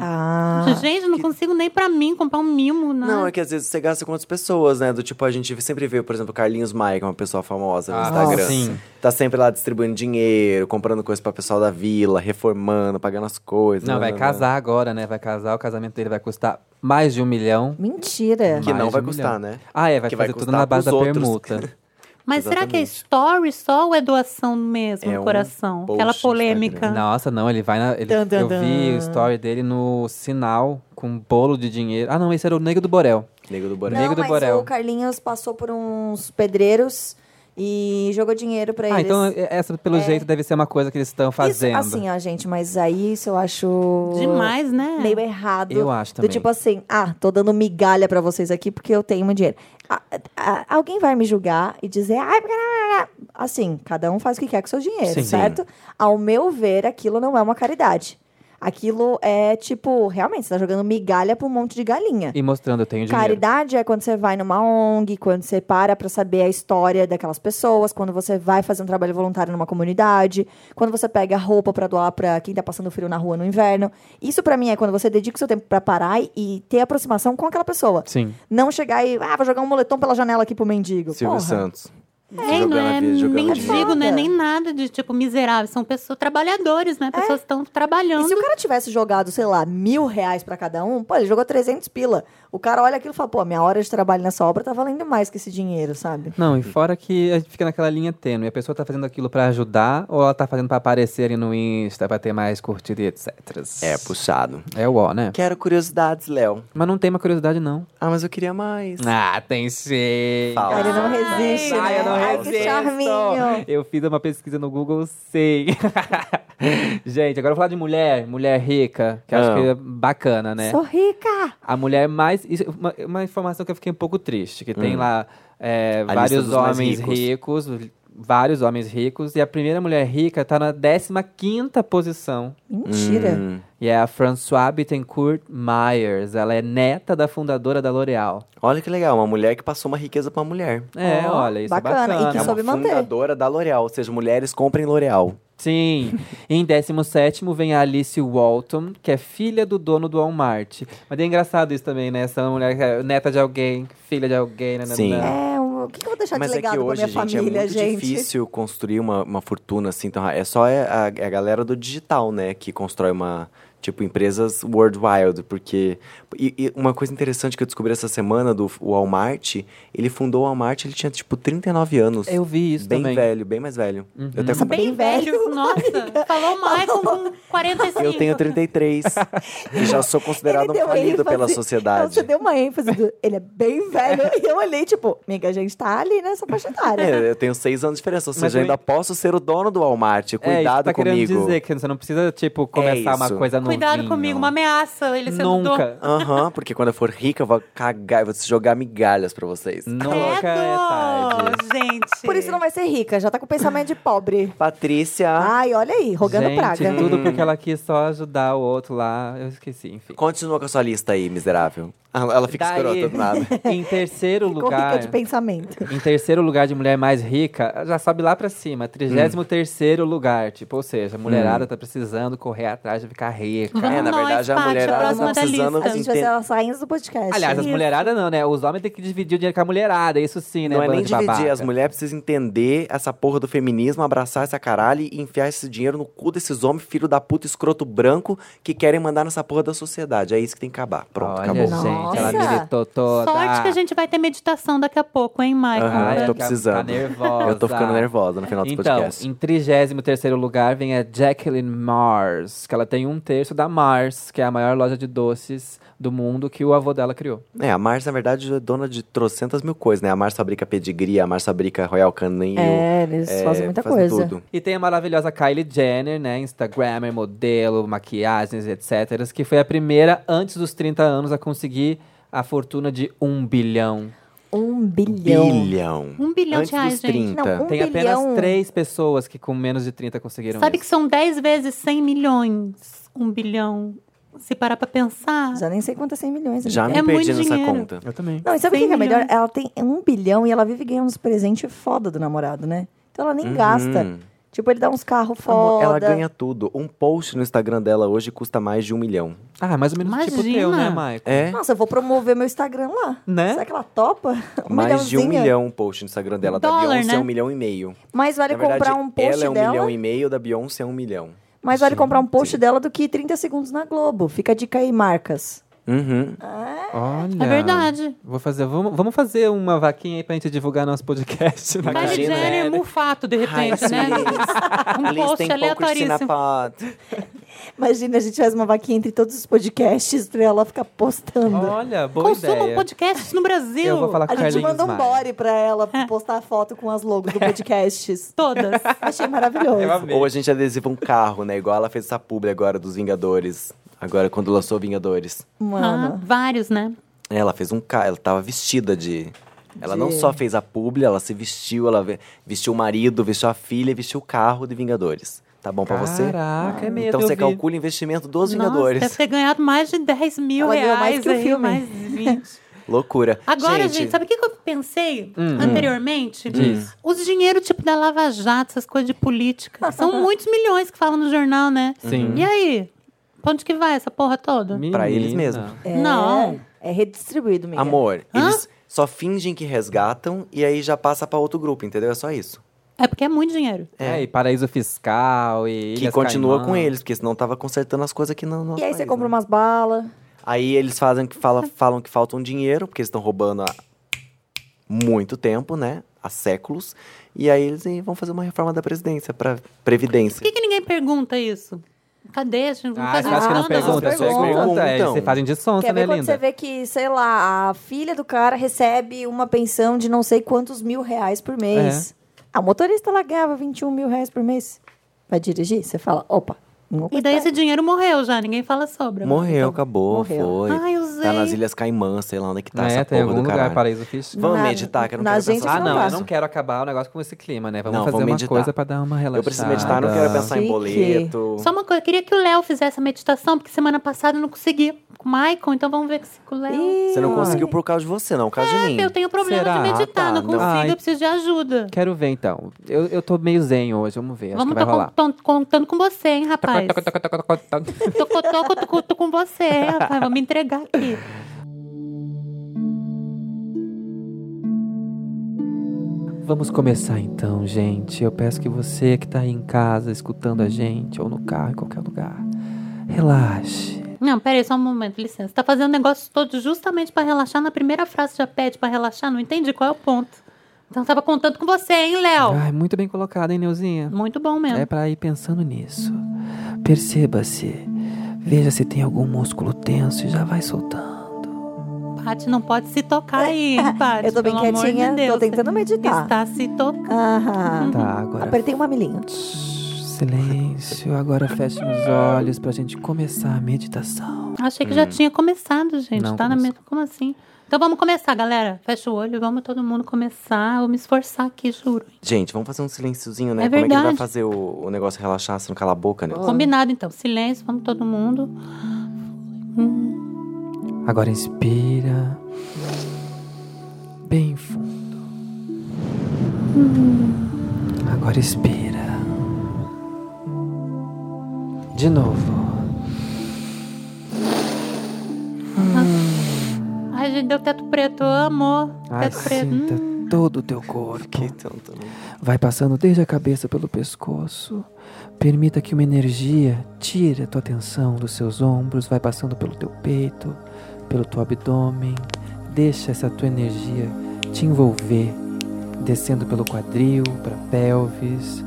F: Ah.
C: Gente, eu não consigo nem pra mim comprar um mimo, né?
A: Não, é que às vezes você gasta com outras pessoas, né? Do tipo, a gente sempre vê, por exemplo, Carlinhos Maia, que é uma pessoa famosa no
B: Ah,
A: Instagram.
B: sim.
A: Tá sempre lá distribuindo dinheiro, comprando coisas pra pessoal da vila, reformando, pagando as coisas.
B: Não, vai
A: nananã.
B: casar agora, né? Vai casar, o casamento dele vai custar mais de um milhão.
F: Mentira.
A: Que
B: Mais
A: não
B: de
A: vai
B: um
A: custar,
B: milhão.
A: né?
B: Ah, é, vai
A: Que vai
B: fazer tudo
A: custar
B: na base da
A: pros outros. [laughs]
B: permuta.
C: Mas será que é
A: Exatamente.
C: story só ou é doação mesmo,
A: É
C: no
A: um
C: coração?
A: post
C: Aquela
A: no Instagram.
C: polêmica.
B: Nossa, não, ele vai na. Ele,
F: Tan, tan,
B: eu vi
F: tan.
B: o story dele no sinal com um bolo de dinheiro. Ah, não, esse era o Negro do Borel.
A: é Nego do
B: Não,
A: Borel.
B: Nego do
F: mas
B: Borel.
F: o Carlinhos passou por uns pedreiros e jogou dinheiro pra
B: Ah,
F: eles.
B: então é- essa, pelo jeito, deve ser uma coisa que eles estão fazendo.
F: Isso, assim, ó, gente, mas aí isso eu acho...
C: Demais, né?
F: Meio errado.
B: Eu acho
F: Do
B: também.
F: tipo assim, ah, tô dando migalha pra vocês aqui porque eu tenho muito dinheiro. Ah, ah, alguém vai me julgar e dizer, ai, porque não, não, não." assim, cada um faz o que quer com o seu dinheiro,
B: Sim.
F: certo? Ao meu ver, aquilo não é uma caridade. Aquilo é tipo, realmente, você tá jogando migalha pra um monte de galinha.
B: E mostrando, eu tenho dinheiro.
F: Caridade é quando você vai numa ONG, quando você para pra saber a história daquelas pessoas, quando você vai fazer um trabalho voluntário numa comunidade, quando você pega roupa pra doar pra quem tá passando frio na rua no inverno. Isso pra mim é quando você dedica o seu tempo pra parar e- e ter aproximação com aquela pessoa.
B: Sim.
F: Não chegar e, ah, vou jogar um moletom pela janela aqui pro mendigo.
A: Silvio
F: Porra.
A: Santos.
C: É, e não é mendigo,
F: dinheiro.
C: né? Nem nada de, tipo, miserável. São pessoas trabalhadores,
F: É.
C: né? Pessoas que estão
F: E
C: trabalhando.
F: se o cara tivesse jogado, sei lá, mil reais pra cada um, pô, ele jogou 300 pila. O cara olha aquilo e fala, pô, minha hora de trabalho nessa obra tá valendo mais que esse dinheiro, sabe?
B: Não, e fora que a gente fica naquela linha tênue. A pessoa tá fazendo aquilo pra ajudar ou ela tá fazendo pra aparecer ali no Insta, pra ter mais curtida e etc.
A: É, puxado.
B: É o ó, né?
A: Quero curiosidades, Léo.
B: Mas não tem uma curiosidade, não.
A: Ah, mas eu queria mais.
B: Ah, tem sim.
A: Fala.
F: Cara, ele não resiste,
B: Ah, Ai,
F: né?
B: eu não
F: Ai,
B: resisto.
F: que charminho.
B: Eu fiz uma pesquisa no Google, sei. [laughs] Gente, agora eu vou falar de mulher, mulher rica, que eu acho
A: Não.
B: que é bacana, né?
F: Sou rica!
B: A mulher mais. isso é uma, uma informação que eu fiquei um pouco triste: que tem lá é,
A: lista
B: vários
A: dos mais
B: homens ricos. vários homens ricos, e a primeira mulher rica tá na 15 posição.
F: Mentira.
A: Hum.
B: E é a Françoise Bittencourt Myers. Ela é neta da fundadora da L'Oréal.
A: Olha que legal, uma mulher que passou uma riqueza pra mulher.
B: É,
F: Ó,
B: olha, isso
F: bacana.
B: é bacana.
F: E que
A: é uma
F: soube manter.
A: fundadora da L'Oréal, ou seja, mulheres comprem L'Oréal.
B: Sim. em 17 vem a Alice Walton, que é filha do dono do Walmart. Mas é engraçado isso também, né? Essa mulher que é neta de alguém, filha de alguém, né? né,
A: Sim.
B: né.
F: É, um- o que, que eu vou deixar
A: Mas
F: de
A: é que
F: legado
A: hoje,
F: pra minha
A: gente,
F: família,
A: é muito
F: gente?
A: difícil construir uma, uma fortuna assim. Então, é só a, a galera do digital, né, que constrói uma... Tipo, empresas worldwide, porque... E, e uma coisa interessante que eu descobri essa semana do o Walmart, ele fundou o Walmart, ele tinha, tipo, 39 anos.
B: Eu vi isso
A: bem
B: também.
A: velho, bem mais velho.
F: Uhum.
A: Eu, até comprei-
C: Bem
F: [laughs]
C: velho. Nossa, falou o Michael com 45.
A: eu tenho
F: [laughs]
A: 33 e já sou considerado um
F: Ele deu
A: falido
F: ênfase.
A: pela
F: Então, você
A: sociedade.
F: deu uma ênfase do, ele é bem velho. e eu olhei, tipo, amiga, a gente tá ali nessa faixa etária.
A: É, eu tenho seis anos de diferença, ou
B: Mas
A: seja, eu
B: também-
A: ainda posso ser o dono do Walmart.
B: É, isso que
A: Cuidado
B: tá
A: comigo. É
B: querendo dizer que você não precisa, tipo, começar uma
A: isso.
B: coisa novinho.
C: Cuidado comigo, uma ameaça. Ele sendo dono.
B: Nunca.
A: Aham, porque quando eu for rica, eu vou cagar, eu vou jogar migalhas pra vocês.
B: Nunca é tarde.
C: Credo, gente.
F: Por isso não vai ser rica, já tá com pensamento de pobre.
A: Patrícia,
F: Ai, olha aí, rogando
B: Gente,
F: praga.
B: tudo
A: Hum.
B: porque ela quis só ajudar o outro lá. Eu esqueci, enfim.
A: continua com a sua lista aí, miserável. Ah, Ela fica escrota do [laughs] nada.
B: [laughs] em terceiro
F: Ficou rica
B: lugar...
F: de pensamento.
B: Em terceiro lugar de mulher mais rica, já sobe lá pra cima.
A: Hum.
B: 33 terceiro lugar, tipo, ou seja, a mulherada tá precisando correr atrás de ficar rica.
A: É, na
C: Nós,
A: verdade, a
C: Paty, a
A: mulherada
C: próxima
A: tá
C: da
A: precisando.
C: lista.
F: A gente vai
A: enten-
F: ser as rainhas do podcast.
B: Aliás, as mulheradas não, né? Os homens têm que dividir o dinheiro com a mulherada, isso sim, né?
A: Não é
B: banda
A: nem
B: de
A: dividir,
B: babaca.
A: as mulheres precisam entender essa porra do feminismo, abraçar essa caralho e enfiar esse dinheiro no cu desses homens, filho da puta, escroto branco, que querem mandar nessa porra da sociedade. É isso que tem que acabar. Pronto,
B: Olha,
A: acabou.
B: gente, ela
F: Nossa.
B: militou toda.
C: Sorte que a gente vai ter meditação daqui a pouco, hein,
F: É
C: Michael?
A: Aham, eu
B: Ai,
A: tô
B: tá-
A: precisando.
B: Tá nervosa.
A: Eu tô ficando nervosa no final desse
B: Então,
A: podcast.
B: em 33º lugar vem a Jacqueline Mars, que ela tem um terço da Mars, que é a maior loja de doces do mundo que o avô dela criou.
A: É, a Mars, na verdade, é dona de trocentas mil coisas, né? A Mars fabrica pedigree, a Mars fabrica Royal Canin.
F: É, eles fazem muita coisa.
A: Tudo.
B: E tem a maravilhosa Kylie Jenner, né? Instagrammer, modelo, maquiagens, etc. Que foi a primeira, antes dos 30 anos, a conseguir a fortuna de um bilhão.
F: Um bilhão.
A: Bilhão.
F: Hum,
C: Um bilhão
A: Antes
C: de reais,
A: dos
C: gente.
A: 30.
F: Não, um
B: tem
F: bilhão.
B: apenas três pessoas que com menos de 30 conseguiram
C: Sabe que
B: isso.
C: são 10 vezes 100 milhões. Um bilhão. Se parar pra pensar.
F: Já nem sei quanto é 100 milhões. amiga.
A: Já me
C: É
A: perdi
C: muito
A: nessa
C: dinheiro.
A: conta.
B: Eu também.
F: Não, e sabe o
A: né?
C: 100
F: que que é melhor?
C: milhões.
F: Ela tem um bilhão e ela vive ganhando uns presentes foda do namorado, né? Então ela nem gasta.
A: Hum.
F: Tipo, ele dá uns carros
A: Amor,
F: foda.
A: Ela ganha tudo. Um post no Instagram dela hoje custa mais de um milhão.
B: Ah, mais ou menos tipo
C: Imagina.
B: teu, né, Maicon?
A: É?
F: Nossa, eu vou promover meu Instagram lá.
B: Né?
F: Será que ela topa? [laughs] Um
A: mais de um
F: milhãozinho?
A: milhão um post no Instagram dela. da
C: Dólar,
A: Beyoncé é
C: né?
A: um milhão e meio.
F: Mais vale
A: Na verdade,
F: comprar um post
A: ela é um
F: dela.
A: milhão e meio, da Beyoncé é um milhão.
F: Mais vale comprar um post
A: Gente.
F: dela do que 30 segundos na Globo. Fica a dica aí, marcas.
A: Uhum.
B: Olha.
C: É verdade.
B: Vou fazer, vamos, vamos fazer uma vaquinha aí pra gente divulgar nosso podcast na
C: Kylie
A: Imagina.
C: Jenner, é mufato, de repente,
A: Ai,
C: né? Um
A: Liz
C: post
A: tem pouco de
C: aleatoríssimo.
A: sinapado.
F: Imagina, a gente faz uma vaquinha entre todos os podcasts pra ela ficar postando.
B: Olha, boa
C: Consumam
B: ideia.
C: podcasts no Brasil.
B: Eu vou falar com
F: a gente
B: Carlinhos
F: manda um
B: Maia.
F: body pra ela
A: [laughs]
F: postar a foto com as logos do podcasts.
C: Todas.
F: Achei maravilhoso.
B: Eu amei.
A: Ou a gente adesiva um carro, né? Igual ela fez essa publi agora dos Vingadores. Agora, quando lançou Vingadores.
C: Ah,
F: Mano.
C: vários, né?
A: Ela fez um carro, ela tava vestida de... Ela não
F: De-
A: só fez a publi, ela se vestiu, ela ve- vestiu o marido, vestiu a filha, e vestiu o carro de Vingadores. Tá bom pra você?
B: Caraca, é mesmo.
A: Então
B: eu
A: você
B: vi.
A: calcula o investimento dos
C: Nossa, é
A: Vingadores.
C: deve ter ganhado mais de 10 mil
F: Ela ganhou
C: reais.
F: mais que o
C: aí,
F: filme.
C: mais 20.
A: Loucura.
C: Agora, gente, sabe o que, que eu pensei anteriormente? Os dinheiro tipo da Lava Jato, essas coisas de
F: [laughs]
C: política. São muitos milhões que falam no jornal, né?
B: Sim.
C: E aí? Pra onde que vai essa porra toda?
A: Pra eles
B: Menina.
A: mesmo.
F: É,
C: Não.
F: É redistribuído, mesmo.
A: Amor,
C: Hã?
A: eles só fingem que resgatam e aí já passa pra outro grupo, entendeu? É só isso.
C: É porque é muito dinheiro.
B: É, e paraíso fiscal e.
A: Que
B: Ilhas
A: continua
B: Caimã.
A: com eles, porque senão tava consertando as coisas aqui no nosso
F: E aí você
A: país,
F: compra
B: é.
A: né?
F: umas balas.
A: Aí eles fazem que
F: [laughs]
A: fala, falam que faltam dinheiro, porque eles estão roubando há muito tempo, né? Há séculos. E aí eles eh, vão fazer uma reforma da presidência pra
C: Por
A: previdência.
C: que, que ninguém pergunta isso? Cadê? Não
B: Ah,
C: faz
B: você acha que
C: escândalo?
B: não pergunta?
A: as
B: Você
A: pessoas
B: pergunta, é,
A: perguntam.
B: Vocês fazem de sonsa,
F: Quer ver
B: né,
F: quando você
B: linda?
F: vê que, sei lá, a filha do cara recebe uma pensão de não sei quantos mil reais por
B: É.
F: mês. A motorista lá ganhava 21 mil reais por mês. Vai dirigir? Você fala, opa. alguma
C: E
F: coisa
C: daí
F: tá-
C: esse dinheiro morreu já, ninguém fala sobre. Então,
A: Morreu, acabou,
F: morreu.
A: foi.
C: Ai, eu usei.
A: Tá nas Ilhas Caimã, sei lá onde que tá
B: Né,
A: essa
B: tem
A: porra
B: algum
A: do
B: lugar
A: caralho.
B: paraíso fiscal.
A: Vamos
F: Na-
A: meditar, que eu não
F: na
A: quero
F: gente
A: pensar
B: Ah,
F: eu
A: sobre
B: não, eu
F: faço.
A: isso.
B: não quero acabar o negócio com esse clima, né? Vamos
A: Não,
B: fazer
A: vou
B: uma
A: meditar.
B: coisa pra dar uma relaxada.
A: Eu preciso meditar, não quero pensar em
F: Que
A: boleto.
C: Só uma coisa, eu queria que o Léo fizesse a meditação, porque semana passada eu não consegui com o Michael, então vamos ver se com o Léo.
A: Você
F: um
A: não conseguiu por causa de você, não, por causa
F: É,
A: de mim.
C: Eu tenho problema
B: Será?
C: de meditar,
A: Ah, tá,
C: não
A: não.
C: consigo,
B: Ai.
C: eu preciso de ajuda.
B: Quero ver, então. Eu, eu tô meio zen hoje, vamos ver.
C: Vamos,
B: acho que
C: tô,
B: vai rolar.
C: con- tô contando com você, hein, rapaz. tô, co- tô, co- tô, co- tô com você, hein, rapaz. Vou me entregar aqui.
B: Vamos começar então, gente. Eu peço que você que tá aí em casa, escutando a gente, ou no carro, em qualquer lugar, relaxe.
C: Não, peraí, só um momento, licença. Você tá fazendo negócio todo justamente pra relaxar. Na primeira frase já pede pra relaxar, não entendi qual é o ponto. Então tava contando com você, hein, Léo?
B: Ai, muito bem colocado, hein, Neuzinha?
C: Muito bom mesmo.
B: É pra ir pensando nisso. Perceba-se. Veja se tem algum músculo tenso e já vai soltando.
C: Paty não pode se tocar aí, hein, Paty?
F: [laughs] Eu tô bem
C: Pelo amor
F: quietinha,
C: de Deus,
F: tô tentando meditar.
C: Está se tocando.
F: Aham.
B: Tá, agora.
F: Apertei um mamilinho.
B: Tsh, Silêncio. Agora fechem os olhos pra gente começar a meditação.
C: Achei que já
F: Hum.
C: tinha começado, gente.
B: Não
C: tá na
B: começou.
C: mesma. Como assim? Então vamos começar, galera. Fecha o olho, vamos todo mundo começar. Vou me esforçar aqui, juro.
A: Gente, vamos fazer um silênciozinho, né?
C: É
A: Como é que ele vai
C: verdade.
A: fazer o, o negócio relaxar se não calar a boca, né?
C: Combinado, então. Silêncio, vamos todo mundo.
B: Agora inspira. Bem fundo. Agora expira. De novo.
C: Ai, gente, deu teto preto. Eu amo.
B: Ai,
C: teto preto.
B: sinta
C: Hum,
B: todo o teu corpo.
A: Que tanto, né?
B: Vai passando desde a cabeça pelo pescoço. Permita que uma energia tire a tua atenção dos seus ombros, vai passando pelo teu peito, pelo teu abdômen. Deixa essa tua energia te envolver, descendo pelo quadril, para pelvis,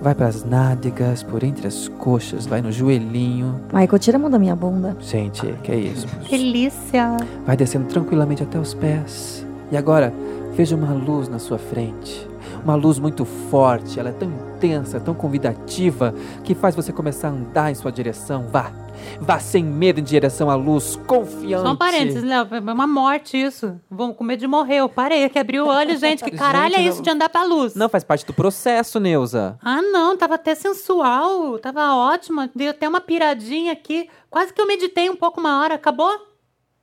B: vai para as nádegas, por entre as coxas, vai no joelhinho.
F: Michael, tira a mão da minha bunda.
B: Gente, que é isso?
C: delícia.
B: Vai descendo tranquilamente até os pés. E agora, veja uma luz na sua frente. Uma luz muito forte, ela é tão intensa, tão convidativa, que faz você começar a andar em sua direção. Vá! Vá sem medo em direção à luz, confiante.
C: Só um parênteses, Léo. É uma morte isso. Vão com medo de morrer. Eu parei, que abriu o olho,
A: [laughs]
C: gente. Que caralho
B: Gente,
C: é
B: não-
C: isso de andar pra luz?
B: Não faz parte do processo, Neuza.
C: Ah, não, tava até sensual, tava ótima, deu até uma piradinha aqui. Quase que eu meditei um pouco uma hora, acabou?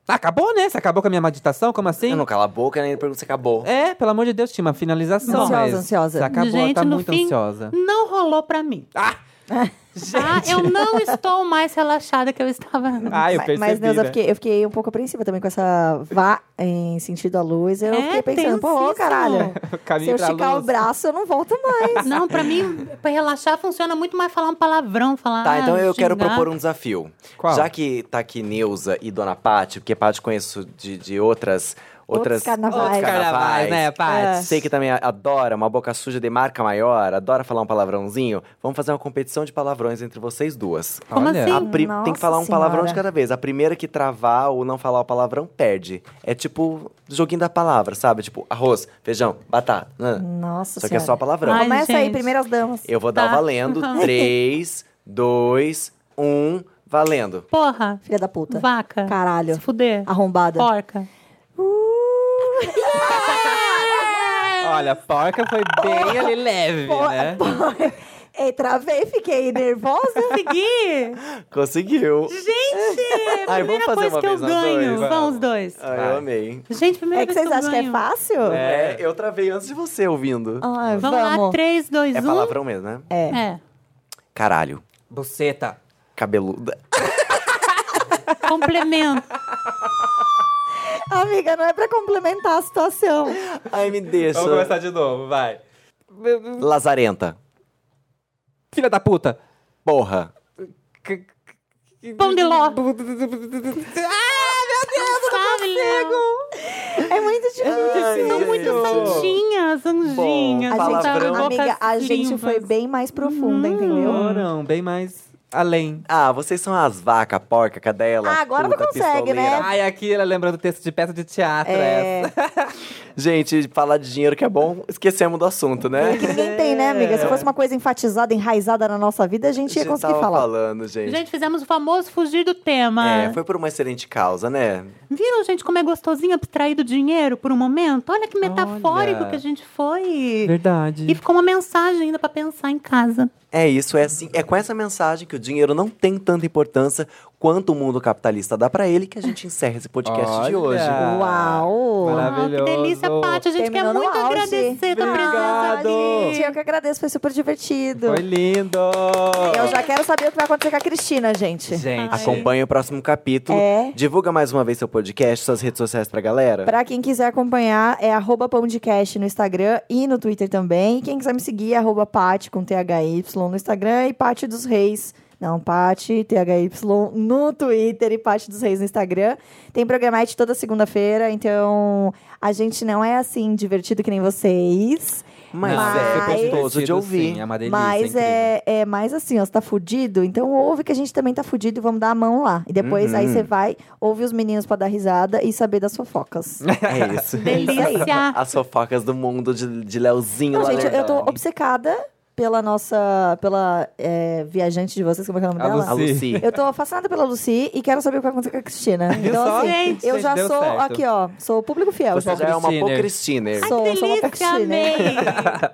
B: Ah, acabou, né? Você acabou com a minha meditação? Como assim?
A: Eu não cala a boca nem pergunto se acabou.
B: É, pelo amor de Deus, tinha uma finalização.
F: Ansiosa,
B: mas
F: ansiosa.
B: Você acabou,
C: Gente,
B: tá
C: no
B: muito
C: fim-
B: ansiosa.
C: Não rolou pra mim. [laughs] Ah, eu não estou mais relaxada que eu estava antes.
B: Ah, eu
F: Ma-
B: percebi.
F: Mas, Neuza, eu
B: né?
F: fiquei, eu fiquei um pouco apreensiva também com essa vá em sentido à luz. Eu
C: É,
F: fiquei pensando, pô,
C: tensíssimo.
F: ô,
B: [laughs]
F: caralho.
B: [laughs] O
F: Se
B: caminho
F: eu
B: pra
F: esticar o
B: luz.
F: braço, eu não volto mais.
C: Não, pra mim, pra relaxar funciona muito mais falar um palavrão, falar. ah,
A: Tá, então eu quero
C: xingar.
A: propor um desafio.
B: Qual?
A: Já que tá aqui Neuza e Dona Paty, porque Paty conheço de, de outras.
F: Outros
A: Outras,
F: carnavais.
A: outros
F: Outros
B: carnavais, né, Paty?
F: É.
A: Sei que também adora uma boca suja de marca maior, adora falar um palavrãozinho. Vamos fazer uma competição de palavrões entre vocês duas.
C: Como
B: Olha,
C: assim?
A: É, A pri-
F: Nossa
A: tem que falar um palavrão
F: Senhora.
A: de cada vez. A primeira que travar ou não falar o palavrão perde. É tipo joguinho da palavra, sabe? Tipo arroz, feijão, batata. né?
F: [laughs] Nossa
A: Só que é
F: Senhora.
A: só palavrão.
C: Ai,
F: Começa aí,
C: gente.
F: primeiras damas.
A: Eu vou dar
C: Tá.
F: [laughs]
A: valendo. 3, 2, 1, valendo.
C: Porra,
F: Filha da puta.
C: vaca.
F: Caralho.
C: Se fuder.
F: Arrombada. [laughs]
C: Porca.
B: Olha, porca foi bem ali leve,
F: Pô,
B: né?
F: pô. Ei, travei, fiquei [laughs] nervosa.
C: Consegui!
A: Conseguiu. [laughs]
C: Gente!
A: Ai, vamos
C: primeira
A: fazer
C: coisa
A: uma
C: que eu
A: vez nós
C: ganho.
A: dois? Ah.
C: Vão os dois.
A: Ai, eu amei.
C: Gente, primeira
F: É que
C: vez
F: vocês
C: que eu
F: acham que é
C: ganho.
F: fácil?
A: É, eu travei antes de você ouvindo.
F: Ai,
C: Vamos, lá, 3, 2,
A: É
C: 1.
A: palavrão mesmo, né?
F: É.
C: É.
A: Caralho.
B: Buceta.
A: Cabeluda.
C: Complemento.
F: Amiga, não é pra complementar a situação.
A: [laughs] Ai, me deixa.
B: Vamos começar de novo, vai.
A: Lazarenta.
B: Filha da puta.
A: Porra.
C: Pão de
A: Ah,
C: ló. Sabe,
F: É [laughs] muito difícil.
C: São muito santinhas, anjinhas.
A: Bom,
F: A gente,
A: Palavrão.
C: sabe, bocas
F: amiga, a gente
C: limpas.
F: foi bem mais profunda, entendeu?
B: Foram bem mais além.
A: Ah, vocês são as vacas, porca, cadela.
F: Ah, agora
A: puta,
F: não consegue,
A: pistoleira.
F: né?
B: Ai, aqui ela lembrando o texto de peça de teatro.
F: É,
B: essa.
A: Gente, falar de dinheiro que é bom, esquecemos do assunto, né?
F: que ninguém tem, né, amiga?
B: É.
F: Se fosse uma coisa enfatizada, enraizada na nossa vida, a gente ia
A: gente
F: conseguir
A: tava
F: falar.
A: falando, gente.
C: Gente, fizemos o famoso fugir do tema.
A: É, foi por uma excelente causa, né?
C: Viram, gente, como é gostosinho abstrair do dinheiro por um momento? Olha que metafórico
B: Olha.
C: que a gente foi.
B: Verdade.
C: E ficou uma mensagem ainda pra pensar em casa.
A: É isso, é assim. É com essa mensagem que o dinheiro não tem tanta importância quanto o mundo capitalista dá pra ele que a gente encerra esse podcast de
B: Olha.
A: hoje.
F: Uau!
B: Maravilhoso.
C: Ah, que delícia, Paty. A gente
F: Terminou
C: quer
F: no
C: muito
F: auge.
C: agradecer tua presença
B: Obrigado.
C: aqui.
F: Gente, eu que agradeço, foi super divertido.
B: Foi lindo.
F: Eu já quero saber o que vai acontecer com a Cristina, gente.
B: Gente.
A: Acompanhe o próximo capítulo.
F: É.
A: Divulga mais uma vez seu podcast, suas redes sociais pra galera.
F: Pra quem quiser acompanhar, é arroba pão de cast no Instagram e no Twitter também. E quem quiser me seguir, é arroba Pati com THY no Instagram e Pati dos Reis. Não, Pati, THY no Twitter e Pati dos Reis no Instagram. Tem programete toda segunda-feira, então a gente não é assim divertido que nem vocês.
A: Mas,
F: Não,
A: é
F: mas-
A: gostoso de ouvir.
B: Sim, é uma delícia.
F: mas
B: incrível.
F: é, é mais assim, ó, você tá fudido, então ouve que a gente também tá fudido e vamos dar a mão lá. E depois
A: Uhum.
F: aí você vai, ouve os meninos pra dar risada e saber das fofocas.
A: É
F: [laughs]
A: isso.
C: Delícia.
A: As fofocas do mundo de, de Leozinho
F: Não,
A: lá
F: gente, eu- eu tô
A: Lerdão.
F: obcecada pela nossa. pela é, viajante de vocês, como é que é o nome
B: A
F: dela?
A: A Lucy.
F: Eu tô fascinada pela Lucy e quero saber o que vai acontecer com a Cristina. Então,
B: só?
F: assim,
B: Gente,
F: eu já
B: deu
F: sou
B: certo.
F: aqui, ó. Sou o público fiel.
A: Você já é uma
B: Pocristiner.
A: pocristiner.
F: Sou,
C: que
F: sou uma
C: delícia,
F: Cristina. [laughs]
C: amei.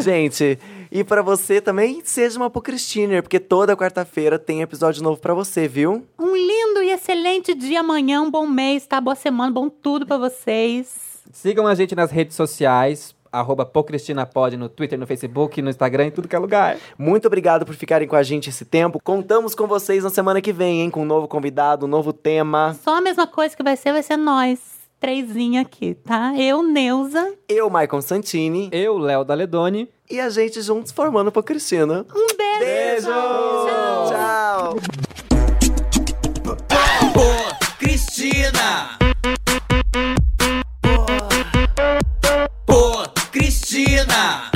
A: Gente, e pra você também, seja uma pocristiner, porque toda quarta-feira tem episódio novo pra você, viu?
C: Um lindo e excelente dia amanhã, um bom mês, tá? Boa semana, bom tudo pra vocês.
B: Sigam a gente nas redes sociais. Arroba Pocristinapod no Twitter, no Facebook, no Instagram, em tudo que é lugar.
A: Muito obrigado por ficarem com a gente esse tempo. Contamos com vocês na semana que vem, hein? Com um novo convidado, um novo tema.
C: Só a mesma coisa que vai ser, vai ser nós. Trezinha aqui, tá? Eu, Neuza.
A: Eu, Maicon Santini,
B: Eu, Léo Daledoni.
A: e a gente juntos formando Pocristina.
C: Um beijo! Tchau!
A: Tchau!
E: Pô, Cristina! Pô, Cristina!